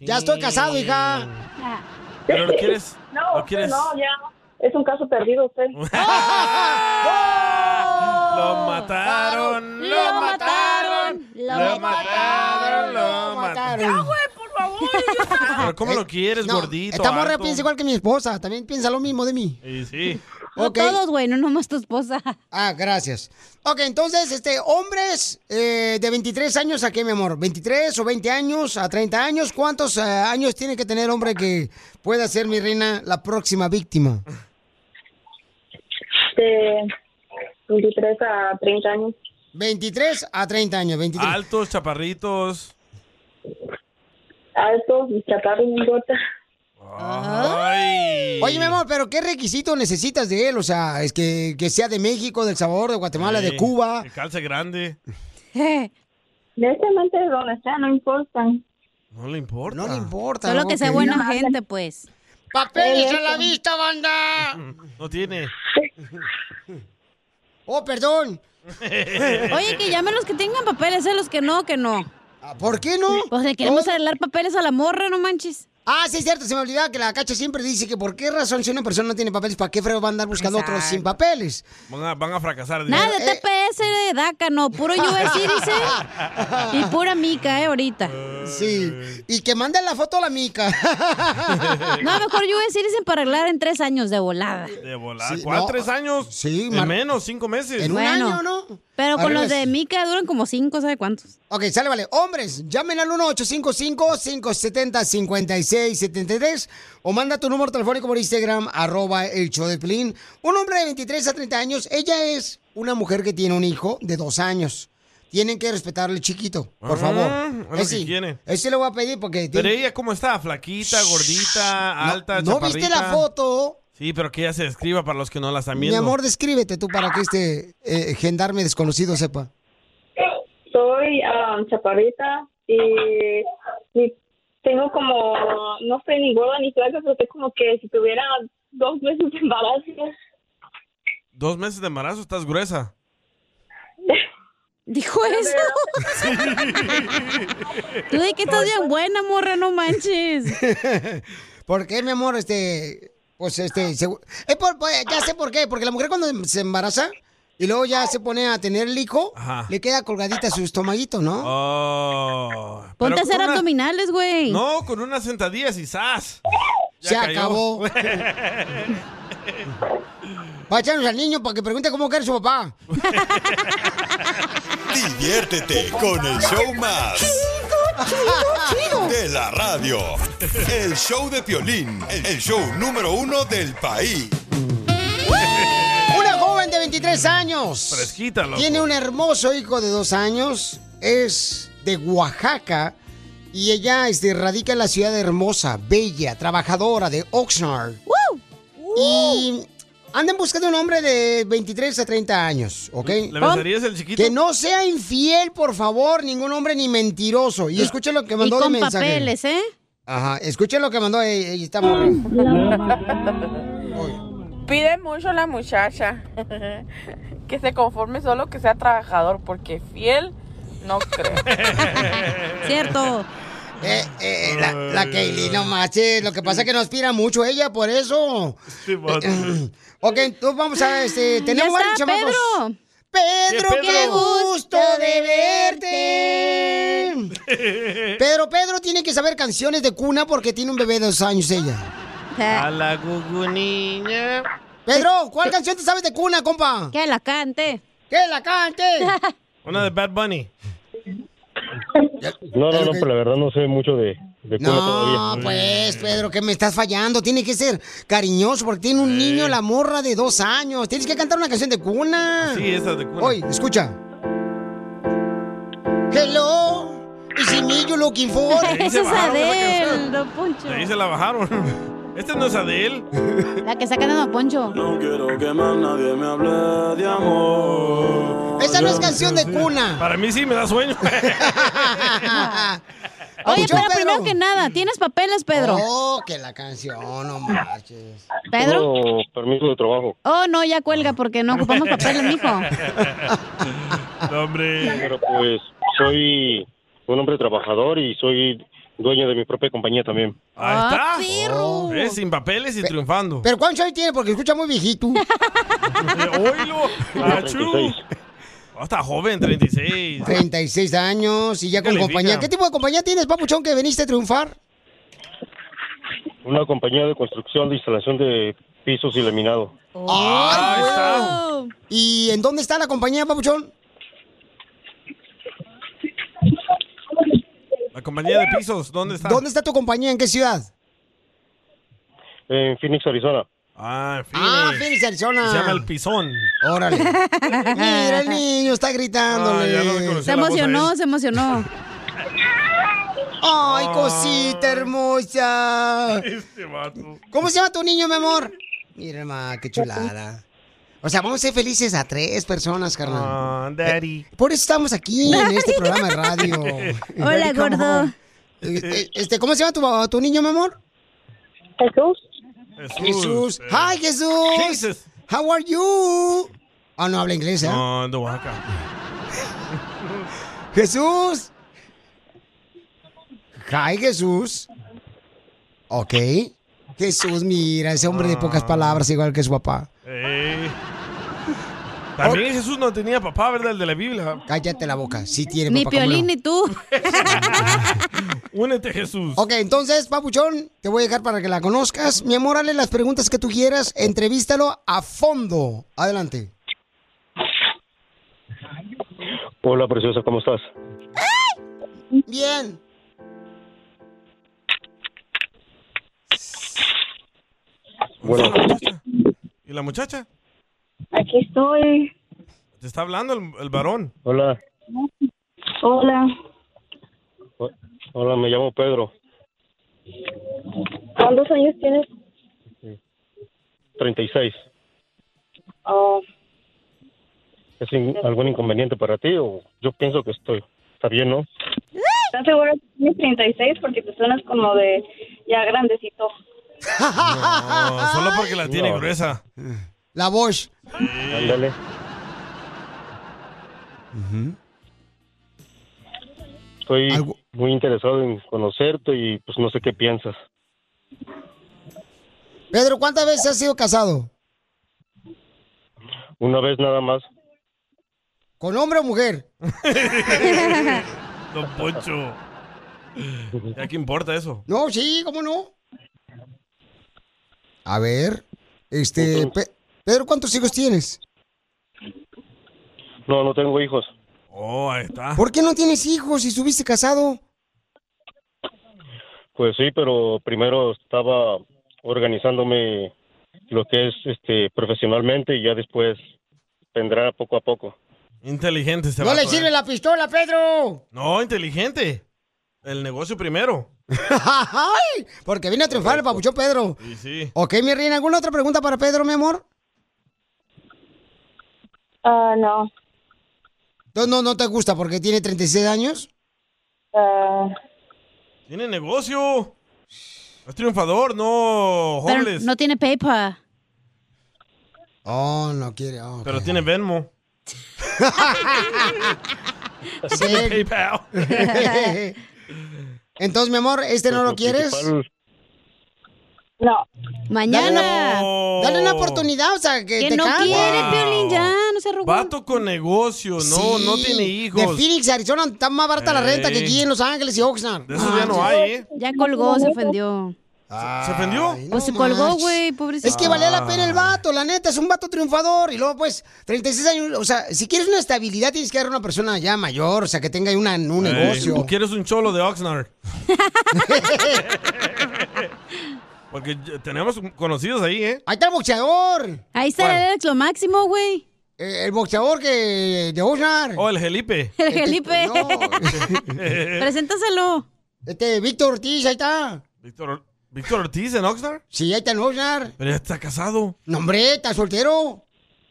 Speaker 4: Ya estoy casado, hija.
Speaker 3: Ah. ¿Pero lo quieres?
Speaker 1: (laughs) No,
Speaker 3: ¿Lo quieres? Ah.
Speaker 1: no, ya. Es un caso
Speaker 3: (laughs)
Speaker 1: perdido usted.
Speaker 3: ¡Lo mataron!
Speaker 20: ¡Lo mataron!
Speaker 3: ¡Lo mataron! ¡Lo mataron!
Speaker 20: por favor!
Speaker 3: ¿Pero cómo lo quieres, gordito?
Speaker 4: Eh, Esta morra
Speaker 3: harto?
Speaker 4: piensa igual que mi esposa. También piensa lo mismo de mí.
Speaker 3: Y sí.
Speaker 4: Todos, güey, no nomás tu esposa. Ah, gracias. Ok, entonces, este, hombres eh, de 23 años a qué, mi amor? ¿23 o 20 años a 30 años? ¿Cuántos eh, años tiene que tener hombre que pueda ser, mi reina, la próxima víctima?
Speaker 1: De 23 a 30 años.
Speaker 4: 23 a 30 años, 23.
Speaker 3: Altos, chaparritos.
Speaker 1: Altos, chaparros, no importa.
Speaker 4: ¿Ah?
Speaker 3: Ay.
Speaker 4: Oye, mi amor, pero ¿qué requisito necesitas de él? O sea, es que, que sea de México, del Salvador, de Guatemala, de
Speaker 3: Sí,
Speaker 4: Cuba.
Speaker 3: Que calce grande.
Speaker 1: Honestamente, donde sea, no importan.
Speaker 3: No le importa.
Speaker 4: No le importa.
Speaker 2: Solo
Speaker 4: ¿no?
Speaker 2: que sea
Speaker 4: Ok.
Speaker 2: buena gente, pues.
Speaker 4: ¡Papeles a la vista, banda!
Speaker 3: No tiene.
Speaker 4: Oh, perdón.
Speaker 2: Oye, que llamen los que tengan papeles, a los que no, que no.
Speaker 4: Ah, ¿Por qué no?
Speaker 2: Pues le queremos
Speaker 4: Oh.
Speaker 2: arreglar papeles a la (laughs) morra, no manches.
Speaker 4: Ah, sí, es cierto, se me olvidaba que la cacha siempre dice que por qué razón si una persona no tiene papeles, ¿para qué frego va a andar buscando otros sin papeles?
Speaker 3: Van a, van a fracasar. dice.
Speaker 4: Eh,
Speaker 2: Nada de TPS, de DACA, no. Puro US,
Speaker 4: (laughs)
Speaker 2: dice. Y pura mica, eh, ahorita.
Speaker 4: Sí. Y que manden la foto a la mica.
Speaker 2: (laughs) No, mejor US Citizen para arreglar en tres años de volada.
Speaker 3: De volar.
Speaker 4: Sí,
Speaker 3: ¿Cuál?
Speaker 4: no.
Speaker 3: ¿Tres años?
Speaker 4: Sí,
Speaker 3: De
Speaker 4: Mar-
Speaker 3: menos, cinco meses.
Speaker 4: ¿no?
Speaker 2: Pero con los
Speaker 4: Arreglas.
Speaker 2: de mica duran como cinco, ¿sabe cuántos?
Speaker 4: Ok, sale, vale. Hombres, llamen al 1-855-570-5673 o manda tu número telefónico por Instagram, arroba el show de Piolín. Un hombre de 23 a 30 años, ella es una mujer que tiene un hijo de dos años. Tienen que respetarle chiquito, por
Speaker 3: Ah,
Speaker 4: favor. Eh,
Speaker 3: es lo que
Speaker 4: sí,
Speaker 3: quiere.
Speaker 4: ese lo voy a pedir porque...
Speaker 3: Pero
Speaker 4: tiene-
Speaker 3: ella, ¿cómo está? ¿Flaquita, gordita, alta,
Speaker 4: ¿No viste la
Speaker 3: chaparrita?
Speaker 4: foto?
Speaker 3: Sí, pero que ella se describa para los que no la están
Speaker 4: Mi
Speaker 3: viendo.
Speaker 4: amor, descríbete tú para que este eh, gendarme desconocido sepa.
Speaker 1: Soy ah, chaparrita y, y tengo como, no soy ni gorda ni flaca, pero estoy como que si tuviera
Speaker 10: dos meses de embarazo.
Speaker 3: Dos meses de embarazo, estás gruesa.
Speaker 2: Dijo eso. (laughs) Tú di que estás bien buena, morra, no manches.
Speaker 4: (laughs) ¿Por qué, mi amor? Este, pues este, segu- Eh, por- por- ya sé por qué, porque la mujer cuando se embaraza y luego ya se pone a tener el hijo,
Speaker 3: Ajá.
Speaker 4: le queda colgadita su estomaguito, ¿no?
Speaker 3: Oh. Pero
Speaker 2: Ponte a
Speaker 3: con
Speaker 2: hacer
Speaker 3: una-
Speaker 2: abdominales, güey.
Speaker 3: No, con unas sentadillas y ¡zas!
Speaker 4: Se acabó. Va a echarnos al niño para que pregunte cómo quiere su
Speaker 3: (laughs)
Speaker 4: papá.
Speaker 6: Diviértete con el show más. De la radio. El show de Piolín. El show número uno del país.
Speaker 4: Una joven de 23 años.
Speaker 3: Fresquita, loco.
Speaker 4: Tiene un hermoso hijo de dos años. Es de Oaxaca. Y ella este, radica en la ciudad hermosa, bella, trabajadora de Oxnard. Y anda en busca de un hombre de 23 a 30 años, ¿ok?
Speaker 3: ¿Le besarías el chiquito?
Speaker 4: Que no sea infiel, por favor, ningún hombre ni mentiroso. Y escuchen lo que mandó
Speaker 2: y
Speaker 4: de
Speaker 2: con
Speaker 4: mensaje.
Speaker 2: papeles, ¿eh?
Speaker 4: Ajá, escuchen lo que mandó. eh, eh, está morra.
Speaker 34: Pide mucho la muchacha. (laughs) que se conforme solo que sea trabajador, porque fiel no
Speaker 20: (laughs)
Speaker 34: creo.
Speaker 2: Cierto.
Speaker 4: Eh, eh, la, la Kaylee, no manches. Lo que pasa es que no aspira mucho ella, por eso. Eh, (clears throat) ok, entonces vamos a. Este,
Speaker 7: Ya
Speaker 4: tenemos varios
Speaker 7: está,
Speaker 4: chamacos.
Speaker 7: Pedro.
Speaker 4: Pedro,
Speaker 7: Sí, Pedro.
Speaker 4: qué gusto de
Speaker 3: (laughs)
Speaker 4: verte. Pedro, Pedro tiene que saber canciones de cuna porque tiene un bebé de dos años ella.
Speaker 7: Ah,
Speaker 3: A la gugu niña.
Speaker 4: Pedro, ¿cuál canción te sabes de cuna, compa?
Speaker 2: Que la cante.
Speaker 4: Que la
Speaker 2: (laughs)
Speaker 4: cante.
Speaker 3: (laughs) Una de Bad Bunny.
Speaker 23: No, no, no, pero la verdad no sé mucho de, de cuna
Speaker 4: No,
Speaker 23: todavía.
Speaker 4: pues, Pedro, que me estás fallando. Tiene que ser cariñoso porque tiene un niño, la morra de dos años. Tienes que cantar una canción de cuna.
Speaker 3: Sí, esa de cuna.
Speaker 4: Oye, escucha. Hello, is it me you're looking
Speaker 2: (laughs)
Speaker 4: for?
Speaker 3: Ahí se Esa es bajaron esa Adele, canción.
Speaker 2: Don Poncho.
Speaker 3: De ahí se la bajaron. (laughs) Este no es Adel.
Speaker 2: La que sacan a Don Poncho.
Speaker 38: No quiero que más nadie me hable de amor.
Speaker 4: Esa no es canción de cuna.
Speaker 3: Para mí sí me da
Speaker 4: (laughs)
Speaker 3: sueño.
Speaker 2: Oye,
Speaker 4: Papuchón,
Speaker 2: pero
Speaker 4: Pedro.
Speaker 2: primero que nada, ¿tienes papeles, Pedro?
Speaker 4: Oh, que la canción, no marches.
Speaker 2: ¿Pedro?
Speaker 23: Tengo permiso de trabajo.
Speaker 2: Oh, no, ya cuelga porque no ocupamos papeles, mijo.
Speaker 3: No, hombre.
Speaker 23: Pero pues soy un hombre trabajador y soy dueño de mi propia compañía también.
Speaker 3: Ahí está.
Speaker 4: Ah, perro.
Speaker 3: ¿Ves? Sin papeles y triunfando.
Speaker 4: Pero ¿cuántos años tiene? Porque escucha muy
Speaker 3: (laughs)
Speaker 4: viejito.
Speaker 3: Oílo. Achú. Oh, está joven, 36.
Speaker 4: 36 años y ya con
Speaker 3: Califica.
Speaker 4: compañía. ¿Qué tipo de compañía tienes, papuchón, que viniste a triunfar?
Speaker 23: Una compañía de construcción de instalación de pisos y laminado.
Speaker 4: ¡Ay, güey! ¿Y en dónde está la compañía, papuchón?
Speaker 3: La compañía de pisos, ¿dónde está?
Speaker 4: ¿Dónde está tu compañía? ¿En qué ciudad?
Speaker 23: En Phoenix, Arizona.
Speaker 3: Ah, en fin.
Speaker 4: Ah, Phoenix, Arizona.
Speaker 3: Se llama el pisón.
Speaker 4: Órale. (laughs) Mira, el niño está
Speaker 3: Ah, ya no
Speaker 4: gritándole.
Speaker 3: reconocí
Speaker 2: Se
Speaker 3: ¿eh?
Speaker 2: emocionó, se emocionó.
Speaker 4: Ay, cosita hermosa.
Speaker 3: Este vato.
Speaker 4: ¿Cómo se llama tu niño, mi amor? Mira, ma, qué chulada. O sea, vamos a ser felices a tres personas, carnal.
Speaker 3: Ah, daddy.
Speaker 4: Eh, Por eso estamos aquí en este programa de radio.
Speaker 3: Hola,
Speaker 4: come
Speaker 3: gordo.
Speaker 4: on. Eh, eh, Este, ¿Cómo se llama tu, tu niño, mi amor? Jesús. Jesús. Hi, Jesús.
Speaker 3: Jesus.
Speaker 4: How are you? Ah, no habla inglés, ¿eh?
Speaker 3: No, de Oaxaca.
Speaker 4: (laughs) Jesús. Hi, Jesús. Ok. Jesús, mira, ese hombre de pocas palabras, igual que su papá.
Speaker 3: Eh. También Jesús no tenía papá, ¿verdad? El de la Biblia.
Speaker 4: Cállate la boca, sí tiene
Speaker 2: Ni
Speaker 4: papá. ¿cómo no?
Speaker 2: Piolín ni tú.
Speaker 3: Únete, Jesús.
Speaker 4: Ok, entonces, Papuchón, te voy a dejar para que la conozcas. Mi amor, hazle las preguntas que tú quieras, entrevístalo a fondo. Adelante.
Speaker 23: Hola, preciosa, ¿cómo estás?
Speaker 4: Bien.
Speaker 23: Bueno,
Speaker 3: ¿Y la muchacha?
Speaker 10: Aquí estoy.
Speaker 3: Te está hablando el, el varón.
Speaker 23: hola.
Speaker 10: Hola.
Speaker 23: O- Hola, me llamo Pedro,
Speaker 10: ¿Cuántos años tienes?
Speaker 23: 36.
Speaker 10: Oh,
Speaker 23: ¿Es in- algún inconveniente para ti o yo pienso que estoy? Está bien, ¿no?
Speaker 10: pues ¿Estás seguro que tienes 36? Porque te suenas como de ya grandecito.
Speaker 4: Ah,
Speaker 3: No, solo porque la tiene
Speaker 7: No.
Speaker 3: gruesa.
Speaker 4: La voz.
Speaker 3: Ándale.
Speaker 31: Estoy muy interesado en conocerte y pues no sé qué piensas.
Speaker 4: Pedro, ¿cuántas veces has sido casado?
Speaker 31: Una vez nada más.
Speaker 4: ¿Con hombre
Speaker 3: (laughs)
Speaker 4: o mujer?
Speaker 3: Don Poncho. ¿Ya qué importa eso?
Speaker 7: No, sí, ¿cómo no?
Speaker 4: A ver, este, Pe- Pedro, ¿cuántos hijos tienes?
Speaker 31: No, no tengo hijos.
Speaker 3: Oh, ahí
Speaker 23: Ah.
Speaker 3: está.
Speaker 4: ¿Por qué no tienes hijos si estuviste casado?
Speaker 31: Pues sí, pero primero estaba organizándome lo que es este profesionalmente y ya después vendrá poco a poco.
Speaker 3: Inteligente este
Speaker 7: No le
Speaker 3: vato,
Speaker 7: sirve
Speaker 3: eh.
Speaker 7: la pistola, Pedro.
Speaker 3: (laughs) No, inteligente. El negocio primero.
Speaker 4: ¡Ay! Porque viene a triunfar el papuchón Pedro.
Speaker 3: Y sí.
Speaker 4: Ok, mi reina, ¿alguna otra pregunta para Pedro, mi amor?
Speaker 1: Ah, no.
Speaker 4: No, no, no te gusta porque tiene 36
Speaker 2: (laughs)
Speaker 4: años.
Speaker 2: Ah.
Speaker 3: Tiene negocio. Es triunfador, no
Speaker 2: Pero
Speaker 3: homeless.
Speaker 2: no tiene PayPal.
Speaker 4: Oh, no quiere.
Speaker 3: Pero tiene
Speaker 4: (laughs)
Speaker 3: Venmo.
Speaker 4: Sí.
Speaker 3: Tiene PayPal.
Speaker 4: Entonces, mi amor, ¿este no lo quieres?
Speaker 1: No.
Speaker 4: Mañana. Dale una oportunidad, o sea, que,
Speaker 2: Que
Speaker 4: te
Speaker 2: no
Speaker 4: cambie.
Speaker 2: quiere, Piolín, ya, no se arrugó.
Speaker 3: Vato con negocio, no,
Speaker 4: Sí,
Speaker 3: Oh, no tiene
Speaker 4: De
Speaker 3: hijos.
Speaker 4: Phoenix, Arizona, está más barata la renta que
Speaker 3: Ey.
Speaker 4: aquí en Los Ángeles y Oxnard.
Speaker 3: De esos ya no hay, ¿eh?
Speaker 2: Ya colgó, se ofendió.
Speaker 3: ¿Se ofendió?
Speaker 2: Pues se colgó,
Speaker 4: manches.
Speaker 2: güey, pobrecito. Ah.
Speaker 4: Es que valía la pena el vato, la neta, es un vato triunfador. Y luego, pues, 36 años, o sea, si quieres una estabilidad, tienes que dar a una persona ya mayor, o sea, que tenga una, un
Speaker 3: Ey,
Speaker 4: negocio.
Speaker 3: ¿tú quieres un cholo de
Speaker 4: (laughs)
Speaker 3: Oxnard? Porque ya tenemos conocidos ahí, ¿eh?
Speaker 4: Ahí está el boxeador. Eh,
Speaker 2: Ahí está el Alex, lo máximo, güey.
Speaker 4: el boxeador que de Oxnard.
Speaker 3: Oh, el Felipe.
Speaker 2: El Felipe.
Speaker 3: ¿eh?
Speaker 4: (laughs)
Speaker 2: Preséntaselo.
Speaker 4: Este, Víctor Ortiz, ahí está.
Speaker 3: Víctor, Víctor Ortiz en Oxnard.
Speaker 4: Sí, ahí está en Oxnard.
Speaker 3: Pero ya está casado.
Speaker 4: No, hombre, está soltero.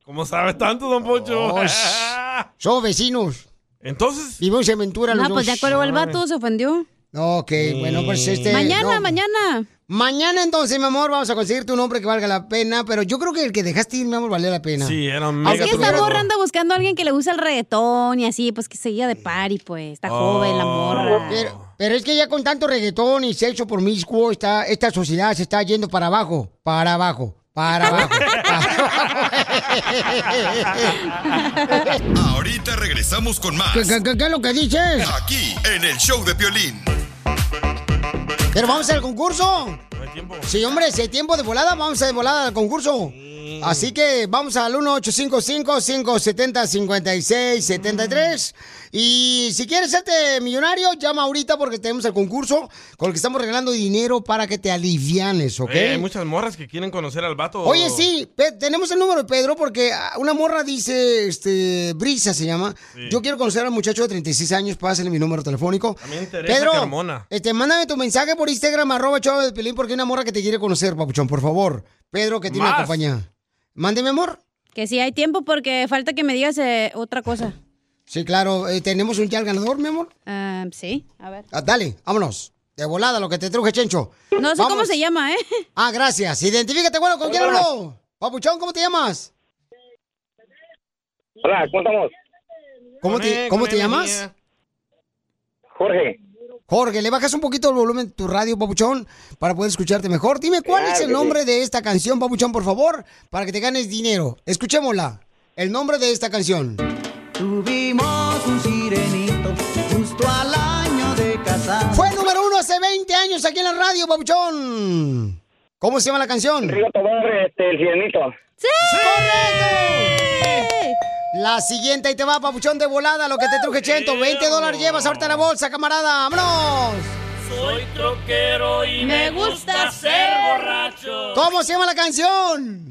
Speaker 3: ¿Cómo sabes tanto, don Poncho? (laughs)
Speaker 4: Oh, sh- Somos vecinos.
Speaker 3: Entonces.
Speaker 4: Vivimos en Ventura los
Speaker 2: No, pues ya
Speaker 4: dos.
Speaker 2: colgó el vato, se ofendió.
Speaker 4: Ok, bueno, pues este.
Speaker 2: Mañana,
Speaker 4: no.
Speaker 2: mañana.
Speaker 4: Mañana entonces, mi amor, vamos a conseguirte un hombre que valga la pena, pero yo creo que el que dejaste ir, mi amor, valía la pena.
Speaker 3: Sí, era un
Speaker 2: Es
Speaker 3: mega
Speaker 2: que está
Speaker 3: truco.
Speaker 2: morra anda buscando a alguien que le gusta el reggaetón y así, pues que seguía de party, pues. Está joven la
Speaker 3: Oh.
Speaker 2: morra.
Speaker 4: Pero, pero es que ya con tanto reggaetón y sexo promiscuo, está, esta sociedad se está yendo para abajo, para abajo,
Speaker 2: (laughs)
Speaker 4: para abajo.
Speaker 6: Ahorita regresamos con más.
Speaker 4: ¿Qué, qué, qué- qué es lo que dices?
Speaker 6: Aquí, en el show de Piolín.
Speaker 4: Pero vamos al concurso. Sí, hombre, si hay tiempo de volada, vamos a de volada al concurso. Así que vamos al 1-855-570-5673. Y si quieres serte millonario, llama ahorita porque tenemos el concurso con el que estamos regalando dinero para que te alivianes, ¿ok?
Speaker 3: Eh, hay muchas morras que quieren conocer al vato.
Speaker 4: Oye, sí, Pe- tenemos el número de Pedro porque ah, una morra dice, este, Brisa se llama.
Speaker 3: Sí.
Speaker 4: Yo quiero conocer al muchacho de 36 años, pásale mi número telefónico.
Speaker 3: También Teresa
Speaker 4: Pedro,
Speaker 3: Carmona.
Speaker 4: este, mándame tu mensaje por Instagram, arroba chavo de Pelín, porque hay una morra que te quiere conocer, papuchón, por favor. Pedro, que tiene
Speaker 2: Más.
Speaker 4: una compañía. Mándeme, amor.
Speaker 2: Que sí hay tiempo porque falta que me digas eh, otra cosa.
Speaker 4: Sí, claro, eh, tenemos un ya al ganador, mi amor.
Speaker 2: Ah, sí, a ver.
Speaker 4: Ah, dale, vámonos. De volada, lo que te truje, Chencho.
Speaker 2: No sé cómo se llama, ¿eh? (laughs)
Speaker 4: (laughs) Ah, gracias. Identifícate, bueno, ¿con quién
Speaker 2: Hola.
Speaker 4: hablo? Papuchón, ¿cómo te llamas?
Speaker 23: Hola, ¿cómo estamos?
Speaker 4: ¿Cómo
Speaker 23: Con
Speaker 4: te,
Speaker 23: él,
Speaker 4: cómo
Speaker 23: con
Speaker 4: te
Speaker 23: él,
Speaker 4: llamas?
Speaker 23: niña. Jorge.
Speaker 4: Jorge, le bajas un poquito el volumen de tu radio, Papuchón, para poder escucharte mejor. Dime cuál
Speaker 23: Claro
Speaker 4: es el
Speaker 23: que
Speaker 4: nombre
Speaker 23: sí.
Speaker 4: de esta canción, Papuchón, por favor, para que te ganes dinero. Escuchémosla. El nombre de esta canción.
Speaker 30: Tuvimos un sirenito justo al año de casar.
Speaker 4: Fue número uno hace 20 años aquí en la radio, Papuchón. ¿Cómo se llama la canción?
Speaker 23: Río Tobar, este, el sirenito.
Speaker 4: ¡Sí! ¡Correcto! La siguiente, ahí te va, Papuchón de volada, lo que te truje, Chento. 20 dólares llevas ahorita a la bolsa, camarada. ¡Vámonos!
Speaker 20: Soy troquero y
Speaker 4: Me
Speaker 20: me
Speaker 4: gusta
Speaker 20: gusta ser
Speaker 4: ser
Speaker 20: borracho.
Speaker 4: ¿Cómo se llama la canción?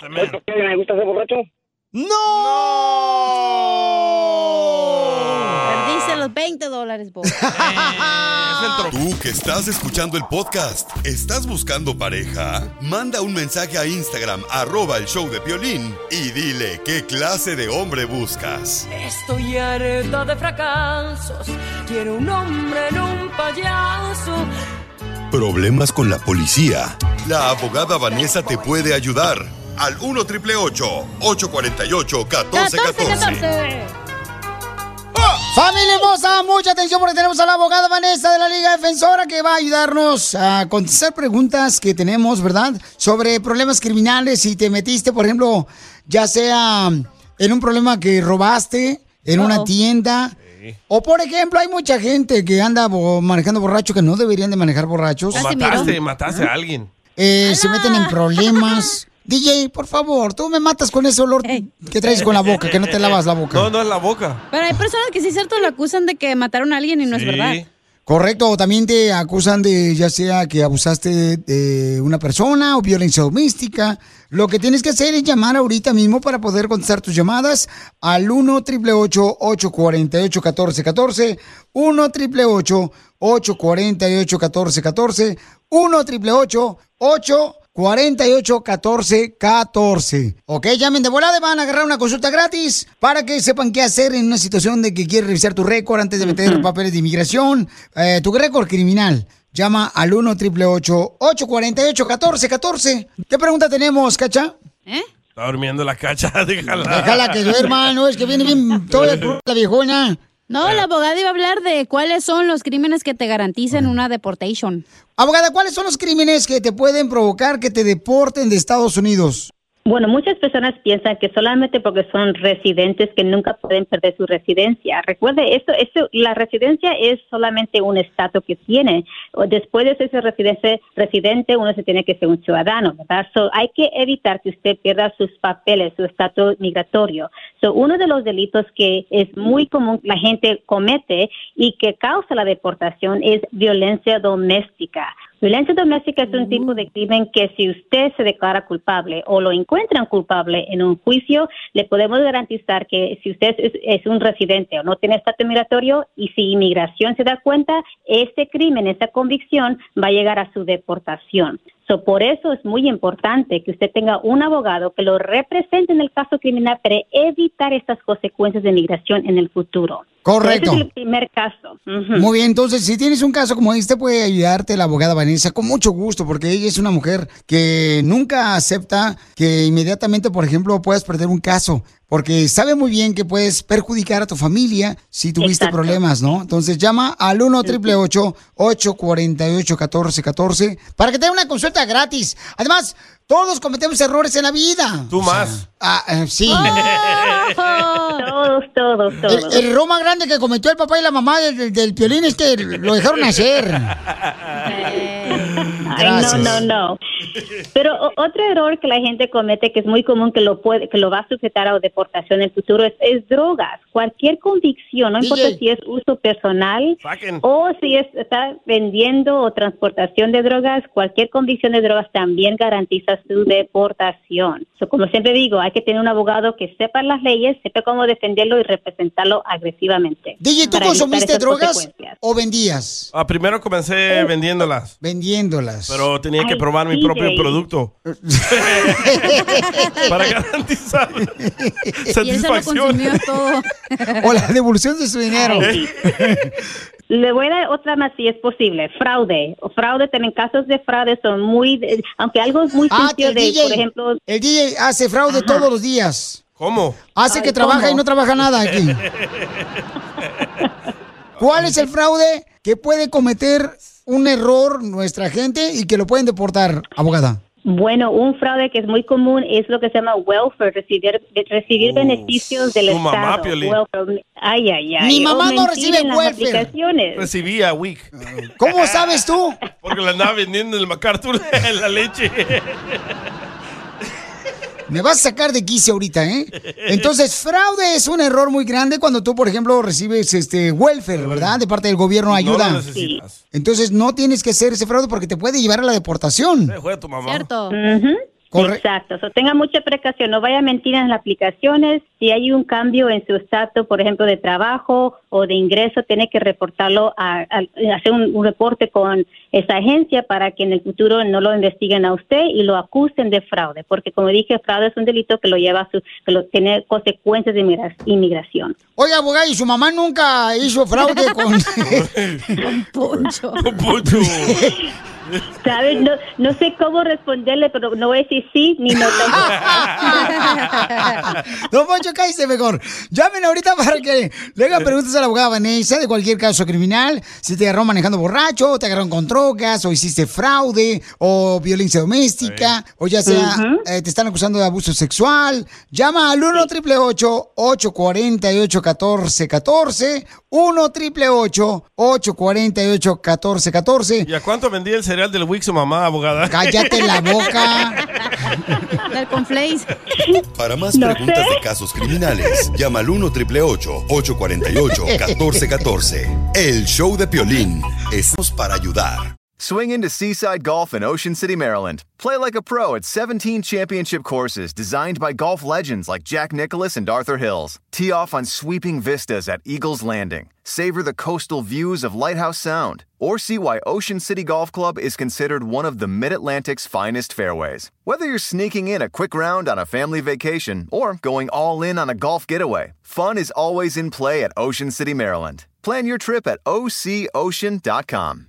Speaker 23: Soy troquero y me gusta ser borracho.
Speaker 4: ¡No!
Speaker 2: Perdiste, de los 20 dólares, Bob.
Speaker 6: Tú que estás escuchando el podcast, ¿estás buscando pareja? Manda un mensaje a Instagram, arroba el show de Piolín, y dile qué clase de hombre buscas.
Speaker 20: Estoy harta de fracasos. Quiero un hombre en un payaso.
Speaker 6: Problemas con la policía. La abogada Vanessa te puede ayudar. Al 1 848 1414
Speaker 3: Ah.
Speaker 4: Familia hermosa, mucha atención porque tenemos a la abogada Vanessa de la Liga Defensora que va a ayudarnos a contestar preguntas que tenemos, ¿verdad? Sobre problemas criminales, si te metiste, por ejemplo, ya sea en un problema que robaste en una tienda. O por ejemplo, hay mucha gente que anda bo- manejando borracho que no deberían de manejar borrachos.
Speaker 3: O mataste, mataste a alguien.
Speaker 4: Eh, se meten en problemas. DJ, por favor, tú me matas con ese olor que traes con la boca, que no te
Speaker 3: (laughs)
Speaker 4: lavas la boca.
Speaker 3: No, no es la boca.
Speaker 2: Pero hay personas que sí, cierto, lo acusan de que mataron a alguien y no es verdad.
Speaker 4: Correcto, o también te acusan de ya sea que abusaste de, de una persona o violencia doméstica. Lo que tienes que hacer es llamar ahorita mismo para poder contestar tus llamadas al 1 888 848 1414 1 888 848 1414 1 888 848 1414 Ok, llamen de volada, van a agarrar una consulta gratis para que sepan qué hacer en una situación de que quieres revisar tu récord antes de meter los papeles de inmigración, eh, tu récord criminal. Llama al 1 848 1414 ¿Qué pregunta tenemos, Cacha?
Speaker 3: Está durmiendo la cacha, (laughs) déjala.
Speaker 4: Déjala que duerma, no, es que viene bien toda cruda la viejona.
Speaker 2: No, la abogada iba a hablar de cuáles son los crímenes que te garantizan una deportation.
Speaker 4: Abogada, ¿cuáles son los crímenes que te pueden provocar que te deporten de Estados Unidos?
Speaker 17: Bueno, muchas personas piensan que solamente porque son residentes que nunca pueden perder su residencia. Recuerde, esto, esto, la residencia es solamente un estatus que tiene. O Después de ser ese residente, residente, uno se tiene que ser un ciudadano, ¿verdad? So, hay que evitar que usted pierda sus papeles, su estatus migratorio. So, uno de los delitos que es muy común la gente comete y que causa la deportación es violencia doméstica. Violencia doméstica es un tipo de crimen que si usted se declara culpable o lo encuentran culpable en un juicio, le podemos garantizar que si usted es, es un residente o no tiene estatus migratorio y si inmigración se da cuenta, este crimen, esta convicción va a llegar a su deportación. So, por eso es muy importante que usted tenga un abogado que lo represente en el caso criminal para evitar estas consecuencias de inmigración en el futuro.
Speaker 4: Correcto.
Speaker 17: Ese es el primer caso. Ujú.
Speaker 4: Muy bien, entonces si tienes un caso como este puede ayudarte la abogada Vanessa con mucho gusto porque ella es una mujer que nunca acepta que inmediatamente, por ejemplo, puedas perder un caso porque sabe muy bien que puedes perjudicar a tu familia si tuviste
Speaker 16: Exacto.
Speaker 4: problemas, ¿no? Entonces llama al 1 888 848 1414 para que tenga una consulta gratis. Además, todos cometemos errores en la vida.
Speaker 3: Tú más.
Speaker 4: Ah, eh, sí.
Speaker 17: Todos, todos, todos.
Speaker 4: El, el error más grande que cometió el papá y la mamá del, del piolín es que lo dejaron hacer.
Speaker 17: (laughs) Ay, no,
Speaker 4: Gracias. (laughs)
Speaker 17: no, no. Pero o- otro error que la gente comete que es muy común que lo puede, que lo va a sujetar a deportación en el futuro es, es drogas. Cualquier convicción, no importa si es uso personal o si es está vendiendo o transportación de drogas, cualquier convicción de drogas también garantiza su deportación. So, como siempre digo, hay que tener un abogado que sepa las leyes, sepa cómo defenderlo y representarlo agresivamente.
Speaker 4: DJ, ¿tú
Speaker 17: para evitar
Speaker 4: consumiste
Speaker 17: esas
Speaker 4: drogas
Speaker 17: consecuencias.
Speaker 4: o vendías?
Speaker 3: Ah, primero comencé vendiéndolas.
Speaker 4: Vendiéndolas.
Speaker 3: Pero tenía que
Speaker 4: Ay,
Speaker 3: probar mi
Speaker 4: DJ.
Speaker 3: propio producto. Para garantizar satisfacción.
Speaker 4: (laughs) o la devolución de su dinero.
Speaker 17: Ay, Le voy a dar otra más si es posible. Fraude. O Fraude también. Casos de fraude son muy. de- aunque algo es muy
Speaker 4: Ah, que
Speaker 17: sencillo
Speaker 4: el
Speaker 17: de,
Speaker 4: DJ,
Speaker 17: por ejemplo.
Speaker 4: el DJ hace fraude todos los días.
Speaker 3: ¿Cómo?
Speaker 4: Hace
Speaker 17: Ay,
Speaker 4: que trabaja
Speaker 17: ¿cómo?
Speaker 4: y no trabaja nada
Speaker 17: (laughs)
Speaker 4: aquí. ¿Cuál es el fraude que puede cometer un error nuestra gente y que lo pueden deportar, abogada?
Speaker 17: Bueno, un fraude que es muy común es lo que se llama welfare, recibir, de-
Speaker 3: Oh,
Speaker 17: recibir beneficios del
Speaker 3: tu mamá,
Speaker 17: Estado.
Speaker 3: Piolín.
Speaker 17: Welfare. Ay, ay, ay.
Speaker 3: Mi mamá
Speaker 17: O
Speaker 3: no
Speaker 17: mentir
Speaker 3: recibe
Speaker 17: en las
Speaker 3: welfare.
Speaker 17: aplicaciones.
Speaker 3: Recibía week.
Speaker 4: Ah. ¿Cómo sabes tú?
Speaker 3: (laughs) Porque la andaba vendiendo en el MacArthur en la leche.
Speaker 4: Me vas a sacar de quicio
Speaker 3: (laughs)
Speaker 4: ahorita, ¿eh? Entonces, fraude es un error muy grande cuando tú, por ejemplo, recibes este welfare, ¿verdad? De parte del gobierno
Speaker 3: No
Speaker 4: ayuda.
Speaker 3: lo
Speaker 4: (laughs)
Speaker 17: (laughs)
Speaker 3: necesitas.
Speaker 4: Entonces, no tienes que hacer ese fraude porque te puede llevar a la deportación.
Speaker 3: Fue tu mamá.
Speaker 2: Cierto.
Speaker 17: Exacto. So, tenga mucha precaución. No vaya a mentir en las aplicaciones. Si hay un cambio en su estatus, por ejemplo, de trabajo o de ingreso, tiene que reportarlo, a, a- hacer un, un reporte con esa agencia para que en el futuro no lo investiguen a usted y lo acusen de fraude. Porque, como dije, fraude es un delito que lo lleva a su, que lo tiene consecuencias de inmigra- inmigración.
Speaker 4: Oiga, abogado, ¿y su mamá nunca hizo fraude
Speaker 3: (laughs)
Speaker 4: con... (laughs)
Speaker 17: Poncho. ¿Sabes? No, no sé cómo responderle, pero no voy a decir sí ni no.
Speaker 4: No, Poncho, cállese mejor. Llamen ahorita para que le hagan preguntas a la abogada Vanessa de cualquier caso criminal. Si te agarraron manejando borracho, o te agarraron con drogas, o hiciste fraude, o violencia doméstica, o ya sea
Speaker 17: Ujú.
Speaker 4: eh, te están acusando de abuso sexual. Llama al 1 888 848 1414 1 888 848 1414
Speaker 3: ¿Y a cuánto vendía el cereal del Wix su mamá, abogada?
Speaker 4: Cállate la boca.
Speaker 2: Del conflace.
Speaker 6: Para más
Speaker 2: No
Speaker 6: preguntas
Speaker 2: sé.
Speaker 6: de casos criminales, llama al 1 888 848 1414 El show de Piolín. Estamos para ayudar.
Speaker 29: Swing into Seaside Golf in Ocean City, Maryland. Play like a pro at 17 championship courses designed by golf legends like Jack Nicholas and Arthur Hills. Tee off on sweeping vistas at Eagles Landing. Savor the coastal views of Lighthouse Sound. Or see why Ocean City Golf Club is considered one of the Mid Atlantic's finest fairways. Whether you're sneaking in a quick round on a family vacation or going all in on a golf getaway, fun is always in play at Ocean City, Maryland. Plan your trip at ococean.com.